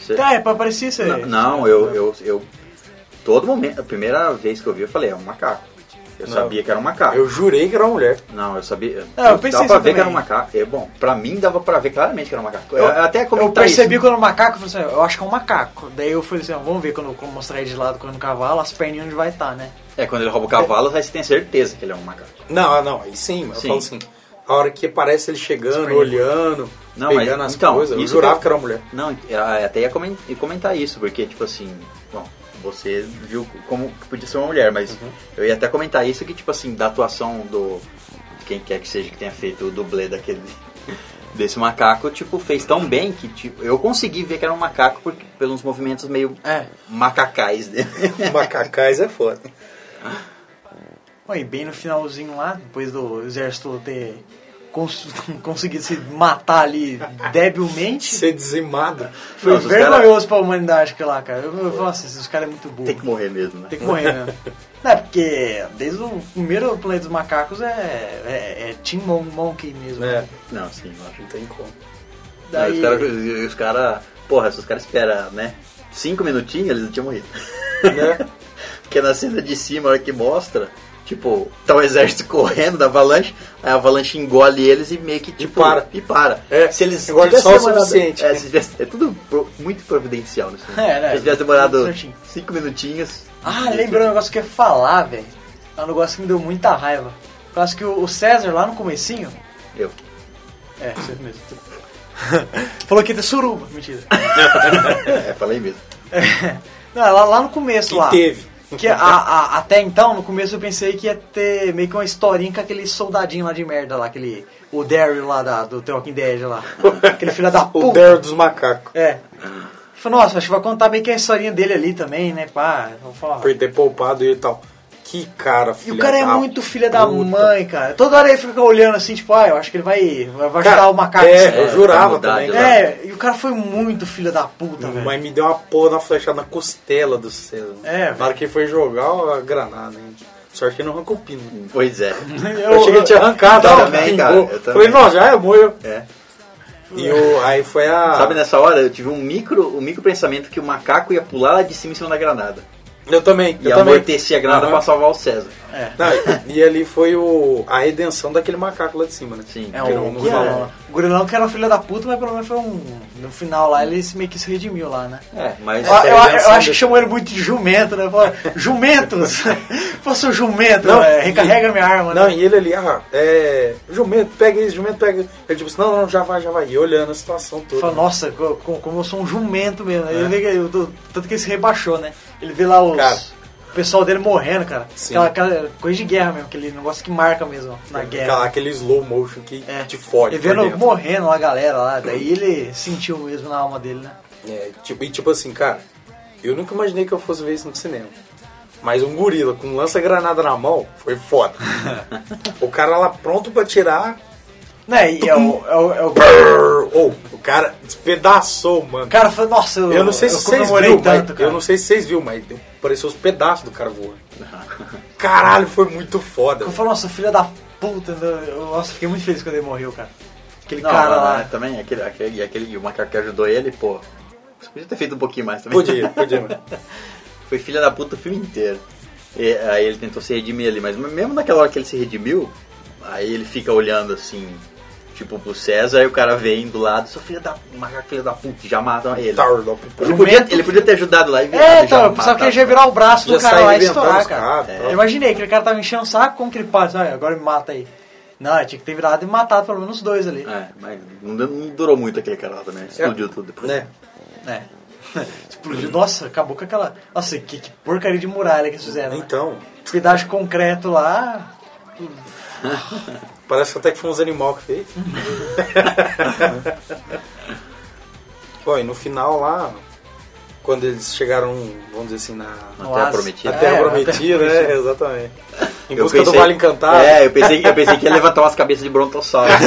[SPEAKER 2] Você-
[SPEAKER 3] Tá, é, parecia isso aí.
[SPEAKER 2] Não, não, eu, eu, eu. Todo momento, a primeira vez que eu vi, eu falei, é um macaco. Eu
[SPEAKER 4] Não.
[SPEAKER 2] sabia que era um macaco.
[SPEAKER 4] Ah, Eu jurei que era uma mulher.
[SPEAKER 2] Não, eu sabia.
[SPEAKER 3] Ah, eu pensei
[SPEAKER 2] dava
[SPEAKER 3] isso
[SPEAKER 2] pra ver
[SPEAKER 3] também.
[SPEAKER 2] que era um macaco. É bom, pra mim dava pra ver claramente que era um macaco. Eu,
[SPEAKER 3] Eu-
[SPEAKER 2] até
[SPEAKER 3] Eu
[SPEAKER 4] tá
[SPEAKER 2] comentar
[SPEAKER 3] percebi
[SPEAKER 2] isso.
[SPEAKER 3] quando era um macaco, eu falei assim, eu acho que é um macaco. Daí eu falei assim, ó, vamos ver quando, quando mostrar ele de lado correndo o cavalo, as perninhas onde vai estar, né?
[SPEAKER 2] É, quando ele rouba o cavalo, aí você tem certeza que ele é um macaco.
[SPEAKER 4] Não, ah, não, aí sim, mas
[SPEAKER 2] Sim.
[SPEAKER 4] eu falo assim, a hora que aparece ele chegando, olhando,
[SPEAKER 2] Não,
[SPEAKER 4] pegando
[SPEAKER 2] mas,
[SPEAKER 4] as
[SPEAKER 2] então,
[SPEAKER 4] coisas, eu
[SPEAKER 2] isso
[SPEAKER 4] jurava
[SPEAKER 2] que eu-
[SPEAKER 4] que era uma mulher.
[SPEAKER 2] Não, eu até ia comen- ia comentar isso, porque, tipo assim, bom, você viu como que podia ser uma mulher, mas eu ia até comentar isso que, tipo assim, da atuação do. de quem quer que seja que tenha feito o dublê daquele. desse macaco, tipo, fez tão bem que, tipo, eu consegui ver que era um macaco porque, pelos movimentos meio
[SPEAKER 3] É.
[SPEAKER 2] macacais dele.
[SPEAKER 4] Macacais é foda.
[SPEAKER 3] Ué, e bem no finalzinho lá, depois do exército ter cons- conseguido se matar ali debilmente,
[SPEAKER 4] Ser dizimado.
[SPEAKER 3] foi
[SPEAKER 2] Nossa, os
[SPEAKER 3] vergonhoso pra humanidade que lá, cara. Eu, eu falo assim, esses caras é muito burro.
[SPEAKER 2] Tem que morrer mesmo, né?
[SPEAKER 3] Tem que morrer mesmo. Não, é porque desde o primeiro Planeta dos Macacos é, é, é Team Mon Monkey mesmo. né?
[SPEAKER 4] É,
[SPEAKER 2] Não, sim, eu acho.
[SPEAKER 4] não tem como.
[SPEAKER 2] Daí...
[SPEAKER 3] Daí,
[SPEAKER 2] Os caras. Os cara, porra, se os caras esperam, né? Cinco minutinhos, eles não tinham morrido.
[SPEAKER 4] Né?
[SPEAKER 2] Porque na cena de cima, a hora que mostra, tipo, tá o exército correndo da avalanche, aí a avalanche engole eles e meio que tipo.
[SPEAKER 4] para.
[SPEAKER 2] E para.
[SPEAKER 4] É,
[SPEAKER 2] se eles
[SPEAKER 4] engole
[SPEAKER 2] tivessem
[SPEAKER 4] só o
[SPEAKER 2] demorado-
[SPEAKER 4] suficiente. né?
[SPEAKER 2] É, se tivesse- é tudo pro- muito providencial nesse filme.
[SPEAKER 3] É, né?
[SPEAKER 2] Se eles tivessem demorado
[SPEAKER 3] Certinho.
[SPEAKER 2] cinco minutinhos.
[SPEAKER 3] Ah, lembrei um negócio que eu ia falar, velho. É um negócio que me deu muita raiva. Eu acho que o o César lá no comecinho.
[SPEAKER 2] Eu.
[SPEAKER 3] É, você mesmo. Falou que ia ter suruba, mentira.
[SPEAKER 2] É, falei mesmo.
[SPEAKER 3] Não, é lá, lá no começo
[SPEAKER 4] Que
[SPEAKER 3] lá.
[SPEAKER 4] teve.
[SPEAKER 3] Que a- a- até então, no começo eu pensei que ia ter meio que uma historinha com aquele soldadinho lá de merda lá, aquele. O Daryl lá da, do The Walking Dead lá. Aquele filho da
[SPEAKER 4] O
[SPEAKER 3] puta.
[SPEAKER 4] Daryl dos macacos.
[SPEAKER 3] É. Falei, nossa, acho que vai contar meio que a historinha dele ali também, né? Pá, vou falar.
[SPEAKER 4] Por ter poupado e tal. Que cara,
[SPEAKER 3] E
[SPEAKER 4] filho.
[SPEAKER 3] o cara é muito filha da mãe, cara. Toda hora ele fica olhando assim, tipo, ah, eu acho que ele vai, vai ajudar o macaco.
[SPEAKER 4] É,
[SPEAKER 3] assim.
[SPEAKER 4] eu jurava
[SPEAKER 2] mudar
[SPEAKER 4] também.
[SPEAKER 2] de
[SPEAKER 4] cara.
[SPEAKER 3] É, e o cara foi muito filha da puta, velho.
[SPEAKER 4] Mas me deu uma porra na flechada na costela do César.
[SPEAKER 3] É,
[SPEAKER 4] Na hora que ele foi jogar ó, a granada, hein? Sorte que ele não arrancou o pino.
[SPEAKER 2] Pois é.
[SPEAKER 4] Eu, achei que ele tinha arrancado.
[SPEAKER 2] Eu
[SPEAKER 4] ó,
[SPEAKER 2] também,
[SPEAKER 4] pingou.
[SPEAKER 2] cara, eu também.
[SPEAKER 4] Falei, não, já é moio.
[SPEAKER 2] É. né?
[SPEAKER 4] E o, aí foi a.
[SPEAKER 2] Sabe, nessa hora eu tive um micro, um micro pensamento que o macaco ia pular lá de cima em cima da granada.
[SPEAKER 4] Eu também.
[SPEAKER 2] E
[SPEAKER 4] eu também.
[SPEAKER 2] amortecia a grana
[SPEAKER 4] Aham.
[SPEAKER 2] pra salvar o César.
[SPEAKER 3] É.
[SPEAKER 4] Não, e ali foi o, a redenção daquele macaco lá de cima, né?
[SPEAKER 2] Sim. um
[SPEAKER 3] É
[SPEAKER 4] Que
[SPEAKER 3] o,
[SPEAKER 4] não- não
[SPEAKER 3] que
[SPEAKER 4] fala,
[SPEAKER 3] era-
[SPEAKER 4] né?
[SPEAKER 3] o Gurilão que era filho da puta, mas pelo menos foi um. No final lá ele se meio que se redimiu lá, né?
[SPEAKER 2] É, mas.
[SPEAKER 3] Eu, eu- eu
[SPEAKER 4] redenção
[SPEAKER 3] acho que
[SPEAKER 4] dele.
[SPEAKER 3] chamou ele muito de jumento, né? Falaram, jumentos! Fosse um jumento,
[SPEAKER 4] Não,
[SPEAKER 3] né?
[SPEAKER 4] e-
[SPEAKER 3] recarrega minha arma,
[SPEAKER 4] Não,
[SPEAKER 3] né?
[SPEAKER 4] e ele ali, ah, é. Jumento, pega isso, jumento, pega isso. Ele tipo assim, não, não, já vai, já vai. E olhando a situação toda.
[SPEAKER 3] Fala, nossa, co- co- como, eu sou um jumento mesmo. Ele vê que- eu tô- tanto que ele se rebaixou, né? Ele vê lá os.
[SPEAKER 4] É. Cara.
[SPEAKER 3] O pessoal dele morrendo, cara.
[SPEAKER 4] Sim.
[SPEAKER 3] Aquela, aquela coisa de guerra mesmo, aquele negócio que marca mesmo na
[SPEAKER 4] Aquela-
[SPEAKER 3] guerra.
[SPEAKER 4] Aquele slow motion que
[SPEAKER 3] É.
[SPEAKER 4] te fode.
[SPEAKER 3] Ele
[SPEAKER 4] por
[SPEAKER 3] vendo
[SPEAKER 4] dentro.
[SPEAKER 3] morrendo lá a galera lá, daí ele sentiu mesmo na alma dele, né?
[SPEAKER 4] É, tipo, e tipo assim, cara, eu nunca imaginei que eu fosse ver isso no cinema. Mas um gorila com um lança-granada na mão foi foda. o cara lá pronto pra tirar.
[SPEAKER 3] Né, e é o, é o, é o-
[SPEAKER 4] brrr, ou, o cara despedaçou, mano.
[SPEAKER 3] o cara falou, nossa, eu,
[SPEAKER 4] Eu não sei
[SPEAKER 3] eu
[SPEAKER 4] se vocês
[SPEAKER 3] comemorei
[SPEAKER 4] viram,
[SPEAKER 3] tanto,
[SPEAKER 4] mas,
[SPEAKER 3] cara.
[SPEAKER 4] eu não sei se vocês viram, mas deu- pareceu os pedaços do cara voando. Caralho, foi muito foda.
[SPEAKER 3] Eu
[SPEAKER 4] velho.
[SPEAKER 3] falei, nossa, filha da puta, eu- eu- nossa, fiquei muito feliz quando ele morreu, cara. Aquele
[SPEAKER 2] Não,
[SPEAKER 3] cara
[SPEAKER 2] mas,
[SPEAKER 3] lá.
[SPEAKER 2] né, também, aquele, aquele, aquele o macaco que ajudou ele, pô. Você podia ter feito um pouquinho mais também.
[SPEAKER 4] Podia, podia, mano.
[SPEAKER 2] Foi filha da puta o filme inteiro. E, aí ele tentou se redimir ali, mas mesmo naquela hora que ele se redimiu, aí ele fica olhando assim, tipo pro César, aí o cara vem do lado, seu filho da macaco, filho da puta, e já matam ele.
[SPEAKER 4] Tower lá pro-
[SPEAKER 2] Ele podia, ele podia ter ajudado lá e
[SPEAKER 3] Tá. É,
[SPEAKER 2] virado e já
[SPEAKER 3] então, eu pensava
[SPEAKER 2] matado.
[SPEAKER 3] que ele já ia virar o braço do
[SPEAKER 4] Já
[SPEAKER 3] cara
[SPEAKER 4] saiu
[SPEAKER 3] lá e
[SPEAKER 4] inventando
[SPEAKER 3] estourar,
[SPEAKER 4] os
[SPEAKER 3] cara.
[SPEAKER 4] caras,
[SPEAKER 3] Eu
[SPEAKER 4] tá.
[SPEAKER 3] imaginei, aquele cara tava enchendo o saco, como que ele passa? Ah, agora me mata aí. Não, tinha que ter virado e matado pelo menos dois ali.
[SPEAKER 2] É, mas não, deu- não durou muito aquele cara lá também, explodiu tudo depois.
[SPEAKER 4] Né?
[SPEAKER 3] É. Explodiu. Nossa, acabou com aquela. Nossa, que, que porcaria de muralha que eles fizeram. Né?
[SPEAKER 4] Então,
[SPEAKER 3] Pedaço de concreto lá.
[SPEAKER 4] Parece até que foi uns animal que fez. Bom, e no final lá, quando eles chegaram, vamos dizer assim, na,
[SPEAKER 2] Na Terra
[SPEAKER 3] no Oásis.
[SPEAKER 2] Prometida.
[SPEAKER 4] na Terra
[SPEAKER 3] É,
[SPEAKER 4] Prometida,
[SPEAKER 3] na Terra
[SPEAKER 4] né? Exatamente. Em
[SPEAKER 2] Eu
[SPEAKER 4] busca do
[SPEAKER 2] pensei-
[SPEAKER 4] Vale Encantado.
[SPEAKER 2] É, eu pensei, eu pensei que ia levantar umas cabeças de brontossauro. né,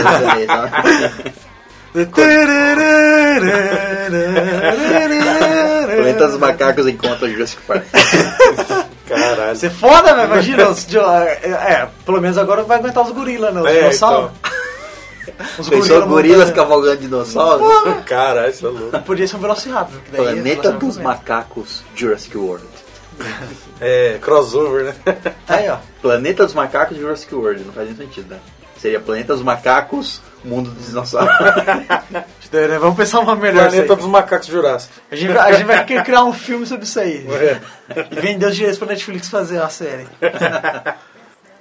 [SPEAKER 2] sabe? Planeta
[SPEAKER 3] É.
[SPEAKER 2] dos macacos encontra Jurassic Park.
[SPEAKER 4] Caralho.
[SPEAKER 3] Você é foda, velho. Imagina. os de- é, pelo menos agora vai aguentar os gorilas, né? Os
[SPEAKER 4] É,
[SPEAKER 3] dinossauros. Os
[SPEAKER 2] Pensou gorilas
[SPEAKER 3] montando-
[SPEAKER 2] cavalgando dinossauros?
[SPEAKER 4] então. Caralho, isso é louco.
[SPEAKER 3] Podia ser um Velociraptor. Que daí um
[SPEAKER 2] Planeta
[SPEAKER 3] Velociraptor
[SPEAKER 2] dos
[SPEAKER 3] mesmo.
[SPEAKER 2] macacos Jurassic World.
[SPEAKER 4] É, crossover, né?
[SPEAKER 3] Tá aí, ó.
[SPEAKER 2] Planeta dos macacos Jurassic World, não faz nenhum sentido, né? Seria Planeta dos macacos, Mundo dos dinossauros.
[SPEAKER 3] é, né? Vamos pensar uma melhor. isso
[SPEAKER 4] Planeta
[SPEAKER 3] aí.
[SPEAKER 4] dos Macacos Jurássicos.
[SPEAKER 3] A gente, vai- a gente vai querer criar um filme sobre isso aí. E vender os direitos pra Netflix fazer uma série.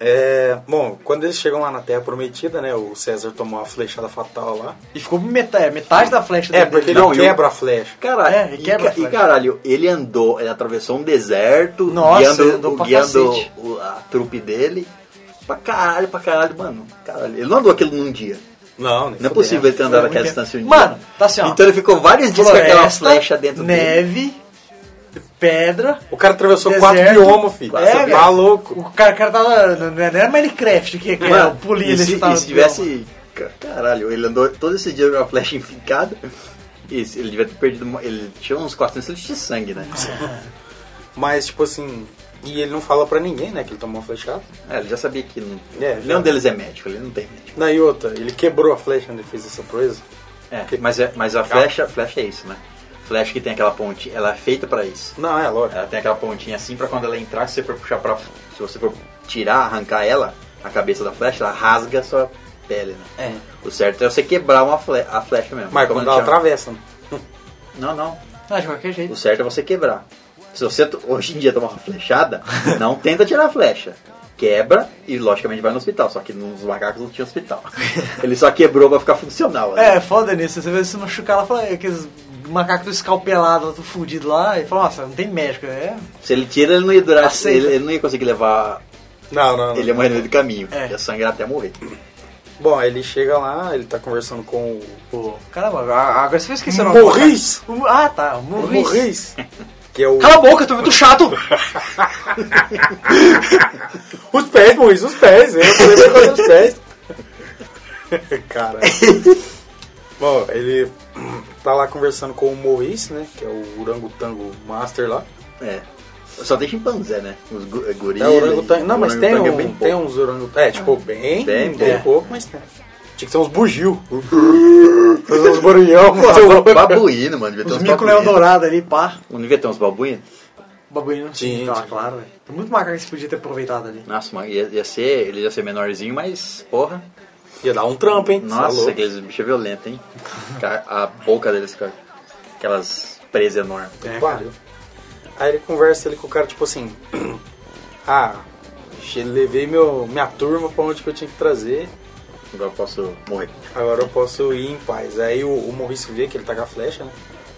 [SPEAKER 4] É, bom, quando eles chegam lá na Terra Prometida, né? O César tomou uma flechada fatal lá.
[SPEAKER 3] E ficou metade, metade da flecha
[SPEAKER 4] É,
[SPEAKER 3] dele.
[SPEAKER 4] porque ele
[SPEAKER 2] Não, e o-
[SPEAKER 4] quebra a flecha.
[SPEAKER 2] Caralho,
[SPEAKER 3] É,
[SPEAKER 2] e,
[SPEAKER 3] quebra,
[SPEAKER 2] ca- e
[SPEAKER 3] Flash.
[SPEAKER 2] caralho, ele andou, ele atravessou um deserto,
[SPEAKER 3] Nossa, ele
[SPEAKER 2] guiando,
[SPEAKER 3] andou pra
[SPEAKER 2] guiando
[SPEAKER 3] cacete.
[SPEAKER 2] o- a trupe dele. Pra caralho, pra caralho, mano. Caralho, ele não andou aquilo num dia.
[SPEAKER 4] Não, nem
[SPEAKER 2] Não é
[SPEAKER 4] fudendo.
[SPEAKER 2] possível ele ter andado
[SPEAKER 3] Foi
[SPEAKER 2] aquela
[SPEAKER 3] muito
[SPEAKER 2] distância em um
[SPEAKER 3] tempo.
[SPEAKER 2] dia.
[SPEAKER 3] Mano, tá assim, ó.
[SPEAKER 2] Então ele ficou vários dias com aquela
[SPEAKER 3] Floresta,
[SPEAKER 2] flecha dentro dele.
[SPEAKER 3] neve, pedra.
[SPEAKER 4] O cara atravessou quatro
[SPEAKER 3] deserto.
[SPEAKER 4] biomas, filho.
[SPEAKER 3] É,
[SPEAKER 4] Você
[SPEAKER 3] velho.
[SPEAKER 4] tá louco.
[SPEAKER 3] O cara, o cara tava. Não é, não era Minecraft que, é que era o pulinho
[SPEAKER 2] e
[SPEAKER 3] desse
[SPEAKER 2] se,
[SPEAKER 3] tava-
[SPEAKER 2] e se tivesse. ca- Caralho, ele andou todo esse dia com a flecha enficada. E se ele devia ter perdido. uma- Ele tinha uns 400 litros de sangue, né?
[SPEAKER 4] Mas, tipo assim, e ele não fala pra ninguém, né, que ele tomou a flechada.
[SPEAKER 2] É, ele já sabia que não,
[SPEAKER 4] É, já.
[SPEAKER 2] nenhum deles é médico, ele não tem médico.
[SPEAKER 4] Daí outra, ele quebrou a flecha quando ele fez essa proeza.
[SPEAKER 2] É, mas, é- mas a flecha, flecha é isso, né? Flecha que tem aquela ponte, ela é feita pra isso.
[SPEAKER 4] Não, é lógico.
[SPEAKER 2] Ela tem aquela pontinha assim pra quando ela entrar, se você for puxar pra. Se você for tirar, arrancar ela, a cabeça da flecha, ela rasga a sua pele, né?
[SPEAKER 3] É.
[SPEAKER 2] O certo é você quebrar uma fle- a flecha mesmo.
[SPEAKER 4] Mas
[SPEAKER 2] Como
[SPEAKER 4] quando ela
[SPEAKER 2] chama?
[SPEAKER 4] atravessa, né?
[SPEAKER 2] Não, não.
[SPEAKER 3] Ah, de qualquer jeito.
[SPEAKER 2] O certo é você quebrar. Se você to- hoje em dia tomar uma flechada, não tenta tirar a flecha. Quebra e logicamente vai no hospital. Só que nos macacos não tinha hospital. Ele só quebrou pra ficar funcional. né?
[SPEAKER 3] É, foda nisso. Você vê se machucar lá, fala, aqueles macacos do escalpelado, do fudido lá, e fala, nossa, não tem médico, é.
[SPEAKER 2] Se ele tira, ele não ia durar.
[SPEAKER 3] Aceita.
[SPEAKER 2] Ele, ele não ia conseguir levar.
[SPEAKER 4] Não, não, não.
[SPEAKER 2] Ele ia morrer no meio do caminho.
[SPEAKER 3] É.
[SPEAKER 2] Ia sangrar até morrer.
[SPEAKER 4] Bom, ele chega lá, ele tá conversando com o
[SPEAKER 3] Pô, Tipo, caramba, a- agora você esqueceu o nome.
[SPEAKER 4] Morris!
[SPEAKER 3] O- Ah, tá, o
[SPEAKER 4] O
[SPEAKER 3] Morris.
[SPEAKER 4] Morris! Que é o...
[SPEAKER 3] Cala a boca, eu tô muito
[SPEAKER 4] Então
[SPEAKER 3] chato!
[SPEAKER 4] Os pés, Morris, os pés! Eu falei pra fazer os pés. Cara. Bom, ele tá lá conversando com o Morris, né, que é o Urangotango Master lá.
[SPEAKER 2] É. Só tem chimpanzé, né? Os go- gorila.
[SPEAKER 4] É, orangotango. Não,
[SPEAKER 2] o
[SPEAKER 4] mas tem,
[SPEAKER 2] orangotango é
[SPEAKER 4] um,
[SPEAKER 2] bem
[SPEAKER 4] tem
[SPEAKER 2] pouco.
[SPEAKER 4] uns orangotangos. É, tipo, bem,
[SPEAKER 2] Bem
[SPEAKER 4] bem,
[SPEAKER 2] pouco.
[SPEAKER 4] pouco, mas tem. Tinha que ser uns bugio. Fazer uns barulhão.
[SPEAKER 2] Babuíno, Um mano. Devia ter
[SPEAKER 3] Os
[SPEAKER 2] uns
[SPEAKER 4] tá
[SPEAKER 3] mico
[SPEAKER 2] babuíno.
[SPEAKER 3] leão dourado ali, pá.
[SPEAKER 2] Não devia ter uns babuíno?
[SPEAKER 3] Babuíno.
[SPEAKER 4] Sim,
[SPEAKER 3] Tá,
[SPEAKER 4] sim.
[SPEAKER 3] claro, velho. Tem muito macaco que você podia ter aproveitado ali.
[SPEAKER 2] Nossa, mano, ia, ia ser, ele ia ser menorzinho, mas porra.
[SPEAKER 4] Ia dar um trampo, hein? Cê é
[SPEAKER 2] Nossa,
[SPEAKER 4] louco.
[SPEAKER 2] aqueles bichos violentos, hein? Ca- A boca deles com aquelas presas enormes.
[SPEAKER 3] É,
[SPEAKER 4] Pariu. Aí ele conversa ali com o cara, tipo assim. ah, che- levei meu, minha turma pra onde que eu tinha que trazer.
[SPEAKER 2] Agora eu posso morrer.
[SPEAKER 4] Agora eu posso ir em paz. Aí o, o Maurício vê que ele tá com a flecha, né?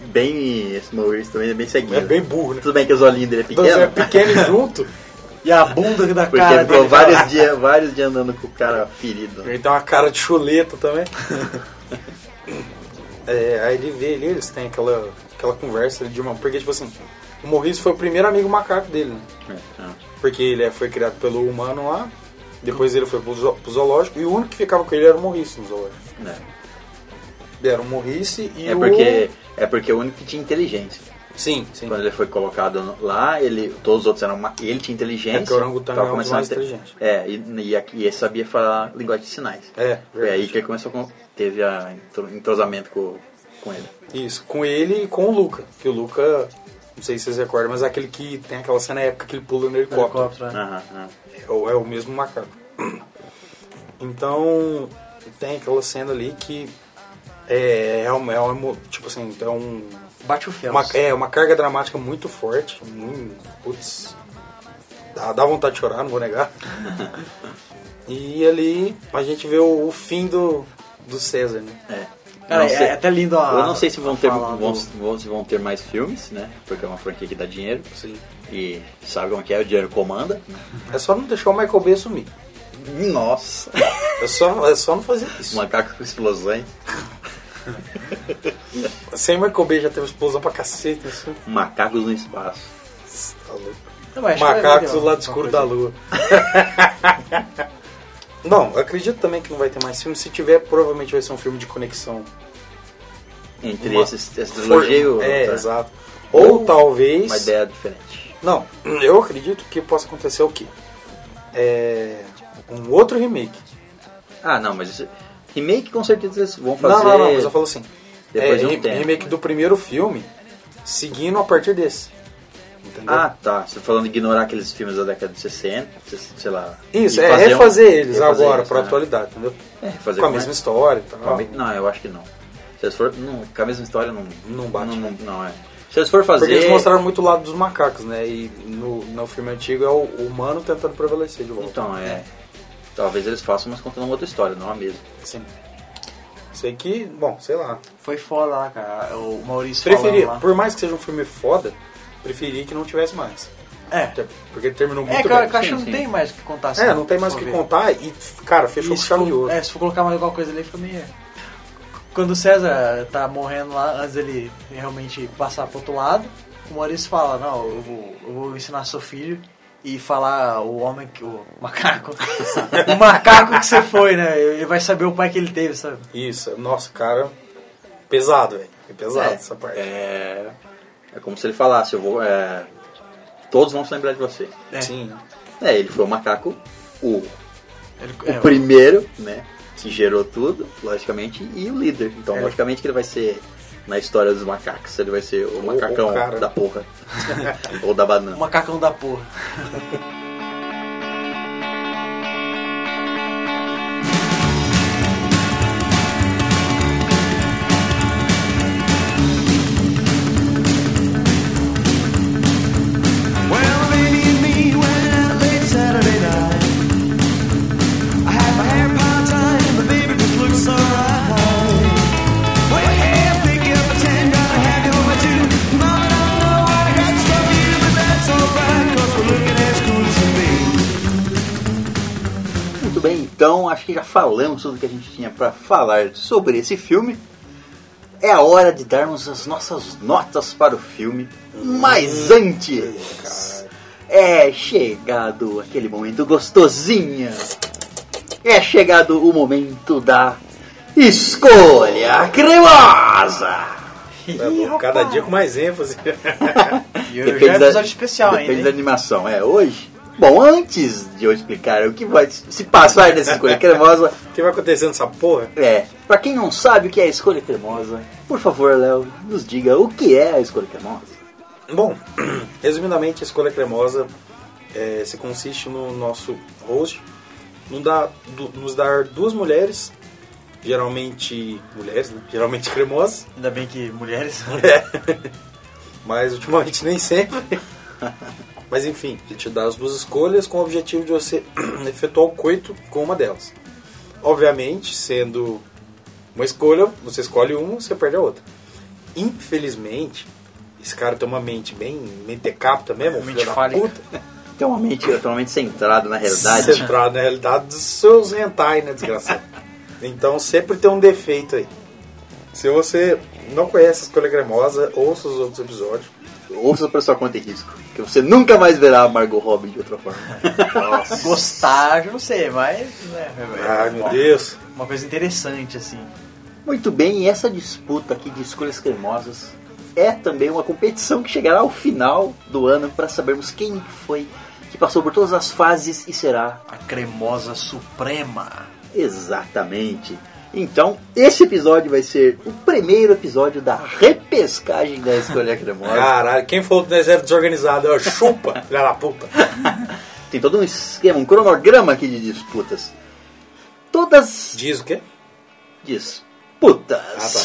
[SPEAKER 2] Bem. Esse Maurício também é bem ceguinho.
[SPEAKER 4] É bem burro, né?
[SPEAKER 2] Tudo bem que os olhinhos dele é
[SPEAKER 4] Então, você é
[SPEAKER 2] pequeno.
[SPEAKER 4] pequeno né? e junto.
[SPEAKER 3] E a bunda da
[SPEAKER 2] Porque
[SPEAKER 3] cara
[SPEAKER 2] ele ficou
[SPEAKER 3] dele.
[SPEAKER 2] vários dias, vários dias andando com o cara ferido.
[SPEAKER 4] Ele tem uma cara de chuleta também. É, aí ele vê ali, eles têm aquela, aquela conversa ali de uma. Porque, tipo assim, o Maurício foi o primeiro amigo macaco dele, né?
[SPEAKER 2] É,
[SPEAKER 4] Porque ele é- foi criado pelo humano lá, depois ele foi pro, zo- pro zoológico, e o único que ficava com ele era o Morrice no zoológico. Era o Morrice e
[SPEAKER 2] É, é
[SPEAKER 4] o...
[SPEAKER 2] porque. É porque o único que tinha inteligência.
[SPEAKER 4] Sim, sim.
[SPEAKER 2] Quando ele foi colocado no- lá, ele, todos os outros eram. ma- Ele tinha inteligência.
[SPEAKER 4] É porque o
[SPEAKER 2] tava
[SPEAKER 4] orangotango é um dos
[SPEAKER 2] começando
[SPEAKER 4] mais
[SPEAKER 2] a ter-
[SPEAKER 4] inteligentes.
[SPEAKER 2] É, e, e, aqui- e ele sabia falar linguagem de sinais.
[SPEAKER 4] É,
[SPEAKER 2] Foi aí
[SPEAKER 4] verdade.
[SPEAKER 2] que ele começou com. Teve a entro- entrosamento com, com ele.
[SPEAKER 4] Isso, com ele e com o Luca. Que o Luca, não sei se vocês recordam, mas é aquele que tem aquela cena épica que ele pula no helicóptero.
[SPEAKER 3] Helicóptero, né?
[SPEAKER 2] Aham, aham.
[SPEAKER 4] É o, é o mesmo macaco. Então, tem aquela cena ali que é, é, uma, é uma, tipo assim, é um,
[SPEAKER 3] Bate o fel.
[SPEAKER 4] uma, é uma carga dramática muito forte. Hum, putz, dá, dá vontade de chorar, não vou negar. e ali a gente vê o, o fim do, do César, né?
[SPEAKER 2] É.
[SPEAKER 3] Cara,
[SPEAKER 2] Não
[SPEAKER 3] é,
[SPEAKER 2] sei-
[SPEAKER 3] é até lindo a.
[SPEAKER 2] Eu não sei se vão
[SPEAKER 3] a
[SPEAKER 2] ter,
[SPEAKER 3] fala
[SPEAKER 2] vão,
[SPEAKER 3] do-
[SPEAKER 2] vão- se vão ter mais filmes, né? Porque é uma franquia que dá dinheiro.
[SPEAKER 4] Sim.
[SPEAKER 2] E sabe como que é? O dinheiro comanda.
[SPEAKER 4] assim. É só não deixar o Michael Bay sumir.
[SPEAKER 2] Nossa!
[SPEAKER 4] É só, é só não fazer isso.
[SPEAKER 2] Macaco com explosões.
[SPEAKER 4] Sem Michael Bay já teve explosão pra cacete. Isso.
[SPEAKER 2] Macacos no espaço.
[SPEAKER 4] Tá louco.
[SPEAKER 3] Não, mas acho que vai
[SPEAKER 4] Macacos
[SPEAKER 3] ter
[SPEAKER 4] do lado
[SPEAKER 3] uma
[SPEAKER 4] escuro
[SPEAKER 3] coisa.
[SPEAKER 4] da lua. Não, eu acredito também que não vai ter mais filme. Se tiver, provavelmente vai ser um filme de conexão.
[SPEAKER 2] Entre
[SPEAKER 4] Uma-
[SPEAKER 2] esses, essa trilogia e o-
[SPEAKER 4] É,
[SPEAKER 2] tá.
[SPEAKER 4] exato. Ou,
[SPEAKER 2] Ou
[SPEAKER 4] talvez.
[SPEAKER 2] Uma ideia diferente.
[SPEAKER 4] Não, eu acredito que possa acontecer o quê? É. Um outro remake.
[SPEAKER 2] Ah, não, mas isso, remake com certeza eles vão fazer.
[SPEAKER 4] Não, não, não, mas eu falo assim.
[SPEAKER 2] depois
[SPEAKER 4] é,
[SPEAKER 2] de um
[SPEAKER 4] re-
[SPEAKER 2] tempo.
[SPEAKER 4] remake do primeiro filme, seguindo a partir desse. Entendeu?
[SPEAKER 2] Ah, tá. Você tá falando de ignorar aqueles filmes da década de 60, sei lá.
[SPEAKER 4] Isso,
[SPEAKER 2] E
[SPEAKER 4] é
[SPEAKER 2] fazer um-
[SPEAKER 4] refazer eles
[SPEAKER 2] refazer
[SPEAKER 4] agora,
[SPEAKER 2] eles,
[SPEAKER 4] pra
[SPEAKER 2] né?
[SPEAKER 4] atualidade, entendeu?
[SPEAKER 2] É, refazer
[SPEAKER 4] Com a
[SPEAKER 2] como é?
[SPEAKER 4] mesma história e tal.
[SPEAKER 2] Com a me- Não, eu acho que não. Se eles for, não, com a mesma história não,
[SPEAKER 4] Não bate.
[SPEAKER 2] Não, não, não, é. Se eles for fazer.
[SPEAKER 4] Porque eles mostraram muito o lado dos macacos, né? E no, no filme antigo é o o humano tentando prevalecer de volta.
[SPEAKER 2] Então, é. Talvez eles façam, mas contando uma outra história, não a mesma.
[SPEAKER 4] Sim. Sei que, bom, sei lá.
[SPEAKER 3] Foi foda lá, cara. O Maurício
[SPEAKER 4] Preferi,
[SPEAKER 3] falando lá.
[SPEAKER 4] por mais que seja um filme foda, preferi que não tivesse mais.
[SPEAKER 3] É.
[SPEAKER 4] Até Porque ele terminou Tipo, muito
[SPEAKER 3] É, que eu-
[SPEAKER 4] bem.
[SPEAKER 3] que eu acho que
[SPEAKER 2] Sim,
[SPEAKER 3] não
[SPEAKER 2] sim.
[SPEAKER 3] tem mais o que contar.
[SPEAKER 4] É, não tem mais o que contar e, cara,
[SPEAKER 3] Fechou
[SPEAKER 4] fechou o chave de
[SPEAKER 2] um-
[SPEAKER 4] ouro.
[SPEAKER 3] É, se for colocar mais alguma coisa ali, fica meio... Quando o César tá morrendo lá, antes dele realmente passar pro outro lado, o Maurício fala, não, eu vou, eu vou ensinar seu filho e falar o homem que... o macaco. o macaco que você foi, né? Ele vai saber o pai que ele teve, sabe?
[SPEAKER 4] Isso, nossa, cara, pesado, velho. É pesado
[SPEAKER 2] é,
[SPEAKER 4] essa parte.
[SPEAKER 2] É, é como se ele falasse, eu vou. é, todos vão se lembrar de você.
[SPEAKER 3] É,
[SPEAKER 4] Sim.
[SPEAKER 2] É, ele foi o macaco, o,
[SPEAKER 3] ele-
[SPEAKER 2] o
[SPEAKER 3] é,
[SPEAKER 2] primeiro, né? Que gerou tudo, logicamente, e o líder. Então,
[SPEAKER 4] É.
[SPEAKER 2] logicamente que ele vai ser. Na história dos macacos, ele vai ser o
[SPEAKER 4] o
[SPEAKER 2] macacão
[SPEAKER 4] cara.
[SPEAKER 2] da porra. Ou da banana.
[SPEAKER 3] o macacão da porra.
[SPEAKER 1] Well, they need me when late Saturday night. I had my hair part time, the baby just looks alright. Well, your hair pick up a ten, got a hack over two. Mom, I don't know what I got stuck in, but that's alright, cause we're looking as cool as can be.
[SPEAKER 2] Muito bem, então acho que já falamos tudo que a gente tinha para falar sobre esse filme. É a hora de darmos as nossas notas para o filme.
[SPEAKER 3] Hum,
[SPEAKER 2] Mas antes, é chegado aquele momento gostosinho. É chegado o momento da escolha cremosa.
[SPEAKER 4] É louco, cada dia com mais ênfase.
[SPEAKER 3] E hoje é episódio especial
[SPEAKER 2] depende
[SPEAKER 3] ainda,
[SPEAKER 2] da
[SPEAKER 3] hein?
[SPEAKER 2] animação, é hoje. Bom, antes de eu explicar o que vai se passar nessa escolha cremosa,
[SPEAKER 4] o que vai acontecer nessa porra?
[SPEAKER 2] É, pra quem não sabe o que é a escolha cremosa, por favor, Léo, nos diga o que é a escolha cremosa.
[SPEAKER 4] Bom, resumidamente, a escolha cremosa eh, se consiste no nosso host nos dar, du- nos dar duas mulheres, geralmente mulheres, né? geralmente cremosas,
[SPEAKER 3] Ainda bem que mulheres.
[SPEAKER 4] mas ultimamente nem sempre. Mas enfim, ele te dá as duas escolhas com o objetivo de você efetuar o coito com uma delas. Obviamente, sendo uma escolha, você escolhe uma, você perde a outra. Infelizmente, esse cara tem uma mente bem mentecapta mesmo,
[SPEAKER 3] Mente
[SPEAKER 4] filho da
[SPEAKER 3] fálica.
[SPEAKER 4] puta.
[SPEAKER 2] Tem uma mente totalmente centrada na realidade.
[SPEAKER 4] Centrado né, na realidade dos seus hentai, né, desgraçado? então sempre tem um defeito aí. Se você não conhece a Escolha Cremosa, ouça os outros episódios.
[SPEAKER 2] Ouça pra sua conta e risco. Que você nunca mais verá a Margot Robbie de outra forma.
[SPEAKER 3] Gostar, eu não sei, mas. Né,
[SPEAKER 4] Ai,
[SPEAKER 3] é
[SPEAKER 4] meu
[SPEAKER 3] uma-
[SPEAKER 4] Deus.
[SPEAKER 3] Uma coisa interessante, assim.
[SPEAKER 2] Muito bem, e essa disputa aqui de escolhas cremosas é também uma competição que chegará ao final do ano para sabermos quem foi que passou por todas as fases e será
[SPEAKER 3] A cremosa suprema.
[SPEAKER 2] exatamente. Então, esse episódio vai ser o primeiro episódio da repescagem da escolha cremosa.
[SPEAKER 4] Caralho, quem for do deserto desorganizado, ó, chupa, filha da puta.
[SPEAKER 2] Tem todo um esquema, um cronograma aqui de disputas. Todas
[SPEAKER 4] Diz o quê? Ah, tá.
[SPEAKER 2] disputas.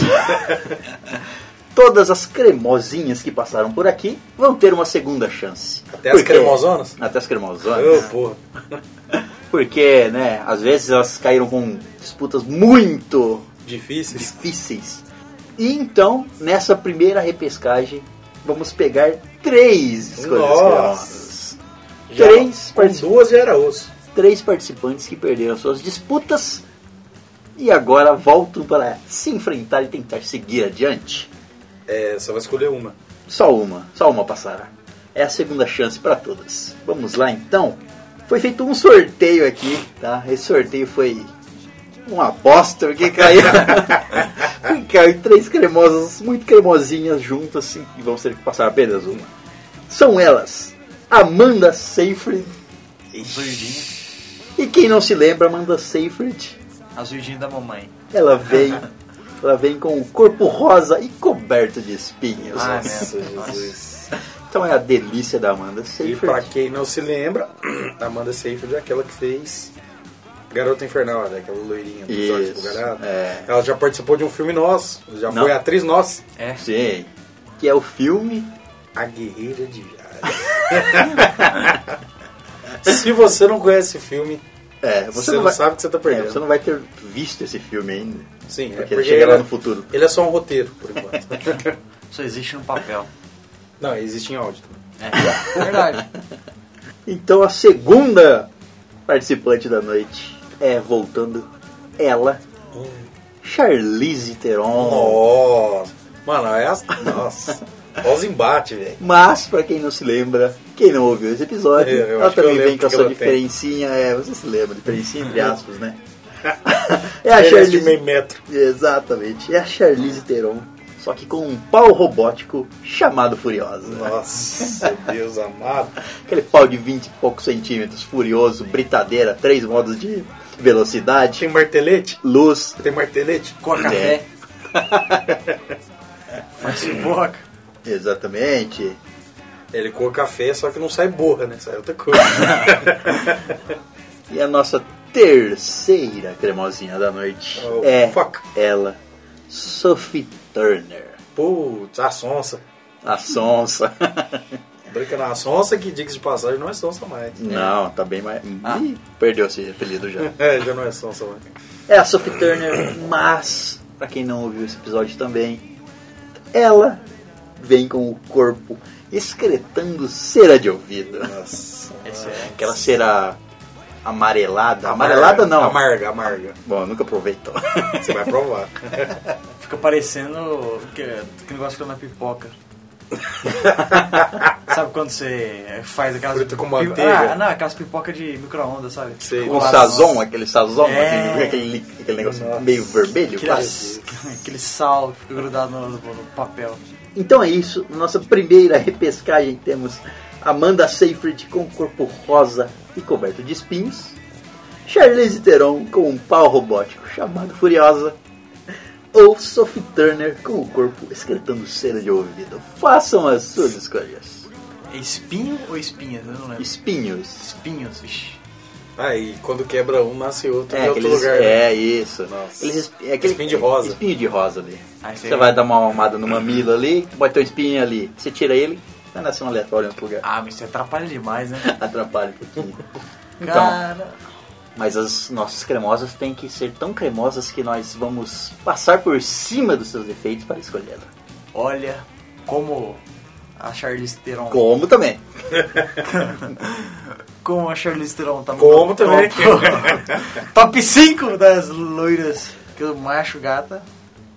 [SPEAKER 2] Todas as cremosinhas que passaram por aqui vão ter uma segunda chance.
[SPEAKER 4] Até as
[SPEAKER 2] Porque-
[SPEAKER 4] cremosonas?
[SPEAKER 2] Até as
[SPEAKER 4] Ô,
[SPEAKER 2] cremosonas.
[SPEAKER 4] porra.
[SPEAKER 2] Porque, né, às vezes elas caíram com disputas muito
[SPEAKER 4] Difíceis.
[SPEAKER 2] difíceis. E então, nessa primeira repescagem, vamos pegar três escolhas
[SPEAKER 4] Nossa. um
[SPEAKER 2] cremosas. Três
[SPEAKER 4] Com
[SPEAKER 2] participantes.
[SPEAKER 4] duas já era osso.
[SPEAKER 2] três participantes que perderam suas disputas e agora voltam para se enfrentar e tentar seguir adiante.
[SPEAKER 4] É, só vai escolher uma.
[SPEAKER 2] Só uma, só uma passará. É a segunda chance para todas. Vamos lá então. Foi feito um sorteio aqui, tá? Esse sorteio foi uma bosta porque caiu. porque caiu três cremosas, muito cremosinhas juntas assim, e vão ter que passar apenas uma. São elas Amanda Seyfried
[SPEAKER 3] Azulzinho.
[SPEAKER 2] e quem não se lembra Amanda Seyfried
[SPEAKER 3] Azulzinho da mamãe.
[SPEAKER 2] Ela vem, ela vem com o corpo rosa e coberto de espinhos.
[SPEAKER 3] Ah,
[SPEAKER 4] Nossa,
[SPEAKER 3] meu Deus.
[SPEAKER 4] Jesus.
[SPEAKER 2] Então é a delícia da Amanda
[SPEAKER 4] E pra
[SPEAKER 2] Seyfried.
[SPEAKER 4] quem não se lembra, Amanda Seyfried é aquela que fez Garota Infernal, né? aquela loirinha do Jorge
[SPEAKER 2] Isso,
[SPEAKER 4] Bugarado.
[SPEAKER 2] é.
[SPEAKER 4] Ela já participou de um filme nosso, já
[SPEAKER 2] Não.
[SPEAKER 4] foi atriz nossa.
[SPEAKER 3] É.
[SPEAKER 2] Sim. Que é o filme.
[SPEAKER 4] A Guerreira de Jade. se você não conhece esse filme,
[SPEAKER 2] É,
[SPEAKER 4] você, não, sabe que você tá
[SPEAKER 2] vai,
[SPEAKER 4] perdendo.
[SPEAKER 2] é, você não vai ter visto esse filme ainda.
[SPEAKER 4] Sim, é
[SPEAKER 2] Porque,
[SPEAKER 4] porque
[SPEAKER 2] chega
[SPEAKER 4] ele,
[SPEAKER 2] lá no futuro.
[SPEAKER 4] ele é só um roteiro, por enquanto.
[SPEAKER 3] Só existe no papel.
[SPEAKER 4] não, existe em áudio. também.
[SPEAKER 3] É. Verdade.
[SPEAKER 2] Então a segunda participante da noite é voltando ela.
[SPEAKER 4] Hum.
[SPEAKER 2] Charlize Theron.
[SPEAKER 4] Nossa! Mano, é as. Nossa! Olha os embates, velho.
[SPEAKER 2] Mas, pra quem não se lembra, quem não ouviu esse episódio,
[SPEAKER 4] É, Eu- eu
[SPEAKER 2] ela
[SPEAKER 4] acho que eu
[SPEAKER 2] também vem
[SPEAKER 4] lembro
[SPEAKER 2] com a
[SPEAKER 4] que
[SPEAKER 2] sua
[SPEAKER 4] ela tem.
[SPEAKER 2] diferencinha, é, você se lembra, diferencinha entre aspas, né? é a
[SPEAKER 4] Ele é de
[SPEAKER 2] Charlize,
[SPEAKER 4] meio metro.
[SPEAKER 2] exatamente, é a Charlize Theron, só que com um pau robótico chamado Furiosa.
[SPEAKER 4] Nossa, Deus amado.
[SPEAKER 2] Aquele pau de 20 e poucos centímetros, furioso, britadeira, três modos de velocidade,
[SPEAKER 4] Tem martelete?
[SPEAKER 2] luz, né?
[SPEAKER 4] Tem martelete?
[SPEAKER 3] Coa café. Faz boca.
[SPEAKER 2] exatamente.
[SPEAKER 4] Ele coa café, só que não sai borra, né? Sai outra coisa.
[SPEAKER 2] E a nossa terceira cremosinha da noite
[SPEAKER 4] Oh,
[SPEAKER 2] é
[SPEAKER 4] fuck.
[SPEAKER 2] ela, Sophie Turner.
[SPEAKER 4] Putz, a sonsa.
[SPEAKER 2] A sonsa.
[SPEAKER 4] É. Brinca na sonsa que, diga de passagem, não é sonsa mais.
[SPEAKER 2] Não, tá bem mais.
[SPEAKER 4] Ah.
[SPEAKER 2] Ih, perdeu esse apelido já.
[SPEAKER 4] É, já não é sonsa mais.
[SPEAKER 2] É a Sophie Turner, mas, pra quem não ouviu esse episódio também, ela vem com o corpo excretando cera de ouvido.
[SPEAKER 4] Nossa.
[SPEAKER 3] Esse é.
[SPEAKER 2] Aquela cera amarelada. Amarelada não.
[SPEAKER 4] Amarga, amarga.
[SPEAKER 2] Bom, nunca então. aproveitou.
[SPEAKER 4] Você vai provar.
[SPEAKER 3] Fica parecendo que, que negócio que eu na pipoca. sabe quando você faz aquelas.
[SPEAKER 4] Frita com
[SPEAKER 3] pi-
[SPEAKER 4] manteiga.
[SPEAKER 3] Ah, não, aquelas pipoca de micro-ondas, sabe?
[SPEAKER 4] Sei.
[SPEAKER 2] Com
[SPEAKER 4] Nossa.
[SPEAKER 2] Um sazon, aquele sazon,
[SPEAKER 3] É.
[SPEAKER 2] aquele, aquele, aquele negócio
[SPEAKER 4] Nossa.
[SPEAKER 2] meio vermelho.
[SPEAKER 3] Aquele,
[SPEAKER 2] quase.
[SPEAKER 3] aquele sal que fica grudado no, no papel.
[SPEAKER 2] Então é isso, na nossa primeira repescagem temos Amanda Seyfried com o corpo rosa e coberto de espinhos, Charlize Theron com um pau robótico chamado Furiosa, ou Sophie Turner com o corpo esquentando cera de ouvido. Façam as suas escolhas.
[SPEAKER 3] É espinho ou espinhas? Eu não lembro.
[SPEAKER 2] Espinhos.
[SPEAKER 3] Espinhos, vixi.
[SPEAKER 4] Aí, quando quebra um, nasce outro em
[SPEAKER 2] É,
[SPEAKER 4] outro
[SPEAKER 2] aqueles-
[SPEAKER 4] lugar. né?
[SPEAKER 2] é isso.
[SPEAKER 4] Nossa.
[SPEAKER 2] Eles, é aquele,
[SPEAKER 4] Espinho de rosa.
[SPEAKER 2] Espinho de rosa ali.
[SPEAKER 3] Ah, isso aí
[SPEAKER 2] Você
[SPEAKER 3] é-
[SPEAKER 2] vai dar uma almada no mamilo ali, bota um espinho ali. Você tira ele, vai nascer um aleatório em outro lugar.
[SPEAKER 3] Ah, mas isso atrapalha demais, né?
[SPEAKER 2] Atrapalha um pouquinho. Então,
[SPEAKER 3] Cara.
[SPEAKER 2] mas as nossas cremosas têm que ser tão cremosas que nós vamos passar por cima dos seus defeitos para escolhê-la.
[SPEAKER 3] Olha como a Charlize Theron.
[SPEAKER 2] Como também.
[SPEAKER 3] Como a Charlize Theron tá no
[SPEAKER 4] Como
[SPEAKER 3] top-
[SPEAKER 4] também.
[SPEAKER 3] Top, top 5 das loiras que eu macho gata.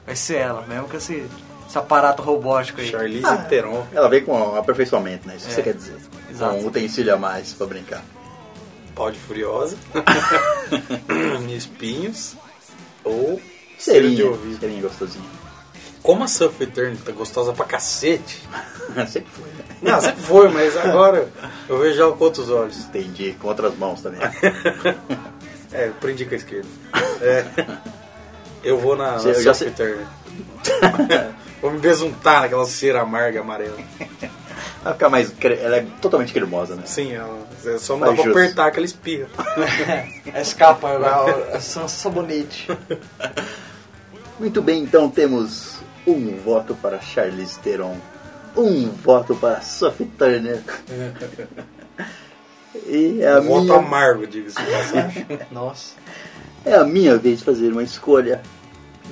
[SPEAKER 3] Vai ser ela, mesmo com esse, esse aparato robótico aí.
[SPEAKER 4] Charlize Theron.
[SPEAKER 2] Ela veio com um aperfeiçoamento, né? Isso que
[SPEAKER 3] É,
[SPEAKER 2] você quer dizer.
[SPEAKER 3] exato.
[SPEAKER 2] Com Um utensílio a mais pra brincar.
[SPEAKER 4] Pau de Furiosa. Espinhos. Ou cera de
[SPEAKER 2] Serinho,
[SPEAKER 4] ouvido.
[SPEAKER 2] serinho gostosinho.
[SPEAKER 4] Como a Surf Return tá gostosa pra cacete.
[SPEAKER 2] Sempre foi, né?
[SPEAKER 4] Não, sempre foi, mas agora eu vejo ela com outros olhos.
[SPEAKER 2] Entendi, com outras mãos também.
[SPEAKER 4] É, eu prendi com a esquerda. É. Eu vou na, na
[SPEAKER 2] Você- eu já
[SPEAKER 4] Surf
[SPEAKER 2] sei-
[SPEAKER 4] Return. vou me besuntar naquela cera amarga amarela.
[SPEAKER 2] Ela fica mais. cre- Ela é totalmente cremosa, né?
[SPEAKER 4] Sim, ela, só não
[SPEAKER 2] Faz
[SPEAKER 4] dá pra
[SPEAKER 2] jus.
[SPEAKER 4] apertar aquela espirra.
[SPEAKER 3] É escapa, é, é só sabonete.
[SPEAKER 2] Muito bem, então temos um voto para Charlize Theron, um voto para Sophie Turner. e é a,
[SPEAKER 4] Um voto
[SPEAKER 2] minha,
[SPEAKER 4] amargo, diga-se. de passagem.
[SPEAKER 3] Nossa.
[SPEAKER 2] é a minha vez de fazer uma escolha.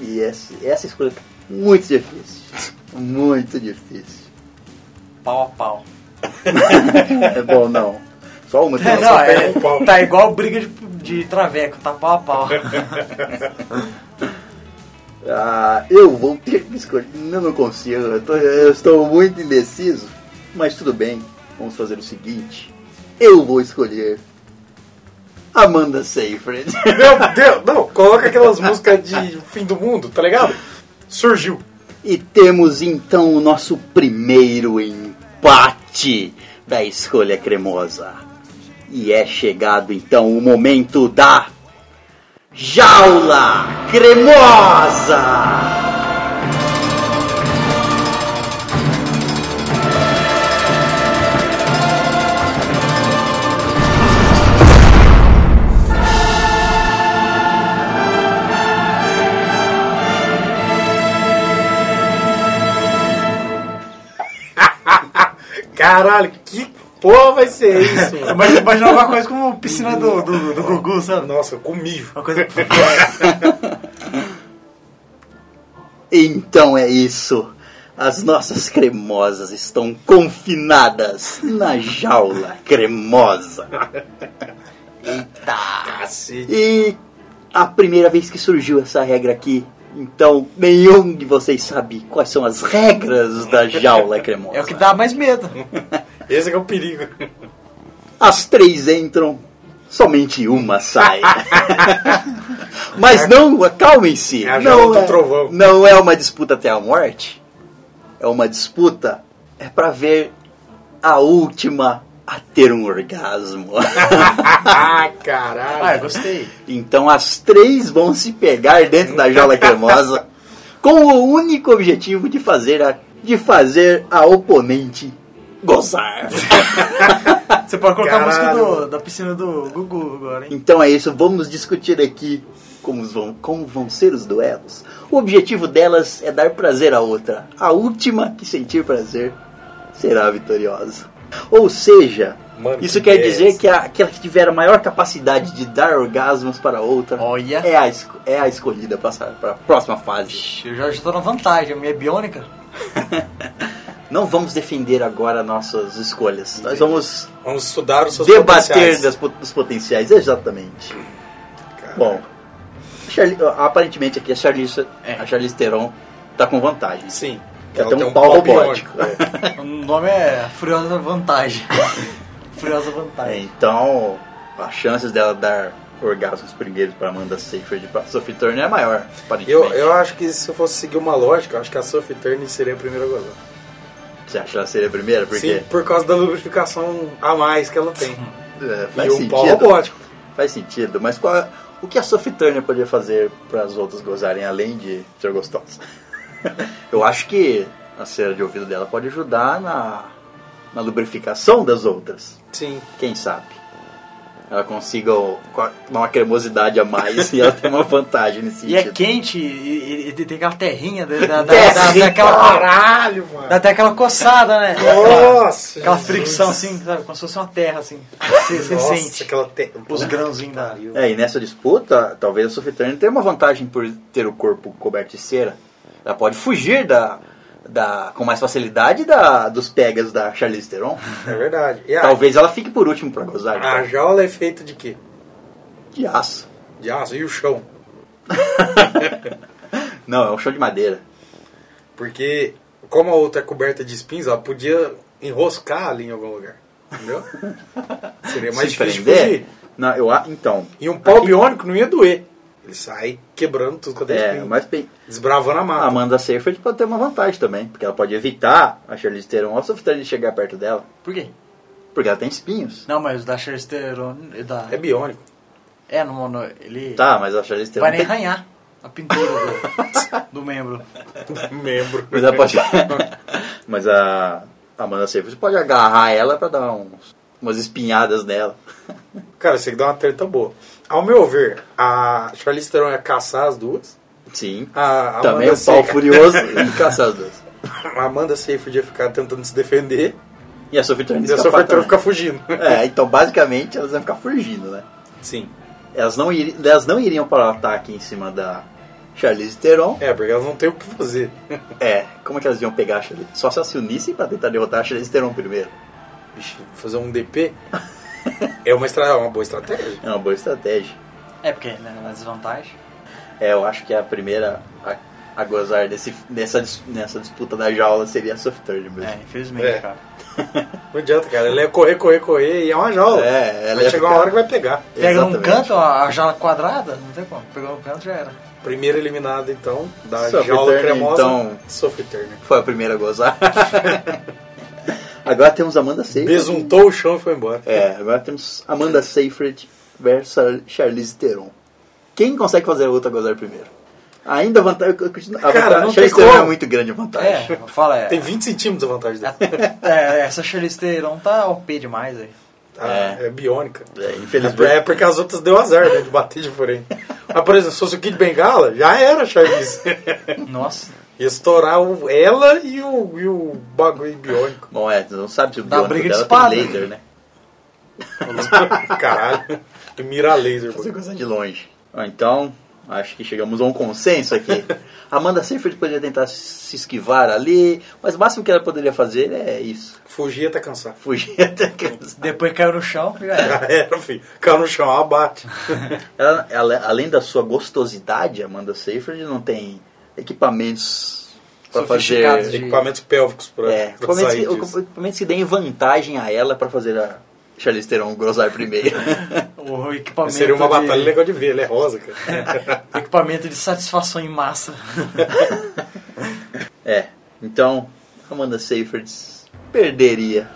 [SPEAKER 2] E essa, essa escolha tá muito difícil. Muito difícil.
[SPEAKER 3] Pau a pau.
[SPEAKER 2] É bom, não. Só uma tem
[SPEAKER 3] não,
[SPEAKER 2] essa-
[SPEAKER 3] é,
[SPEAKER 4] pega o pau.
[SPEAKER 3] tá igual briga de, de traveco, tá pau a pau.
[SPEAKER 2] Ah, eu vou ter que escolher. Eu não consigo, eu, tô- eu estou muito indeciso. Mas tudo bem, vamos fazer o seguinte: eu vou escolher Amanda Seyfried.
[SPEAKER 4] Meu Deus, não, coloca aquelas músicas de fim do mundo, tá ligado? Surgiu.
[SPEAKER 2] e temos então o nosso primeiro empate da escolha cremosa. E é chegado então o momento da Jaula Cremosa!
[SPEAKER 4] Caralho, que porra vai ser isso? mano?
[SPEAKER 3] Imagina, imagina alguma coisa como piscina do, do, do Gugu, sabe?
[SPEAKER 4] Nossa, com mijo.
[SPEAKER 3] Uma coisa.
[SPEAKER 2] Então é isso. As nossas cremosas estão confinadas na jaula cremosa.
[SPEAKER 4] Cacete.
[SPEAKER 2] E a primeira vez que surgiu essa regra aqui, então nenhum de vocês sabe quais são as regras da jaula cremosa.
[SPEAKER 3] É o que dá mais medo.
[SPEAKER 4] Esse é que é o perigo.
[SPEAKER 2] As três entram, somente uma sai. Mas não, acalmem-se.
[SPEAKER 4] É a
[SPEAKER 2] não,
[SPEAKER 4] jaula do trovão.
[SPEAKER 2] não é uma disputa até a morte. É uma disputa é para ver a última a ter um orgasmo.
[SPEAKER 4] Ah,
[SPEAKER 3] Ah, eu
[SPEAKER 4] caralho.
[SPEAKER 3] gostei.
[SPEAKER 2] então as três vão se pegar dentro da jaula cremosa com o único objetivo de fazer a, de fazer a oponente gozar.
[SPEAKER 3] Você pode colocar a música
[SPEAKER 4] Caralho.
[SPEAKER 3] do- da piscina do Gugu agora, hein?
[SPEAKER 2] Então é isso, vamos discutir aqui como vão, como vão ser os duelos. O objetivo delas é dar prazer à outra. A última que sentir prazer será a vitoriosa. Ou seja,
[SPEAKER 4] Mano,
[SPEAKER 2] isso
[SPEAKER 4] que
[SPEAKER 2] quer
[SPEAKER 4] é
[SPEAKER 2] dizer
[SPEAKER 4] essa?
[SPEAKER 2] que a- aquela que tiver a maior capacidade de dar orgasmos para a outra
[SPEAKER 3] Olha.
[SPEAKER 2] é a, esco- é a escolhida para a próxima fase.
[SPEAKER 3] Ixi, Eu já estou na vantagem, a minha é biônica.
[SPEAKER 2] Não vamos defender agora nossas escolhas. Nós vamos
[SPEAKER 4] Vamos estudar os seus
[SPEAKER 2] debater
[SPEAKER 4] potenciais.
[SPEAKER 2] das po- dos potenciais, exatamente.
[SPEAKER 4] Caralho.
[SPEAKER 2] Bom, a Charli- aparentemente aqui a Charlize,
[SPEAKER 4] É.
[SPEAKER 2] a Charlize Theron tá com vantagem.
[SPEAKER 4] Sim.
[SPEAKER 2] Ela tem um pau robótico.
[SPEAKER 4] biônico, é.
[SPEAKER 3] O nome é Furiosa Vantagem. Furiosa Vantagem.
[SPEAKER 2] Então, as chances dela dar orgasmos primeiros para Amanda Seyfried e para Sophie Turner é maior,
[SPEAKER 4] Eu,
[SPEAKER 2] aparentemente.
[SPEAKER 4] eu acho que se eu fosse seguir uma lógica, eu acho que a Surf Turn seria a primeira a gozar.
[SPEAKER 2] Você acha que ela seria a primeira? Porque
[SPEAKER 4] Sim, por causa da lubrificação a mais que ela tem.
[SPEAKER 2] é,
[SPEAKER 4] E
[SPEAKER 2] faz
[SPEAKER 4] um pau
[SPEAKER 2] sentido.
[SPEAKER 4] robótico.
[SPEAKER 2] Faz sentido, mas qual é- O que a Sophie Turner poderia fazer para as outras gozarem além de ser gostosa? Eu acho que a cera de ouvido dela pode ajudar na, na lubrificação das outras.
[SPEAKER 4] Sim.
[SPEAKER 2] Quem sabe? Ela consiga o- com a- uma cremosidade a mais e ela tem uma vantagem nesse
[SPEAKER 3] E é
[SPEAKER 2] sentido.
[SPEAKER 3] quente, e, e- e tem aquela terrinha, da, da, da, da,
[SPEAKER 2] Terrinha,
[SPEAKER 3] daquela,
[SPEAKER 4] É. Caralho, mano.
[SPEAKER 3] dá até aquela coçada, né?
[SPEAKER 4] Nossa!
[SPEAKER 3] Aquela
[SPEAKER 4] Jesus.
[SPEAKER 3] fricção assim, sabe? Como se fosse uma terra, assim. Você, você
[SPEAKER 4] Nossa,
[SPEAKER 3] sente
[SPEAKER 4] aquela te...
[SPEAKER 3] os grãozinhos da.
[SPEAKER 2] É, e nessa disputa, talvez a Sophie Turner tenha uma vantagem por ter o corpo coberto de cera. Ela pode fugir da, da, com mais facilidade da, dos pegas da Charlize Theron.
[SPEAKER 4] É verdade. E a,
[SPEAKER 2] Talvez ela fique por último pra gozar.
[SPEAKER 4] a
[SPEAKER 2] cara.
[SPEAKER 4] jaula é feita de quê?
[SPEAKER 2] De aço.
[SPEAKER 4] De aço e o chão.
[SPEAKER 2] Não, é um chão de madeira.
[SPEAKER 4] Porque, como a outra é coberta de espinhos, ela podia enroscar ali em algum lugar. Entendeu? Seria É mais
[SPEAKER 2] Se
[SPEAKER 4] difícil de
[SPEAKER 2] prender-
[SPEAKER 4] fugir.
[SPEAKER 2] Não, eu, a- então,
[SPEAKER 4] E um pau biônico não ia doer. Ele sai quebrando tudo com a
[SPEAKER 2] é,
[SPEAKER 4] espinho.
[SPEAKER 2] mas Ah, bem,
[SPEAKER 4] Desbravando a
[SPEAKER 2] a
[SPEAKER 4] mata.
[SPEAKER 2] Amanda Seyfried pode ter uma vantagem também, porque ela pode evitar a Charlize Theron ou a Sophie Turner de chegar perto dela,
[SPEAKER 3] Por quê?
[SPEAKER 2] porque ela tem espinhos.
[SPEAKER 3] Não, mas o da Charlisterone. Da...
[SPEAKER 4] É biônico.
[SPEAKER 3] É, no, no, ele
[SPEAKER 2] Tá, mas a Charlize Theron
[SPEAKER 3] vai nem
[SPEAKER 2] tem...
[SPEAKER 3] arranhar a pintura do, do membro.
[SPEAKER 4] Membro.
[SPEAKER 2] Mas ela pode... Mas a a Amanda Seyfried pode agarrar ela pra dar uns, umas espinhadas nela.
[SPEAKER 4] Cara, isso aqui dá uma treta boa. Ao meu ver, a Charlize Theron ia caçar as duas.
[SPEAKER 2] Sim.
[SPEAKER 4] A Ah, Amanda
[SPEAKER 2] Também o pau
[SPEAKER 4] Seyfried-
[SPEAKER 2] furioso e caçar as duas.
[SPEAKER 4] A Amanda Seyfried ia ficar tentando se defender.
[SPEAKER 2] E a Sophie Turner
[SPEAKER 4] E a
[SPEAKER 2] escapar
[SPEAKER 4] Sophie
[SPEAKER 2] também.
[SPEAKER 4] Theron ficar fugindo.
[SPEAKER 2] É, então basicamente elas vão ficar fugindo, né?
[SPEAKER 4] Sim.
[SPEAKER 2] Elas não, iri- elas não iriam para o ataque em cima da Charlize Theron.
[SPEAKER 4] É, porque elas não têm o que fazer.
[SPEAKER 2] É, como é que elas iam pegar a Charlize? Só se elas se unissem para tentar derrotar a Charlize Theron primeiro.
[SPEAKER 4] Vixe, fazer um DP é uma, estra... é uma boa estratégia.
[SPEAKER 2] É uma boa estratégia.
[SPEAKER 3] É porque, né, na desvantagem.
[SPEAKER 2] É, eu acho que a primeira a, a gozar desse, nessa, dis- nessa disputa da jaula seria a Soft Turner mesmo.
[SPEAKER 3] É, infelizmente,
[SPEAKER 4] É.
[SPEAKER 3] cara.
[SPEAKER 4] Não adianta, cara. Ela é correr, correr, correr e é uma jaula.
[SPEAKER 2] É, ela
[SPEAKER 4] vai
[SPEAKER 2] ia
[SPEAKER 4] chegar uma
[SPEAKER 2] ficar-
[SPEAKER 4] hora que vai pegar.
[SPEAKER 3] Pega num
[SPEAKER 2] Exatamente.
[SPEAKER 3] canto a, a jaula quadrada, não tem como. Pegou num canto já era.
[SPEAKER 4] Primeira eliminada, então, da
[SPEAKER 2] Sophie
[SPEAKER 4] jaula
[SPEAKER 2] Turner,
[SPEAKER 4] cremosa.
[SPEAKER 2] então.
[SPEAKER 4] Sophie Turner.
[SPEAKER 2] Foi a primeira a gozar. agora temos Amanda Seyfried.
[SPEAKER 4] Besuntou o chão e foi embora.
[SPEAKER 2] É, agora temos Amanda Seyfried versus a Charlize Theron. Quem consegue fazer a outra gozar primeiro? Ainda a vantagem. eu continuo- A
[SPEAKER 4] Cara,
[SPEAKER 2] vantagem,
[SPEAKER 4] não
[SPEAKER 2] a Charlize
[SPEAKER 4] tem
[SPEAKER 2] Theron é
[SPEAKER 4] como.
[SPEAKER 2] muito grande a
[SPEAKER 4] Tá,
[SPEAKER 2] vantagem.
[SPEAKER 3] É, fala, é.
[SPEAKER 4] Tem 20 centímetros a vantagem dela.
[SPEAKER 3] é essa Charlisterone tá OP demais aí.
[SPEAKER 4] Ah, é. biônica.
[SPEAKER 2] É,
[SPEAKER 4] É porque as outras deu azar, né? De bater de frente. Mas, por exemplo, se fosse o Kid Bengala, já era a Charlize.
[SPEAKER 3] Nossa,
[SPEAKER 4] Ia estourar o- ela e o, e o bagulho biônico.
[SPEAKER 2] Bom, é, tu não sabe se o
[SPEAKER 3] Dá
[SPEAKER 2] biônico
[SPEAKER 3] briga de
[SPEAKER 2] dela
[SPEAKER 3] espada.
[SPEAKER 2] tem laser, né?
[SPEAKER 4] Caralho. E mira laser.
[SPEAKER 2] Fazer
[SPEAKER 4] pô.
[SPEAKER 2] coisa de longe. Ó, Então, acho que chegamos a um consenso aqui. Amanda Seyfried poderia tentar se esquivar ali, mas o máximo que ela poderia fazer é isso.
[SPEAKER 4] Fugir até cansar.
[SPEAKER 2] Fugir até cansar.
[SPEAKER 3] depois caiu no chão, "É, já era.
[SPEAKER 4] Já era, filho. Caiu no chão, abate.
[SPEAKER 2] Ela, ela- além da sua gostosidade, Amanda Seyfried não tem equipamentos para
[SPEAKER 3] Sofisticados
[SPEAKER 2] fazer.
[SPEAKER 3] de-
[SPEAKER 4] Equipamentos pélvicos pra,
[SPEAKER 2] É,
[SPEAKER 4] pra
[SPEAKER 2] equipamentos,
[SPEAKER 4] sair
[SPEAKER 2] que-
[SPEAKER 4] disso.
[SPEAKER 2] equipamentos que deem vantagem a ela para fazer a Charlize Theron gozar primeiro.
[SPEAKER 3] O equipamento.
[SPEAKER 4] Seria uma
[SPEAKER 3] de-
[SPEAKER 4] batalha legal de ver. Ela é rosa, cara.
[SPEAKER 3] Equipamento de satisfação em massa.
[SPEAKER 2] É, então Amanda Seyfried perderia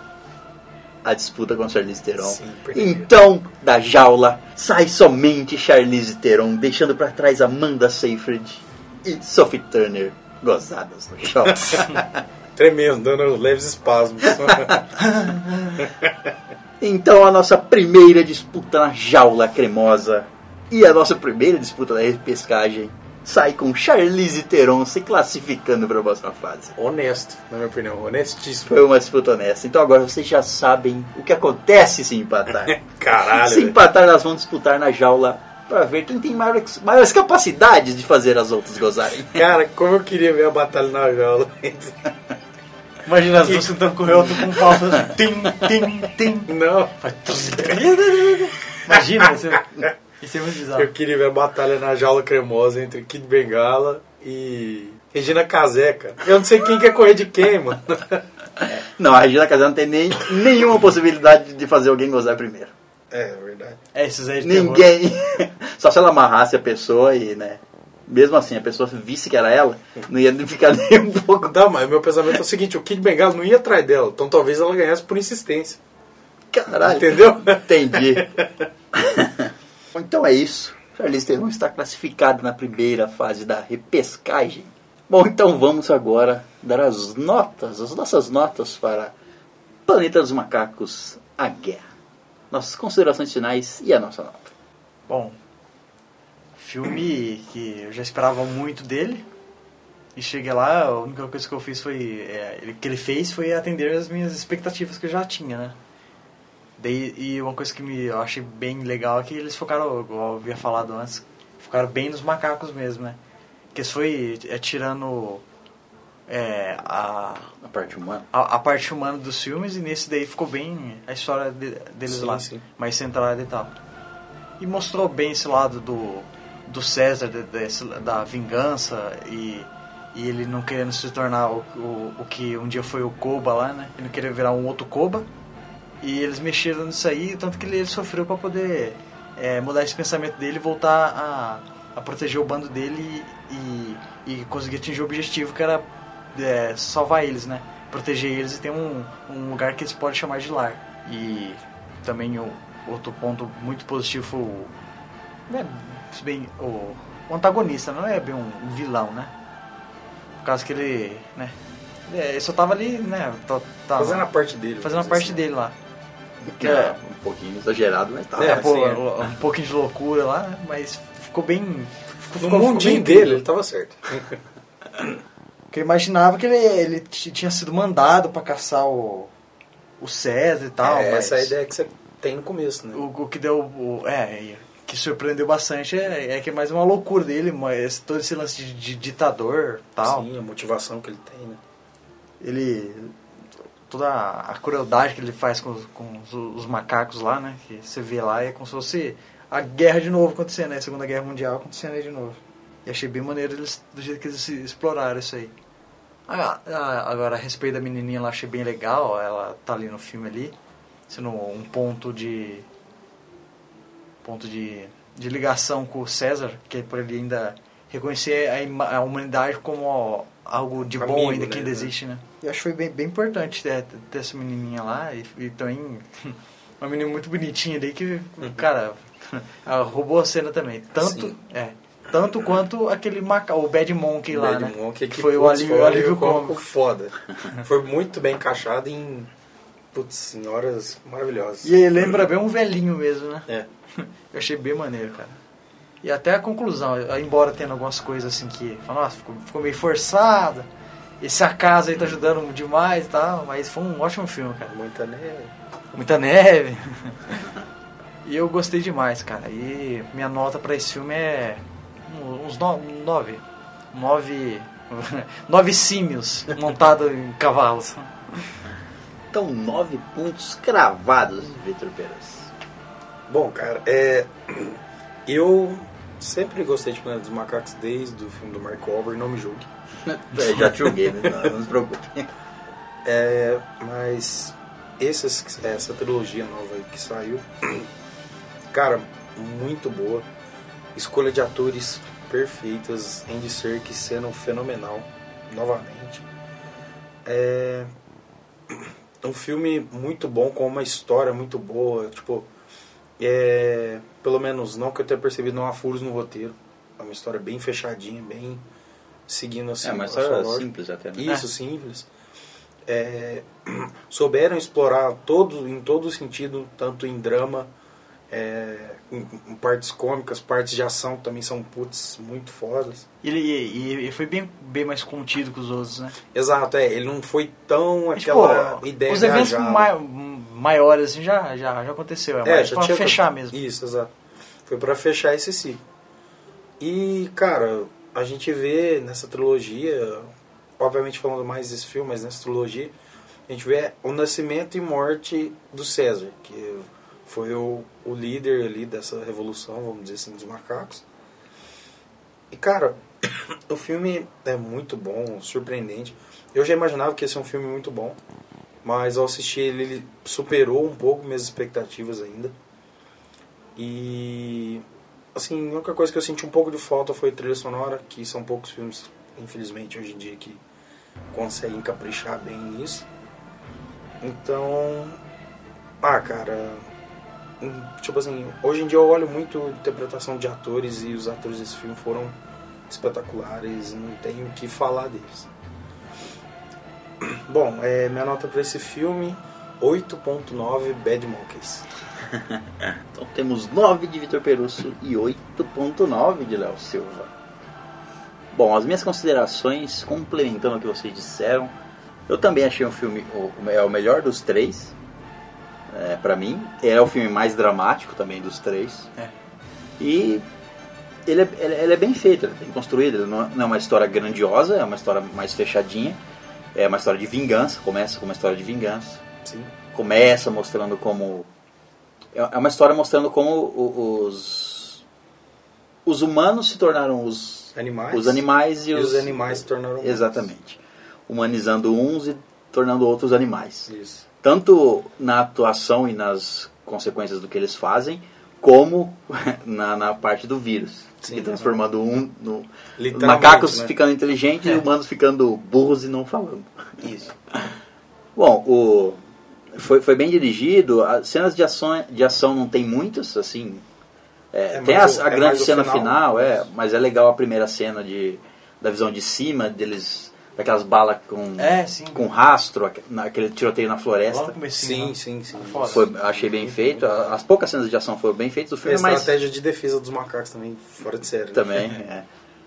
[SPEAKER 2] a disputa com Charlize Theron.
[SPEAKER 4] Sim, perderia.
[SPEAKER 2] então, da jaula, sai somente Charlize Theron, deixando pra trás Amanda Seyfried e Sophie Turner gozadas no chão.
[SPEAKER 4] Tremendo, dando leves espasmos.
[SPEAKER 2] então, a nossa primeira disputa na jaula cremosa e a nossa primeira disputa da repescagem sai com Charlize Theron se classificando para a próxima fase.
[SPEAKER 4] Honesto, na minha opinião. Honestíssimo.
[SPEAKER 2] Foi uma disputa honesta. Então agora vocês já sabem o que acontece se empatar.
[SPEAKER 4] Caralho,
[SPEAKER 2] se
[SPEAKER 4] velho.
[SPEAKER 2] empatar, elas vão disputar na jaula pra ver quem tem maiores, maiores capacidades de fazer as outras gozarem.
[SPEAKER 4] Cara, como eu queria ver a batalha na jaula.
[SPEAKER 3] Imagina as duas tentando correr, outro com um pau. fazendo Tim, tim, tim.
[SPEAKER 4] Não,
[SPEAKER 3] Imagina, isso é, isso é muito
[SPEAKER 4] eu
[SPEAKER 3] bizarro.
[SPEAKER 4] queria ver a batalha na jaula cremosa entre Kid Bengala e Regina Casé, cara. Eu não sei quem quer correr de quem, mano.
[SPEAKER 2] Não, a Regina Casé não tem nem, nenhuma possibilidade de fazer alguém gozar primeiro.
[SPEAKER 4] É, é verdade.
[SPEAKER 3] É, esses aí de terror.
[SPEAKER 2] Ninguém. Só se ela amarrasse a pessoa e, né? Mesmo assim, a pessoa visse que era ela, não ia ficar nem um pouco.
[SPEAKER 4] Não, mas meu pensamento é o seguinte, o Kid Bengala não ia atrás dela, então talvez ela ganhasse por insistência.
[SPEAKER 2] Caralho.
[SPEAKER 4] Entendeu?
[SPEAKER 2] Entendi. Bom, então é isso. Charlize Theron está classificado na primeira fase da repescagem. Bom, então vamos agora dar as notas, as nossas notas para Planeta dos Macacos, a guerra. Nossas considerações finais e a nossa nota.
[SPEAKER 3] Bom, filme que eu já esperava muito dele. E cheguei lá, a única coisa que eu fiz foi. é, ele- que ele fez foi atender as minhas expectativas que eu já tinha, né? Daí, e uma coisa que me, eu achei bem legal é que eles focaram, igual eu havia falado antes, focaram bem nos macacos mesmo, né? Que isso foi é, tirando é, a,
[SPEAKER 2] A parte humana.
[SPEAKER 3] a, a parte humana dos filmes e nesse daí ficou bem a história de- deles
[SPEAKER 4] Sim,
[SPEAKER 3] lá,
[SPEAKER 4] sim.
[SPEAKER 3] mais centrada e tal. E mostrou bem esse lado do, do César, de- desse- da vingança e, e ele não querendo se tornar o, o, o que um dia foi o Koba lá, né? Ele não queria virar um outro Koba. E eles mexeram nisso aí, tanto que ele, ele sofreu para poder é, mudar esse pensamento dele e voltar a, a proteger o bando dele e, e conseguir atingir o objetivo que era é, salvar eles, né? Proteger eles e ter um, um lugar que eles podem chamar de lar. E também o outro ponto muito positivo foi o, né, se bem, o, o antagonista, não é bem um vilão, né? Por causa que ele, né? é, Ele só tava ali, né? tá- tá-
[SPEAKER 4] Fazendo a parte dele.
[SPEAKER 3] fazendo a
[SPEAKER 4] vamos
[SPEAKER 3] parte
[SPEAKER 4] dizer assim.
[SPEAKER 3] dele lá.
[SPEAKER 2] Que é um pouquinho exagerado, mas tá.
[SPEAKER 4] É,
[SPEAKER 3] É, pô,
[SPEAKER 4] assim, é.
[SPEAKER 3] um um pouquinho de loucura lá, né? mas ficou bem. Ficou,
[SPEAKER 4] No
[SPEAKER 3] ficou
[SPEAKER 4] mundinho
[SPEAKER 3] bem incrível.
[SPEAKER 4] dele, ele tava certo.
[SPEAKER 3] Porque eu imaginava que ele, ele t- tinha sido mandado pra caçar o, o César e tal.
[SPEAKER 4] é,
[SPEAKER 3] mas
[SPEAKER 4] Essa é a ideia que você tem no começo, né?
[SPEAKER 3] O, o que deu. O, é, e- que surpreendeu bastante é, é que é mais uma loucura dele, mas esse- todo esse lance de, de ditador e tal.
[SPEAKER 4] Sim, a motivação que ele tem, né?
[SPEAKER 3] ele toda a crueldade que ele faz com, os- com os, os macacos lá, né? Que você vê lá é como se fosse a guerra de novo acontecendo, né? A Segunda Guerra Mundial acontecendo aí de novo. E achei bem maneiro eles, do jeito que eles se- exploraram isso aí. Ah, ah, agora, a respeito da menininha lá, achei bem legal. Ela tá ali no filme ali, sendo um ponto de... Ponto de, de ligação com o César, que é por ele ainda reconhecer a, ima- a humanidade como algo de bom
[SPEAKER 4] Amigo,
[SPEAKER 3] ainda que
[SPEAKER 4] né?
[SPEAKER 3] ainda existe, né? Eu acho que foi bem, bem importante ter, ter essa menininha lá e, e também uma menina muito bonitinha daí que, cara, ela roubou a cena também. Tanto,
[SPEAKER 4] Uhum. Sim.
[SPEAKER 3] é, tanto quanto aquele maca, o Bad Monkey lá,
[SPEAKER 4] Bad
[SPEAKER 3] né?
[SPEAKER 4] Monkey, é que,
[SPEAKER 3] foi o
[SPEAKER 4] putz,
[SPEAKER 3] alívio,
[SPEAKER 4] foi
[SPEAKER 3] o alívio
[SPEAKER 4] cômico
[SPEAKER 3] cômico.
[SPEAKER 4] foda. foi muito bem encaixado em, putz, senhoras maravilhosas.
[SPEAKER 3] E ele lembra bem um velhinho mesmo, né?
[SPEAKER 4] É.
[SPEAKER 3] Eu achei bem maneiro, cara. E até a conclusão, eh, embora tendo algumas coisas assim que, fala, nossa, ficou, ficou meio forçado, esse acaso aí tá ajudando demais e tal, mas foi um ótimo filme, cara.
[SPEAKER 4] Muita né? neve.
[SPEAKER 3] Muita neve. e eu gostei demais, cara. E minha nota pra esse filme é um- uns no, nove. Nove. nove símios montados em cavalos.
[SPEAKER 2] Então, nove pontos cravados, Vitor Peras.
[SPEAKER 4] Bom, cara, é, eu sempre gostei de Planeta dos Macacos desde o filme do Mark Wahlberg, não me julgue.
[SPEAKER 2] É, já te julguei, né? Não, não se preocupe.
[SPEAKER 4] É, mas esses, essa trilogia nova aí que saiu, cara, muito boa. Escolha de atores perfeitas, Andy Serkis sendo fenomenal, novamente. É um filme muito bom, com uma história muito boa, tipo, é, pelo menos não que eu tenha percebido, não há furos no roteiro. É uma história bem fechadinha, bem seguindo assim
[SPEAKER 2] É, mas
[SPEAKER 4] a sua
[SPEAKER 2] era
[SPEAKER 4] lógica.
[SPEAKER 2] simples até, né?
[SPEAKER 4] Isso, simples. É, souberam explorar todo, em todo sentido, tanto em drama, é, em, em partes cômicas, partes de ação que também são putz muito fodas.
[SPEAKER 3] E ele, e, e- e foi bem, bem mais contido que os outros, né?
[SPEAKER 4] Exato, é, ele não foi tão
[SPEAKER 3] Mas,
[SPEAKER 4] aquela
[SPEAKER 3] pô,
[SPEAKER 4] ideia
[SPEAKER 3] os eventos
[SPEAKER 4] viajada.
[SPEAKER 3] mai- maiores assim, já, já, já aconteceu. É, mais
[SPEAKER 4] já
[SPEAKER 3] pra
[SPEAKER 4] tinha-
[SPEAKER 3] fechar mesmo.
[SPEAKER 4] Isso, exato. Foi pra fechar esse ciclo. E, cara, a gente vê nessa trilogia, obviamente falando mais desse filme, mas nessa trilogia, a gente vê o nascimento e morte do César, que foi o, o líder ali dessa revolução, vamos dizer assim, dos macacos. E, cara, o filme é muito bom, surpreendente. Eu já imaginava que ia ser um filme muito bom, mas ao assistir ele, ele superou um pouco minhas expectativas ainda. E assim, a única coisa que eu senti um pouco de falta foi trilha sonora, que são poucos filmes, infelizmente, hoje em dia que conseguem caprichar bem nisso. Então, ah, cara, hum, tipo assim, hoje em dia eu olho muito a interpretação de atores e os atores desse filme foram espetaculares, não tenho o que falar deles. Bom, é, minha nota pra esse filme, 8.9 Bad Monkeys.
[SPEAKER 2] Então temos 9 de Vitor Perusso e 8.9 de Léo Silva. Bom, as minhas considerações, complementando o que vocês disseram, eu também achei um filme o, é o melhor dos três, é, para mim. É o filme mais dramático também dos três. E ele é, ele- ele é bem feito, ele é bem construído, ele não é- não é uma história grandiosa, é uma história mais fechadinha. É uma história de vingança, começa com uma história de vingança
[SPEAKER 4] Sim.
[SPEAKER 2] começa mostrando como é é uma história mostrando como o- os os humanos se tornaram os
[SPEAKER 4] Animais.
[SPEAKER 2] os animais e,
[SPEAKER 4] E os animais se tornaram humanos.
[SPEAKER 2] exatamente humanizando uns e tornando outros animais
[SPEAKER 4] Isso.
[SPEAKER 2] tanto na atuação e nas consequências do que eles fazem como na, na parte do vírus
[SPEAKER 4] Sim, né?
[SPEAKER 2] e transformando um no
[SPEAKER 4] Literalmente,
[SPEAKER 2] macacos
[SPEAKER 4] né?
[SPEAKER 2] ficando inteligentes e humanos ficando burros e não falando
[SPEAKER 5] Isso.
[SPEAKER 2] Bom, o foi, foi bem dirigido. As cenas de ação, de ação não tem muitas, assim. é,
[SPEAKER 4] É
[SPEAKER 2] tem
[SPEAKER 4] mais
[SPEAKER 2] as-
[SPEAKER 4] o-
[SPEAKER 2] a
[SPEAKER 4] é
[SPEAKER 2] grande
[SPEAKER 4] mais o
[SPEAKER 2] cena
[SPEAKER 4] final,
[SPEAKER 2] final,
[SPEAKER 4] né?
[SPEAKER 2] é, mas é legal a primeira cena de, da visão de cima, deles daquelas balas com,
[SPEAKER 3] É, sim.
[SPEAKER 2] com rastro, aque- naquele tiroteio na
[SPEAKER 3] Logo no
[SPEAKER 2] floresta.
[SPEAKER 3] comecinho.
[SPEAKER 4] Sim,
[SPEAKER 3] né?
[SPEAKER 4] sim, sim.
[SPEAKER 3] Foda.
[SPEAKER 2] Foi, achei bem feito. A- As poucas cenas de ação foram bem feitas. O
[SPEAKER 4] Foi a
[SPEAKER 2] filme é mais.
[SPEAKER 4] estratégia de defesa dos macacos também, fora de série. né?
[SPEAKER 2] Também, é.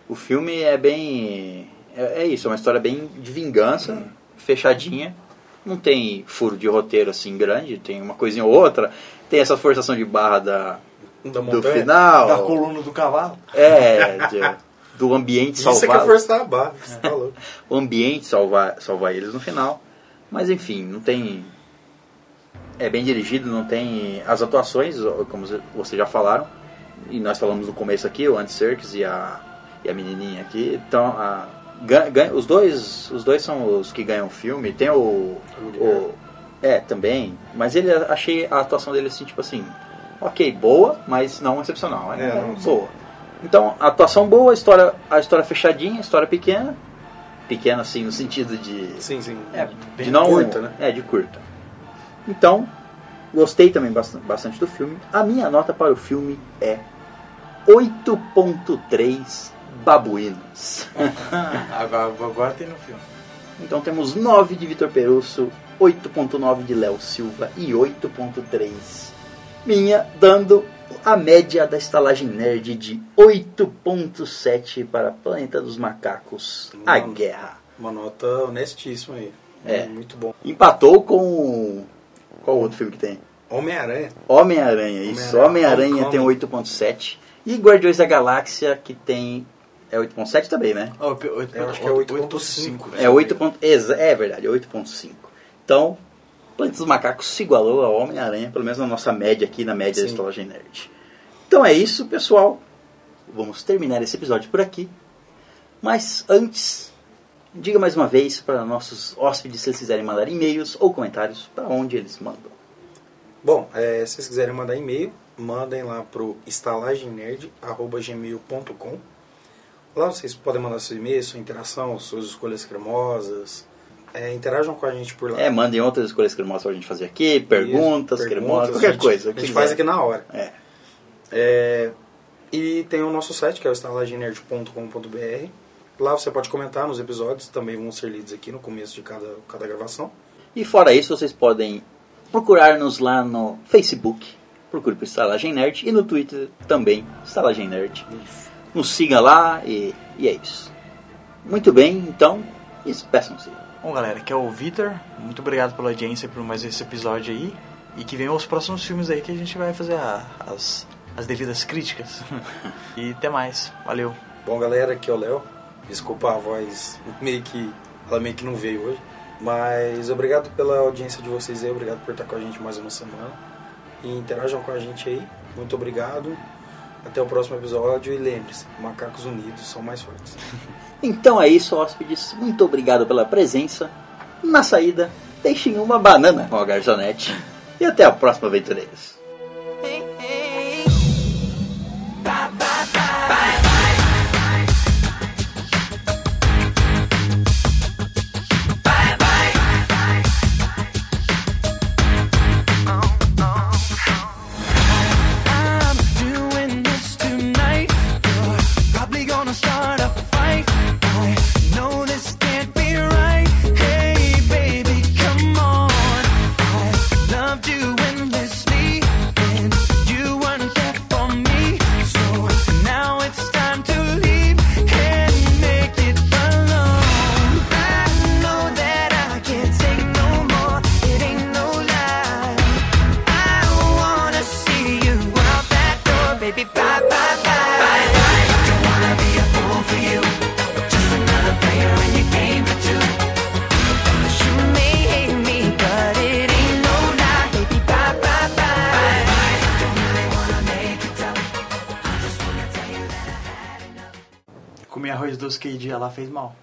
[SPEAKER 2] O filme é bem. É, é isso, é uma história bem de vingança, fechadinha. Não tem furo de roteiro assim grande, tem uma coisinha ou outra. Tem essa forçação de barra da,
[SPEAKER 4] Um Da
[SPEAKER 2] do
[SPEAKER 4] montanha.
[SPEAKER 2] final.
[SPEAKER 3] Da coluna do cavalo.
[SPEAKER 2] É, de- do ambiente
[SPEAKER 4] Isso é que é
[SPEAKER 2] salvar.
[SPEAKER 4] forçar a barra, você
[SPEAKER 3] É.
[SPEAKER 4] tá louco.
[SPEAKER 2] O ambiente salvar, salvar eles no final. Mas enfim, não tem. É bem dirigido, não tem. As atuações, como vocês já falaram, e nós falamos no começo aqui, o Andy Serkis e a, e a menininha aqui. Então, a- gan- gan- os, dois, os dois são os que ganham o filme. Tem o. o é, também. Mas ele achei a atuação dele assim, tipo assim. Ok, boa, mas não excepcional. É,
[SPEAKER 4] É, não, sim.
[SPEAKER 2] boa. Então, a atuação boa, a história, a história fechadinha, a história pequena. Pequena, assim, no sentido de
[SPEAKER 4] Sim, sim.
[SPEAKER 3] É,
[SPEAKER 2] de
[SPEAKER 3] bem
[SPEAKER 2] não,
[SPEAKER 4] curta, né?
[SPEAKER 2] É, de curta. Então, gostei também bast- bastante do filme. A minha nota para o filme é 8.3 babuínos.
[SPEAKER 3] Agora, agora tem no filme.
[SPEAKER 2] Então temos 9 de Vitor Perusso, 8.9 de Léo Silva e 8.3 minha, dando a média da estalagem nerd de 8.7 para Planeta dos Macacos, A
[SPEAKER 4] Mano.
[SPEAKER 2] Guerra.
[SPEAKER 4] Uma nota honestíssima aí.
[SPEAKER 2] É.
[SPEAKER 4] Muito bom.
[SPEAKER 2] Empatou com... Qual outro filme que tem?
[SPEAKER 4] Homem-Aranha.
[SPEAKER 2] Homem-Aranha, isso.
[SPEAKER 4] Homem-Aranha,
[SPEAKER 2] Homem-Aranha tem
[SPEAKER 4] Homecoming.
[SPEAKER 2] 8.7. E Guardiões da Galáxia, que tem. É 8.7 também, né?
[SPEAKER 3] Ó, oito- oito-
[SPEAKER 4] Eu acho que é
[SPEAKER 3] oito-
[SPEAKER 4] 8.5,
[SPEAKER 2] É 8. ponto- exa- É verdade, é 8.5. Então, Planeta dos Macacos se igualou ao Homem-Aranha, pelo menos na nossa média aqui, na média da
[SPEAKER 4] Sim.
[SPEAKER 2] Estalagem Nerd. Então é isso, pessoal. Vamos terminar esse episódio por aqui. Mas antes, diga mais uma vez para nossos hóspedes se eles quiserem mandar e-mails ou comentários para onde eles mandam.
[SPEAKER 4] Bom, é, se vocês quiserem mandar e-mail, mandem lá pro estalagemnerd.gmail.com Lá vocês podem mandar seu e-mail, sua interação, suas escolhas cremosas. É, interajam com a gente por lá.
[SPEAKER 2] É, mandem outras escolhas cremosas pra gente fazer aqui, perguntas, cremosas,
[SPEAKER 4] Isso, perguntas,
[SPEAKER 2] qualquer
[SPEAKER 4] a gente-
[SPEAKER 2] coisa.
[SPEAKER 4] A gente
[SPEAKER 2] quiser.
[SPEAKER 4] faz aqui na hora.
[SPEAKER 2] É.
[SPEAKER 4] É, e tem o nosso site, que é o estalagenerd.com.br. Lá você pode comentar nos episódios, também vão ser lidos aqui no começo de cada, cada gravação.
[SPEAKER 2] E fora isso, vocês podem procurar-nos lá no Facebook, procure por Estalagem Nerd, e no Twitter também, Estalagem Nerd. Nos siga lá e, e é isso. Muito bem, então, despeçam-se.
[SPEAKER 3] Bom, galera, aqui é o Vitor. Muito obrigado pela audiência por mais esse episódio aí. E que venham os próximos filmes aí que a gente vai fazer a- as, as devidas críticas. e até mais. Valeu.
[SPEAKER 4] Bom, galera, aqui é o Léo. Desculpa a voz, meio que ela meio que não veio hoje. Mas obrigado pela audiência de vocês aí, obrigado por estar com a gente mais uma semana. E interajam com a gente aí. Muito obrigado. Até o próximo episódio e lembre-se, macacos unidos são mais fortes.
[SPEAKER 2] Então é isso, hóspedes. Muito obrigado pela presença. Na saída, deixem uma banana com a garçonete. E até a próxima, aventureiros.
[SPEAKER 6] I
[SPEAKER 3] arroz doce que dia lá fez mal.